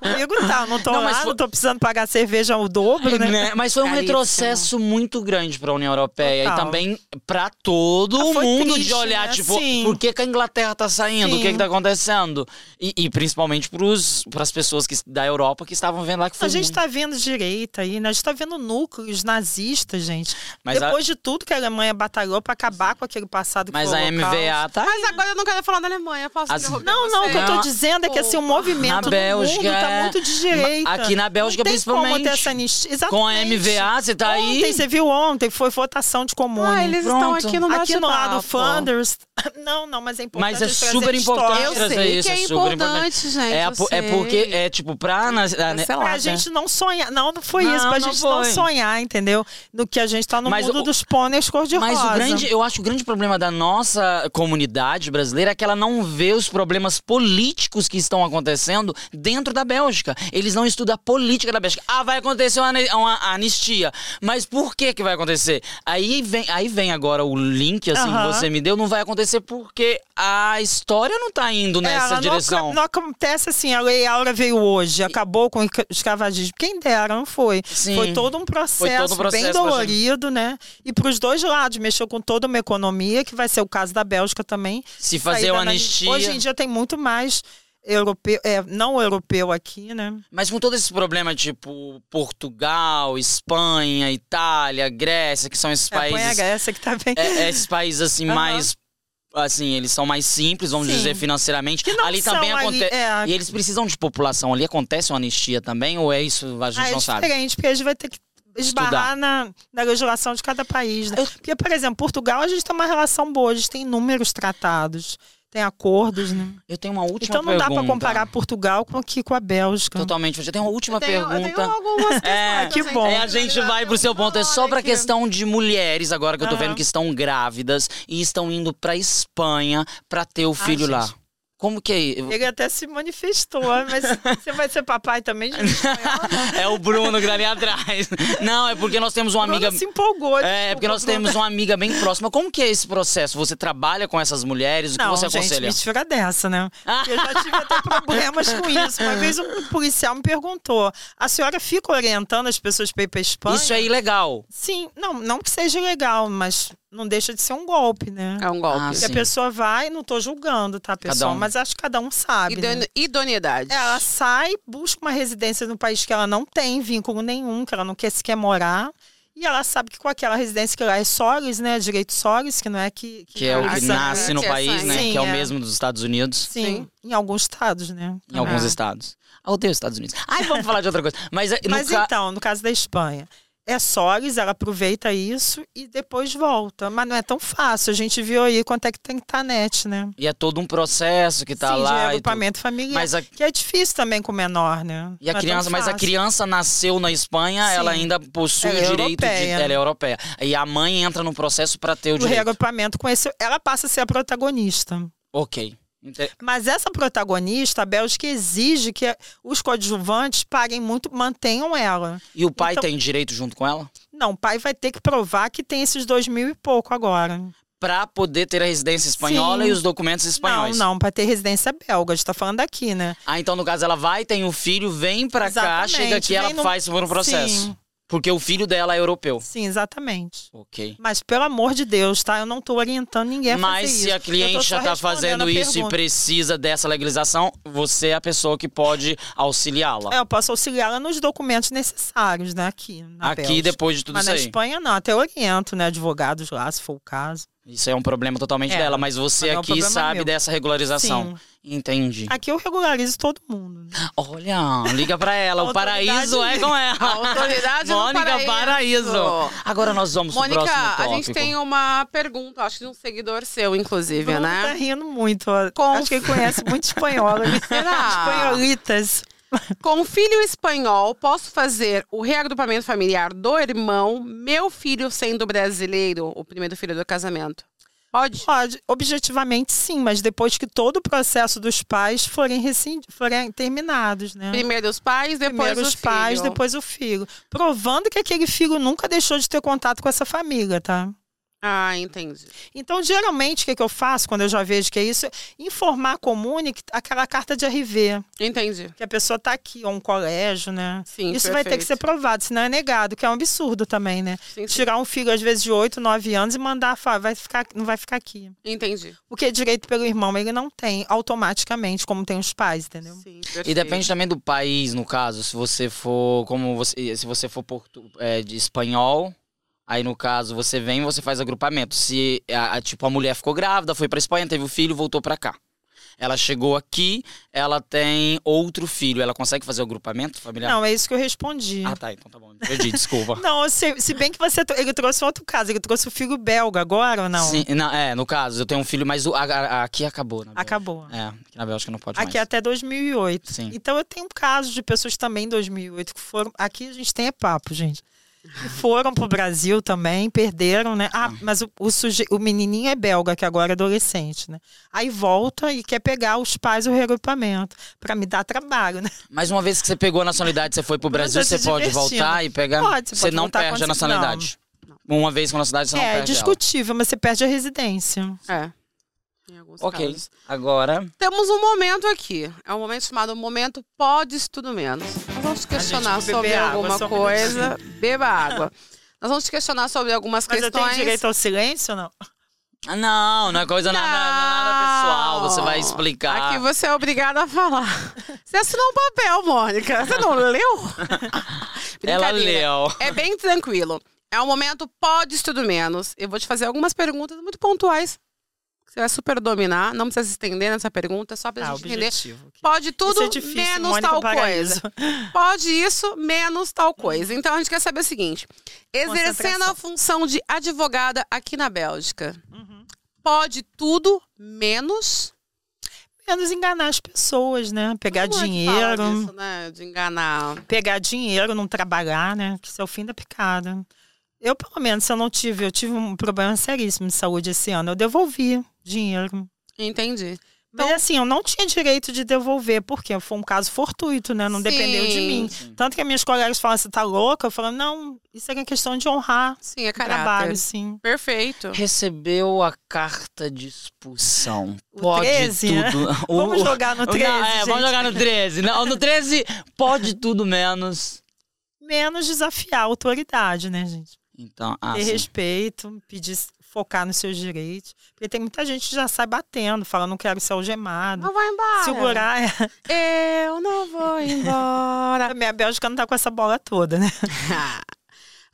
Speaker 3: Comigo tá, eu não tô
Speaker 2: Não,
Speaker 3: lá,
Speaker 2: mas foi-
Speaker 3: não tô precisando pagar a cerveja o dobro, né?
Speaker 2: Né? Mas foi um
Speaker 1: Caríssimo.
Speaker 2: retrocesso muito grande pra União Europeia
Speaker 3: Total.
Speaker 2: e também pra todo
Speaker 3: Ah, foi
Speaker 2: mundo
Speaker 3: triste,
Speaker 2: de olhar,
Speaker 3: né?
Speaker 2: tipo,
Speaker 3: Sim.
Speaker 2: por que, que a Inglaterra tá saindo? O que,
Speaker 3: Sim.
Speaker 2: que tá acontecendo? E, e principalmente pros, pras pessoas que, da Europa que estavam vendo lá que foi
Speaker 3: A gente
Speaker 2: muito.
Speaker 3: tá vendo direita aí, né? A gente tá vendo núcleos nazistas, gente.
Speaker 2: Mas a-
Speaker 3: Depois de tudo que a Alemanha batalhou para acabar com aquele passado que
Speaker 2: Mas
Speaker 3: foi o
Speaker 2: a
Speaker 3: Holocausto.
Speaker 2: MVA tá.
Speaker 1: Mas agora eu não quero falar da Alemanha. Posso
Speaker 2: As-
Speaker 1: interromper
Speaker 3: Não, não, o que eu
Speaker 1: você?
Speaker 3: tô dizendo é que assim, o movimento
Speaker 2: Na
Speaker 3: do
Speaker 2: Bélgica,
Speaker 3: mundo tá
Speaker 2: é.
Speaker 3: muito de direita.
Speaker 2: Aqui na Bélgica,
Speaker 3: não tem Como
Speaker 2: principalmente.
Speaker 3: ter essa anistia. Exatamente.
Speaker 2: Com a MVA, você tá
Speaker 3: ontem,
Speaker 2: aí.
Speaker 3: Você viu ontem, foi votação de comuns.
Speaker 1: Ah, eles estão
Speaker 2: Pronto.
Speaker 1: aqui no
Speaker 3: aqui no lado
Speaker 1: pô.
Speaker 3: do funders. Não, não, mas é importante.
Speaker 2: Mas é
Speaker 3: trazer
Speaker 2: super importante
Speaker 3: história.
Speaker 1: Eu
Speaker 2: trazer
Speaker 1: sei
Speaker 2: isso,
Speaker 1: que
Speaker 2: é
Speaker 1: é
Speaker 2: super
Speaker 1: importante, gente.
Speaker 2: é,
Speaker 1: eu
Speaker 2: po- é
Speaker 1: sei.
Speaker 2: porque, é tipo,
Speaker 3: Tá
Speaker 2: pra... Na, a- né-
Speaker 1: Cancelada.
Speaker 3: Pra gente não sonhar. Não, não foi isso.
Speaker 2: Não,
Speaker 3: Pra
Speaker 2: não
Speaker 3: gente não
Speaker 2: foi.
Speaker 3: sonhar, entendeu? No que a gente tá no
Speaker 2: Mas
Speaker 3: mundo
Speaker 2: o-
Speaker 3: dos pôneis cor-de-rosa.
Speaker 2: Mas o grande, eu acho que o grande problema da nossa comunidade brasileira é que ela não vê os problemas políticos que estão acontecendo dentro da Bélgica. Eles não estudam a política da Bélgica. Ah, vai acontecer uma, ani- uma anistia. Mas por que que vai acontecer? Aí vem, aí vem agora o link assim
Speaker 3: Aham.
Speaker 2: que você me deu, não vai acontecer porque a história não tá indo
Speaker 3: É,
Speaker 2: nessa
Speaker 3: ela não
Speaker 2: direção.
Speaker 3: acon- Não, acontece assim, a Lei Aura veio hoje, acabou com o esca- escravagismo. Quem dera, não foi.
Speaker 2: Sim.
Speaker 3: Foi todo um processo,
Speaker 2: processo pra gente.
Speaker 3: bem dolorido, né? E para os dois lados, mexeu com toda uma economia, que vai ser o caso da Bélgica também.
Speaker 2: Se fazer
Speaker 3: Saída
Speaker 2: uma
Speaker 3: na-
Speaker 2: anistia.
Speaker 3: Hoje em dia tem muito mais europeu, é, não europeu aqui, né?
Speaker 2: Mas com todo esse problema, tipo, Portugal, Espanha, Itália, Grécia, que são esses
Speaker 3: É, põe a
Speaker 2: países
Speaker 3: Grécia que tá bem.
Speaker 2: É, é, esses países assim
Speaker 3: Aham.
Speaker 2: mais assim eles são mais simples vamos
Speaker 3: Sim.
Speaker 2: dizer financeiramente
Speaker 3: Que não
Speaker 2: ali
Speaker 3: são
Speaker 2: também acontece
Speaker 3: é,
Speaker 2: e eles precisam de população ali acontece uma anistia também ou é isso a gente
Speaker 3: Ah, é
Speaker 2: não sabe
Speaker 3: diferente, porque a gente vai ter que esbarrar
Speaker 2: Estudar.
Speaker 3: na, na legislação de cada país. Né? Porque, por exemplo, Portugal, a gente tem uma relação boa, a gente tem inúmeros tratados, tem acordos, né?
Speaker 2: eu tenho uma última
Speaker 3: então não dá para
Speaker 2: pergunta.
Speaker 3: comparar Portugal com aqui com a Bélgica.
Speaker 2: totalmente eu tenho uma última
Speaker 1: Eu tenho- eu tenho
Speaker 2: pergunta
Speaker 1: algumas
Speaker 2: É,
Speaker 1: questões,
Speaker 3: que
Speaker 1: gente.
Speaker 3: bom.
Speaker 2: É, a gente vai pro seu ponto. É só pra
Speaker 1: Olha que-
Speaker 2: questão de mulheres agora que eu tô
Speaker 3: Aham.
Speaker 2: vendo que estão grávidas e estão indo pra Espanha pra ter o filho
Speaker 3: Ah, gente.
Speaker 2: lá. Como que é?
Speaker 3: Ele até se manifestou, mas você vai ser papai também? Gente,
Speaker 2: É o Bruno que tá ali atrás. Não, é porque nós temos uma amiga.
Speaker 3: Bruno se empolgou.
Speaker 2: É,
Speaker 3: desculpa,
Speaker 2: porque nós
Speaker 3: Bruno.
Speaker 2: temos uma amiga bem próxima. Como que é esse processo? Você trabalha com essas mulheres? O que
Speaker 3: Não,
Speaker 2: você
Speaker 3: gente,
Speaker 2: aconselha?
Speaker 3: me tira dessa, né? Porque Eu já tive até problemas com isso. Uma vez um policial me perguntou, a senhora fica orientando as pessoas para ir para Espanha?
Speaker 2: Isso é ilegal.
Speaker 3: Sim, não, não que seja legal, mas não deixa de ser um golpe, né?
Speaker 1: É um golpe.
Speaker 2: Ah,
Speaker 3: Porque
Speaker 2: sim.
Speaker 3: a pessoa vai, não tô julgando, tá, pessoal?
Speaker 2: um.
Speaker 3: Mas acho que cada um sabe. né?
Speaker 1: Idone- Idoneidade.
Speaker 3: Ela sai, busca uma residência no país que ela não tem vínculo nenhum, que ela não quer sequer morar. E ela sabe que com aquela residência que lá é sólis, né? Direito sólis, que não é que.
Speaker 2: Que é o que
Speaker 1: sangue,
Speaker 2: nasce no
Speaker 1: que é
Speaker 2: país,
Speaker 1: sangue.
Speaker 2: né?
Speaker 3: Sim,
Speaker 2: que é, o
Speaker 3: é.
Speaker 2: mesmo dos Estados Unidos.
Speaker 3: Sim,
Speaker 1: Sim.
Speaker 3: em alguns estados, né?
Speaker 2: Em alguns
Speaker 3: É.
Speaker 2: estados. Ah, odeio os Estados Unidos. Ai, vamos falar de outra coisa. Mas, é, no
Speaker 3: Mas
Speaker 2: ca-
Speaker 3: então, no caso da Espanha, é sólis, ela aproveita isso e depois volta. Mas não é tão fácil. A gente viu aí quanto é que tem que estar net, né?
Speaker 2: E é todo um processo que tá
Speaker 3: Sim, de
Speaker 2: lá. e tudo.
Speaker 3: agrupamento familiar.
Speaker 2: Mas a,
Speaker 3: Que é difícil também com o menor, né?
Speaker 2: e a
Speaker 3: Não é tão
Speaker 2: criança, mas a
Speaker 3: fácil.
Speaker 2: criança nasceu na Espanha,
Speaker 3: Sim.
Speaker 2: ela ainda possui
Speaker 3: Ela
Speaker 2: o
Speaker 3: é
Speaker 2: direito
Speaker 3: europeia.
Speaker 2: de. Ela é europeia. E a mãe entra no processo pra ter o
Speaker 3: O
Speaker 2: direito.
Speaker 3: reagrupamento com esse, ela passa a ser a protagonista.
Speaker 2: Ok. Ente-
Speaker 3: Mas essa protagonista, a Bélgica exige que os coadjuvantes paguem muito, mantenham ela.
Speaker 2: E o pai
Speaker 3: Então-
Speaker 2: tem direito junto com ela?
Speaker 3: Não, o pai vai ter que provar que tem esses dois mil e pouco agora.
Speaker 2: Pra poder ter a residência espanhola
Speaker 3: Sim.
Speaker 2: e os documentos espanhóis.
Speaker 3: Não, não, para ter residência belga, a gente tá falando aqui, né?
Speaker 2: Ah, então no caso ela vai, tem o filho, vem pra cá,
Speaker 3: Exatamente,
Speaker 2: chega aqui,
Speaker 3: vem
Speaker 2: ela
Speaker 3: no-
Speaker 2: faz por um processo.
Speaker 3: Sim,
Speaker 2: Porque o filho dela é europeu.
Speaker 3: sim, exatamente.
Speaker 2: Ok.
Speaker 3: Mas pelo amor de Deus, tá? Eu não tô orientando ninguém a
Speaker 2: Mas
Speaker 3: é
Speaker 2: se
Speaker 3: fazer
Speaker 2: a
Speaker 3: isso. Eu tô
Speaker 2: cliente
Speaker 3: só
Speaker 2: já tá
Speaker 3: respondendo
Speaker 2: fazendo
Speaker 3: a
Speaker 2: isso e
Speaker 3: pergunta.
Speaker 2: precisa dessa legalização, você é a pessoa que pode auxiliá-la.
Speaker 3: É, eu posso auxiliá-la nos documentos necessários, né? Aqui, na
Speaker 2: Aqui,
Speaker 3: Bélgica.
Speaker 2: depois de tudo
Speaker 3: Mas
Speaker 2: isso
Speaker 3: na
Speaker 2: aí.
Speaker 3: Espanha não, até oriento, né? Advogados lá, se for o caso.
Speaker 2: Isso é um problema totalmente
Speaker 3: É,
Speaker 2: dela, mas você
Speaker 3: mas é um
Speaker 2: aqui
Speaker 3: problema
Speaker 2: sabe
Speaker 3: meu.
Speaker 2: dessa regularização.
Speaker 3: Sim.
Speaker 2: Entendi.
Speaker 3: Aqui eu regularizo todo mundo. né?
Speaker 2: Olha, liga pra ela, o
Speaker 3: Autoridade
Speaker 2: paraíso é com
Speaker 1: A
Speaker 2: ela.
Speaker 1: autoridade no
Speaker 2: Mônica Paraíso. Agora nós vamos pro
Speaker 1: Mônica,
Speaker 2: próximo
Speaker 1: a
Speaker 2: tópico.
Speaker 1: gente tem um- uma pergunta, acho que de um seguidor seu, inclusive,
Speaker 3: Bruno tá
Speaker 1: né?
Speaker 3: rindo muito. ó.
Speaker 1: Com-
Speaker 3: Acho que ele conhece muito espanhola.
Speaker 1: Será?
Speaker 3: Espanholitas.
Speaker 1: Com filho espanhol, posso fazer o reagrupamento familiar do irmão, meu filho sendo brasileiro, o primeiro filho do casamento? Pode?
Speaker 3: Pode, objetivamente sim, mas depois que todo o processo dos pais forem, rescind... forem terminados, né?
Speaker 1: Primeiro os pais, depois
Speaker 3: Primeiro os
Speaker 1: o
Speaker 3: pais,
Speaker 1: filho.
Speaker 3: depois o filho. Provando que aquele filho nunca deixou de ter contato com essa família, tá?
Speaker 1: Ah, entendi.
Speaker 3: Então, geralmente, o que, que eu faço quando eu já vejo que é isso? Informar a comune que- aquela carta de RV,
Speaker 1: Entendi.
Speaker 3: que a pessoa tá aqui, ou um colégio, né?
Speaker 1: Sim,
Speaker 3: isso vai ter que ser
Speaker 1: perfeito.
Speaker 3: provado, senão é negado, que é um absurdo também, né?
Speaker 1: Sim, sim.
Speaker 3: Tirar um filho, às vezes, de 8, 9 anos e mandar, falar, vai ficar, não vai ficar aqui.
Speaker 1: Entendi.
Speaker 3: Porque direito pelo irmão ele não tem automaticamente, como tem os pais, entendeu?
Speaker 1: Sim,
Speaker 2: E
Speaker 1: perfeito.
Speaker 2: depende também do país, no caso, se você for como você, se você for portu, é, de espanhol, aí no caso você vem, e você faz agrupamento. Se a, a- tipo a mulher ficou grávida, foi pra Espanha, teve o filho, voltou pra cá. Ela chegou aqui, ela tem outro filho. Ela consegue fazer o grupamento familiar?
Speaker 3: Não, é isso que eu respondi.
Speaker 2: Ah, tá. Então tá bom. Perdi, desculpa.
Speaker 3: Não, se, se bem que você. tro- Ele trouxe outro caso, ele trouxe o filho belga agora ou não?
Speaker 2: Sim, não, é, no caso, eu tenho um filho, mas o, a- a- aqui acabou. Na Bélgica.
Speaker 3: Acabou.
Speaker 2: É, aqui na Bélgica não pode
Speaker 3: Aqui é
Speaker 2: mais.
Speaker 3: até 2008.
Speaker 2: Sim.
Speaker 3: Então eu tenho casos de pessoas também em 2008 que foram. Aqui a gente tem é papo, gente. Que foram pro Brasil também, perderam, né? Ah, mas o, o, suje- o menininho é belga, que agora é adolescente, né? Aí volta e quer pegar os pais o regrupamento. Pra me dar trabalho, né?
Speaker 2: Mas uma vez que você pegou a nacionalidade, você foi pro
Speaker 3: Mas
Speaker 2: Brasil,
Speaker 3: tá se
Speaker 2: você pode
Speaker 3: divertindo.
Speaker 2: voltar e pegar?
Speaker 3: Pode, você
Speaker 2: Você
Speaker 3: pode
Speaker 2: não
Speaker 3: voltar
Speaker 2: perde a
Speaker 3: quando você-
Speaker 2: nacionalidade. Uma vez com a nacionalidade, você não
Speaker 3: é,
Speaker 2: perde ela.
Speaker 3: discutível, mas você perde a residência.
Speaker 1: É. Em alguns
Speaker 2: Ok,
Speaker 1: casos.
Speaker 2: agora...
Speaker 1: Temos um momento aqui. É um momento chamado Momento Podes Tudo Menos. Nós vamos te questionar
Speaker 3: vou beber
Speaker 1: sobre
Speaker 3: água,
Speaker 1: alguma
Speaker 3: só um
Speaker 1: coisa. Beba água. Nós vamos te questionar sobre algumas
Speaker 3: Mas eu tenho
Speaker 1: questões.
Speaker 3: direito ao silêncio ou não?
Speaker 2: Ah, Não, não é coisa nada, nada pessoal, você vai explicar.
Speaker 1: Aqui você é obrigada a falar. Você assinou um papel, Mônica. Você não leu? Brincadeira.
Speaker 2: Ela leu.
Speaker 1: É bem tranquilo. É um momento podes tudo menos. Eu vou te fazer algumas perguntas muito pontuais. Você vai super dominar. Não precisa se estender nessa pergunta, é só pra
Speaker 3: Ah,
Speaker 1: gente entender.
Speaker 3: objetivo.
Speaker 1: Pode tudo
Speaker 3: Isso é difícil,
Speaker 1: menos
Speaker 3: Mônica
Speaker 1: tal
Speaker 3: Paraíso.
Speaker 1: coisa. Pode isso menos tal coisa. Então a gente quer saber o seguinte: exercendo a
Speaker 3: Concentração.
Speaker 1: função de advogada aqui na Bélgica,
Speaker 3: Uhum.
Speaker 1: pode tudo menos
Speaker 3: Menos enganar É as pessoas, né? Pegar
Speaker 1: Como é que fala
Speaker 3: dinheiro.
Speaker 1: disso, né? De enganar.
Speaker 3: pegar dinheiro, não trabalhar, né? Que isso é o fim da picada. Eu, pelo menos, eu não tive, eu tive um problema seríssimo de saúde esse ano. Eu devolvi dinheiro.
Speaker 1: Entendi.
Speaker 3: Mas assim, eu não tinha direito de devolver, porque foi um caso fortuito, né? Não dependeu de
Speaker 1: Sim.
Speaker 3: mim. Tanto que as minhas colegas falam, você tá louca? Eu falo, não, isso é uma questão de honrar
Speaker 1: Sim, é
Speaker 3: o trabalho,
Speaker 1: caráter.
Speaker 3: sim.
Speaker 1: Perfeito.
Speaker 2: Recebeu a carta de expulsão.
Speaker 3: O
Speaker 2: pode
Speaker 3: 13, né?
Speaker 2: tudo. O-
Speaker 3: Vamos
Speaker 2: o-
Speaker 3: jogar no 13,
Speaker 2: Não, é, vamos
Speaker 3: gente.
Speaker 2: jogar no 13. Não, no 13, pode tudo menos.
Speaker 3: Menos desafiar a autoridade, né, gente?
Speaker 2: Então, ah,
Speaker 3: ter
Speaker 2: sim.
Speaker 3: respeito, pedir, focar nos seus direitos. Porque tem muita gente que já sai batendo, fala, não quero ser algemado.
Speaker 1: Não vai embora.
Speaker 3: Segurar. é.
Speaker 1: Eu não vou embora.
Speaker 3: Também a Bélgica não tá com essa bola toda, né?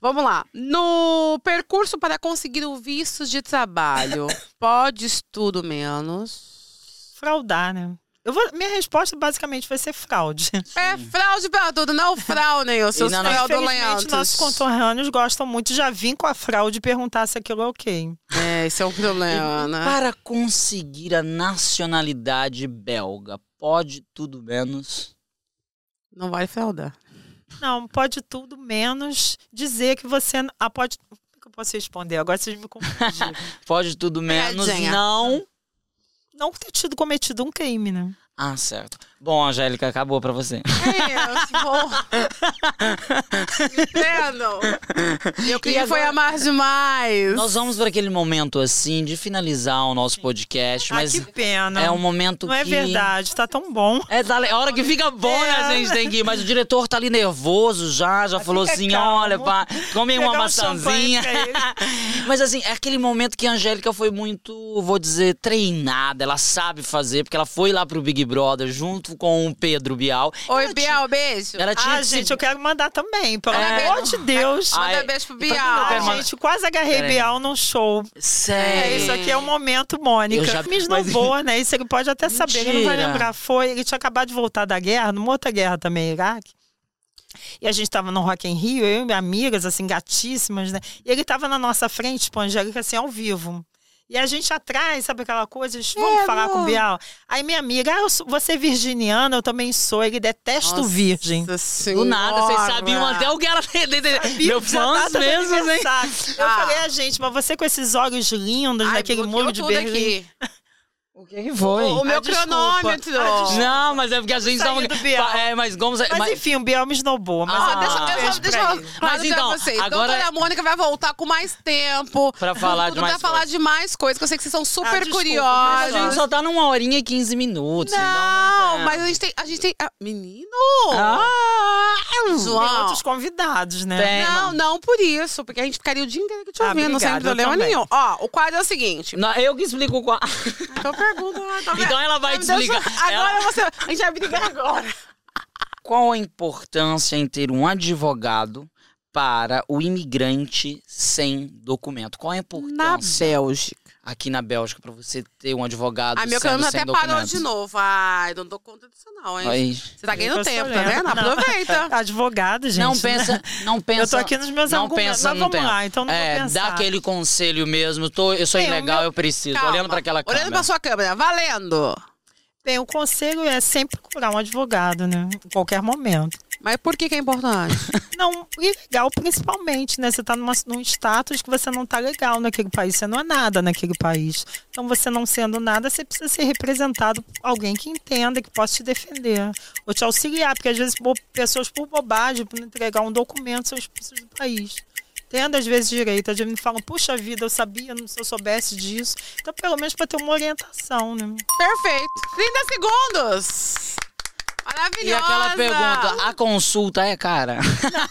Speaker 1: Vamos lá. No percurso para conseguir o visto de trabalho, podes tudo menos.
Speaker 3: Fraudar, né? Eu vou, minha resposta basicamente vai ser fraude.
Speaker 1: É fraude pra tudo, não fraudem os seus
Speaker 2: não, não.
Speaker 1: fraudulentos.
Speaker 3: Infelizmente, nossos contorrâneos gostam muito de já vir com a fraude e perguntar se aquilo é ok.
Speaker 1: É, esse é um problema, né?
Speaker 2: Para conseguir a nacionalidade belga, pode tudo menos.
Speaker 1: Não vale fraudar.
Speaker 3: Não, pode tudo menos dizer que você. Ah, pode. Como é que eu posso responder? Agora vocês me confundiram.
Speaker 2: Pode tudo menos
Speaker 1: Pegadinha.
Speaker 2: não.
Speaker 3: não ter tido cometido um crime, né?
Speaker 2: Ah, certo. Bom, Angélica, acabou pra você. É,
Speaker 1: Isso, bom. Entendo. Eu queria foi amar demais.
Speaker 2: Nós vamos para aquele momento assim de finalizar o nosso podcast, mas
Speaker 3: ah, que pena.
Speaker 2: é um momento
Speaker 3: Não é
Speaker 2: que
Speaker 3: verdade, tá tão bom.
Speaker 2: É, tá, le- a hora que fica bom, né,
Speaker 3: É.
Speaker 2: gente tem que ir. Mas o diretor tá ali nervoso já, já falou
Speaker 3: fica
Speaker 2: assim:
Speaker 3: calmo.
Speaker 2: olha, pá, come uma
Speaker 3: Pegar um
Speaker 2: maçãzinha.
Speaker 3: champanhe
Speaker 2: Mas assim, é aquele momento que a Angélica foi muito, vou dizer, treinada. Ela sabe fazer, porque ela foi lá pro Big Brother junto com o Pedro Bial.
Speaker 1: Oi, Biel, beijo.
Speaker 2: Ela tinha
Speaker 3: Ah,
Speaker 2: que se-
Speaker 3: gente, eu quero mandar também, pelo
Speaker 2: É.
Speaker 3: amor de Deus.
Speaker 2: Ah,
Speaker 3: Ah,
Speaker 1: Manda
Speaker 2: ai,
Speaker 1: beijo pro
Speaker 2: então
Speaker 1: Biel.
Speaker 2: eu quero mandar-
Speaker 3: gente, quase agarrei
Speaker 2: Peraí.
Speaker 3: Bial num show. É,
Speaker 2: Sério.
Speaker 3: isso aqui é o momento,
Speaker 2: Eu
Speaker 3: Mônica.
Speaker 2: já-
Speaker 3: Me
Speaker 2: mas-
Speaker 3: esnobou, né? Isso ele pode até saber, ele não vai
Speaker 2: Mentira.
Speaker 3: lembrar. Foi, ele tinha acabado de voltar da guerra, numa outra guerra também, Iraque. E a gente tava no Rock em Rio, eu e minhas amigas, assim, gatíssimas, né? E ele tava na nossa frente, tipo, Angélica, assim, ao vivo. E a gente atrás, sabe aquela coisa? A gente, vamos falar com o
Speaker 1: É, amor.
Speaker 3: Bial. Aí minha amiga, ah, eu sou- você é virginiana, eu também sou, ele detesta o
Speaker 1: Nossa
Speaker 3: virgem.
Speaker 2: Do
Speaker 1: Senhora.
Speaker 2: nada, vocês sabiam até o que era. Meu
Speaker 3: é. Já tá
Speaker 2: fãs
Speaker 3: dando
Speaker 2: mesmo, hein?
Speaker 3: aniversário. Eu
Speaker 1: Ah.
Speaker 3: falei, ah, gente, mas você com esses olhos
Speaker 2: né,
Speaker 3: lindos,
Speaker 1: Ai,
Speaker 3: naquele
Speaker 1: bloqueou
Speaker 3: muro de
Speaker 1: tudo
Speaker 3: Berlim.
Speaker 1: aqui.
Speaker 2: O que que foi?
Speaker 1: O meu
Speaker 3: Ah, desculpa.
Speaker 1: cronômetro.
Speaker 3: Ah, desculpa.
Speaker 2: Não, mas é porque a gente
Speaker 3: Saindo
Speaker 2: tava.
Speaker 3: do Bial.
Speaker 2: Pa- É, mas como.
Speaker 3: Mas,
Speaker 2: mas-
Speaker 3: enfim, o Biel é me esnobou. Mas
Speaker 2: Ah,
Speaker 3: eu
Speaker 1: Deixa,
Speaker 3: mando um
Speaker 1: deixa,
Speaker 3: beijo
Speaker 1: deixa
Speaker 3: pra
Speaker 1: eu
Speaker 3: ele.
Speaker 1: claro pra
Speaker 2: então,
Speaker 1: vocês.
Speaker 2: agora-
Speaker 1: Doutora Mônica vai voltar com mais tempo.
Speaker 2: Pra falar de
Speaker 1: tudo
Speaker 2: mais
Speaker 1: pra falar
Speaker 2: coisas.
Speaker 1: de mais coisas, que eu sei que vocês são super
Speaker 2: A
Speaker 3: desculpa,
Speaker 1: curiosos.
Speaker 3: mas
Speaker 2: gente só tá numa horinha e 15 minutos.
Speaker 1: Não,
Speaker 2: então-
Speaker 1: mas a gente tem. A gente tem ah, menino!
Speaker 2: Ah,
Speaker 3: Tem
Speaker 1: João!
Speaker 3: outros convidados, né?
Speaker 2: Tem.
Speaker 1: Não, não por isso, porque a gente ficaria o dia inteiro aqui te
Speaker 3: Ah,
Speaker 1: ouvindo, sem
Speaker 3: obrigada, eu
Speaker 1: problema
Speaker 3: também.
Speaker 1: nenhum. Ó, o quadro é o seguinte.
Speaker 2: Não, eu que explico o qual.
Speaker 1: Então pergunta. tá vendo?
Speaker 2: Então ela vai te
Speaker 1: Então,
Speaker 2: explicar.
Speaker 1: Agora
Speaker 2: Ela-
Speaker 1: você. A gente vai brigar agora.
Speaker 2: Qual a importância em ter um advogado para o imigrante sem documento? Qual a
Speaker 1: Na
Speaker 2: importância?
Speaker 1: Bélgica.
Speaker 2: aqui na Bélgica pra você ter um advogado
Speaker 1: A meu
Speaker 2: sendo
Speaker 1: câmera
Speaker 2: sem
Speaker 1: até parou
Speaker 2: documentos.
Speaker 1: de novo. Ai, não dou conta disso não, hein?
Speaker 2: Aí.
Speaker 1: Você tá ganhando
Speaker 3: Eu tô
Speaker 1: tempo, tá
Speaker 3: lendo.
Speaker 1: vendo?
Speaker 3: Não.
Speaker 1: Aproveita.
Speaker 3: Advogado, gente.
Speaker 2: não
Speaker 3: né?
Speaker 2: pensa, não pensa.
Speaker 3: Eu tô aqui nos meus
Speaker 2: não
Speaker 3: argumentos.
Speaker 2: pensa
Speaker 3: Mas
Speaker 2: no
Speaker 3: vamos
Speaker 2: tempo.
Speaker 3: lá, então não
Speaker 2: é,
Speaker 3: vou pensar.
Speaker 2: dá aquele conselho mesmo. Tô, eu sou
Speaker 3: Bem, o
Speaker 2: ilegal,
Speaker 3: meu-
Speaker 2: eu preciso.
Speaker 1: Calma.
Speaker 2: Olhando pra aquela câmera.
Speaker 1: Olhando pra sua câmera. Valendo.
Speaker 3: Bem, o conselho é sempre procurar um advogado, né? Em qualquer momento.
Speaker 1: Mas por que que é importante?
Speaker 3: Não, e legal principalmente, né? Você tá numa, num status que você não tá legal naquele país, você não é nada naquele país. Então, você não sendo nada, você precisa ser representado por alguém que entenda, que possa te defender. Ou te auxiliar, porque às vezes bo- pessoas por bobagem, por não entregar um documento, são expulsas do país. Tendo às vezes direito, às vezes me falam, puxa vida, eu sabia, se eu soubesse disso. Então, pelo menos para ter uma orientação, né?
Speaker 1: Perfeito. 30 segundos. Maravilhosa.
Speaker 2: E aquela pergunta, a consulta é cara?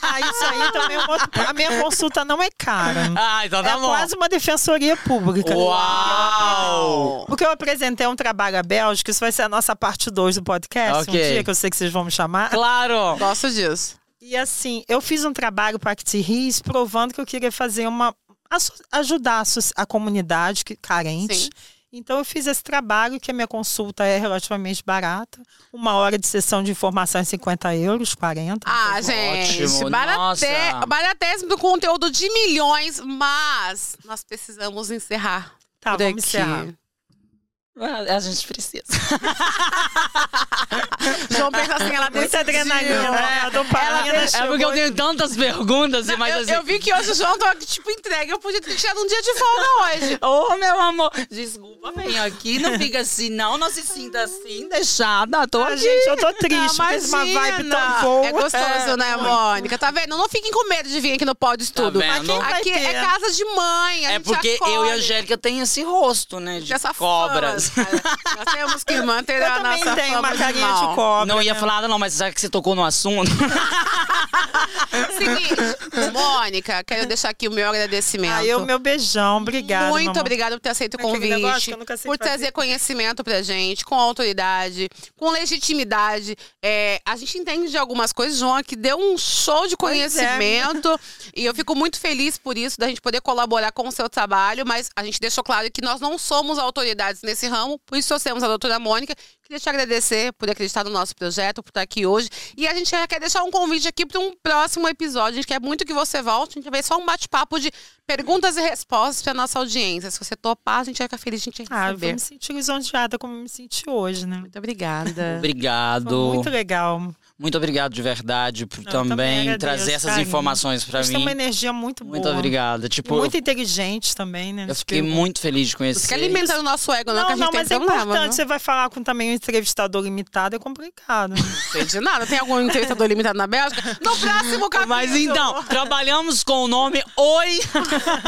Speaker 3: Ah, isso aí também é um outro... A minha consulta não é cara.
Speaker 2: ah, então
Speaker 3: é quase uma defensoria
Speaker 2: um
Speaker 3: pública. né?
Speaker 2: Uau!
Speaker 3: O que eu apresentei é um trabalho à Bélgica, isso vai ser a nossa parte 2 do podcast,
Speaker 2: Ok.
Speaker 3: um dia que eu sei que vocês vão me chamar.
Speaker 2: Claro!
Speaker 1: Gosto disso.
Speaker 3: E assim, eu fiz um trabalho para a Actiris provando que eu queria fazer uma. asso- ajudar a, so- a comunidade que- carente.
Speaker 1: Sim.
Speaker 3: Então eu fiz esse trabalho, que a minha consulta é relativamente barata. Uma hora de sessão de informação é 50 euros, 40.
Speaker 1: Ah, gente.
Speaker 2: Ótimo,
Speaker 1: barate...
Speaker 2: nossa.
Speaker 1: Baratésimo do conteúdo de milhões, mas nós precisamos encerrar.
Speaker 3: tá,
Speaker 1: por
Speaker 3: vamos
Speaker 1: aqui.
Speaker 3: encerrar.
Speaker 2: A gente precisa.
Speaker 1: João pensa assim, ela
Speaker 3: Muita
Speaker 1: decidiu.
Speaker 3: adrenalina, né? A dopamina
Speaker 2: É
Speaker 3: chegou
Speaker 2: porque eu
Speaker 3: e-
Speaker 2: tenho tantas perguntas, e mas
Speaker 1: eu,
Speaker 2: assim.
Speaker 1: eu vi que hoje o João tá, tipo, entregue. Eu podia ter tirado um dia de folga hoje.
Speaker 2: Ô, meu amor, desculpa, vem aqui, não fica assim, não, não se sinta assim, deixada, tô
Speaker 3: Ah,
Speaker 2: aqui.
Speaker 3: gente, eu tô triste,
Speaker 1: Ah,
Speaker 3: fez uma vibe tão
Speaker 1: imagina.
Speaker 3: boa.
Speaker 1: É gostoso, né, Mônica? Tá vendo? Não fiquem com medo de vir aqui no pódio estudo.
Speaker 2: Tá vendo?
Speaker 3: Mas quem vai
Speaker 1: aqui é
Speaker 3: ter?
Speaker 1: casa de mãe. A
Speaker 2: É
Speaker 1: gente
Speaker 2: porque eu e a
Speaker 1: acolhe.
Speaker 2: Angélica tem esse rosto, né? De
Speaker 1: Essa
Speaker 2: cobras.
Speaker 1: fama, cara. Nós temos que manter
Speaker 3: Eu
Speaker 1: a
Speaker 3: também
Speaker 1: nossa
Speaker 3: tenho
Speaker 1: fama
Speaker 3: uma carinha
Speaker 1: mal.
Speaker 3: de cobra.
Speaker 2: não ia
Speaker 3: né?
Speaker 2: falar nada, não, mas já que você tocou no assunto.
Speaker 1: Seguinte, Mônica, quero deixar aqui o meu agradecimento.
Speaker 3: Aí o meu beijão, obrigada.
Speaker 1: Muito
Speaker 3: mamãe.
Speaker 1: obrigada por ter aceito o
Speaker 3: Como é aquele negócio que
Speaker 1: convite,
Speaker 3: eu nunca sei
Speaker 1: por
Speaker 3: fazer?
Speaker 1: trazer conhecimento pra gente, com autoridade, com legitimidade. É, a gente entende de algumas coisas, João, que deu um show de
Speaker 3: Pois é.
Speaker 1: conhecimento. E eu fico muito feliz por isso, da gente poder colaborar com o seu trabalho, mas a gente deixou claro que nós não somos autoridades nesse ramo, por isso trouxemos a doutora Mônica. Queria te agradecer por acreditar no nosso projeto, por estar aqui hoje. E a gente já quer deixar um convite aqui para um próximo episódio. A gente quer muito que você volte. A gente vai só um bate-papo de perguntas e respostas para nossa audiência. Se você topar, a gente vai ficar feliz, a gente vai
Speaker 3: Ah, eu vou
Speaker 1: receber.
Speaker 3: me sentir lisonjeada como eu me senti hoje, né?
Speaker 1: Muito obrigada.
Speaker 3: Foi
Speaker 2: obrigado.
Speaker 3: muito legal.
Speaker 2: Muito obrigado de verdade por
Speaker 3: Não, eu também
Speaker 2: também
Speaker 3: agradeço,
Speaker 2: trazer essas
Speaker 3: carinho.
Speaker 2: informações pra
Speaker 3: Eles têm
Speaker 2: mim.
Speaker 3: uma energia muito boa.
Speaker 2: Muito obrigado. Tipo,
Speaker 3: Muito inteligente também, né?
Speaker 2: eu fiquei
Speaker 3: Tipo,
Speaker 2: muito feliz de
Speaker 1: Não
Speaker 2: conhecer.
Speaker 1: fica alimentando o nosso ego, não, que a
Speaker 3: Não,
Speaker 1: gente
Speaker 3: não,
Speaker 1: tem
Speaker 3: mas é
Speaker 1: problema.
Speaker 3: importante. Você vai falar com também um entrevistador limitado, é complicado.
Speaker 1: Não sei de nada. Tem algum entrevistador limitado na Bélgica? No próximo capítulo.
Speaker 2: Mas então, trabalhamos com o nome Oi.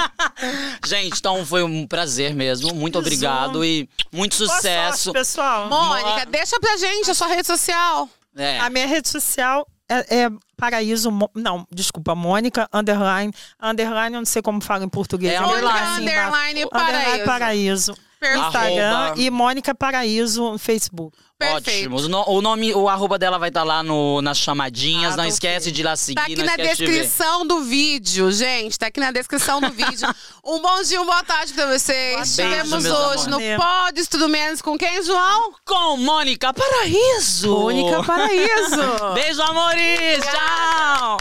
Speaker 2: Gente, então foi um prazer mesmo. Muito obrigado e muito
Speaker 3: Boa
Speaker 2: sucesso.
Speaker 3: sorte, pessoal.
Speaker 1: Mônica, deixa pra gente a sua rede social.
Speaker 2: É.
Speaker 3: A minha rede social é, é Paraíso. Mo- Não, desculpa, Mônica Underline. Underline, eu não sei como fala em português. assim,
Speaker 2: É
Speaker 1: Mônica
Speaker 2: Underline,
Speaker 3: embaixo.
Speaker 1: Underline
Speaker 3: Underline
Speaker 1: Paraíso.
Speaker 3: Paraíso.
Speaker 1: Perfeito.
Speaker 3: Instagram
Speaker 2: Arroba.
Speaker 3: e Mônica Paraíso no Facebook.
Speaker 1: Perfeito.
Speaker 2: Ótimo. O no- O nome, o arroba dela vai estar lá no, nas chamadinhas.
Speaker 3: Ah,
Speaker 2: não
Speaker 3: tá
Speaker 2: esquece
Speaker 3: ok.
Speaker 2: de ir lá seguir,
Speaker 1: Tá aqui
Speaker 2: não
Speaker 1: na
Speaker 2: esquece de ver.
Speaker 1: descrição do vídeo, gente. Tá aqui na descrição do vídeo. um bom dia, uma boa tarde pra vocês.
Speaker 2: Boa tarde,
Speaker 1: Estivemos
Speaker 2: meus
Speaker 1: hoje no
Speaker 3: amores.
Speaker 1: Pode Estudo Menos com quem, João?
Speaker 2: Com Mônica Paraíso.
Speaker 1: Mônica Paraíso.
Speaker 2: Beijo, amores. Tchau.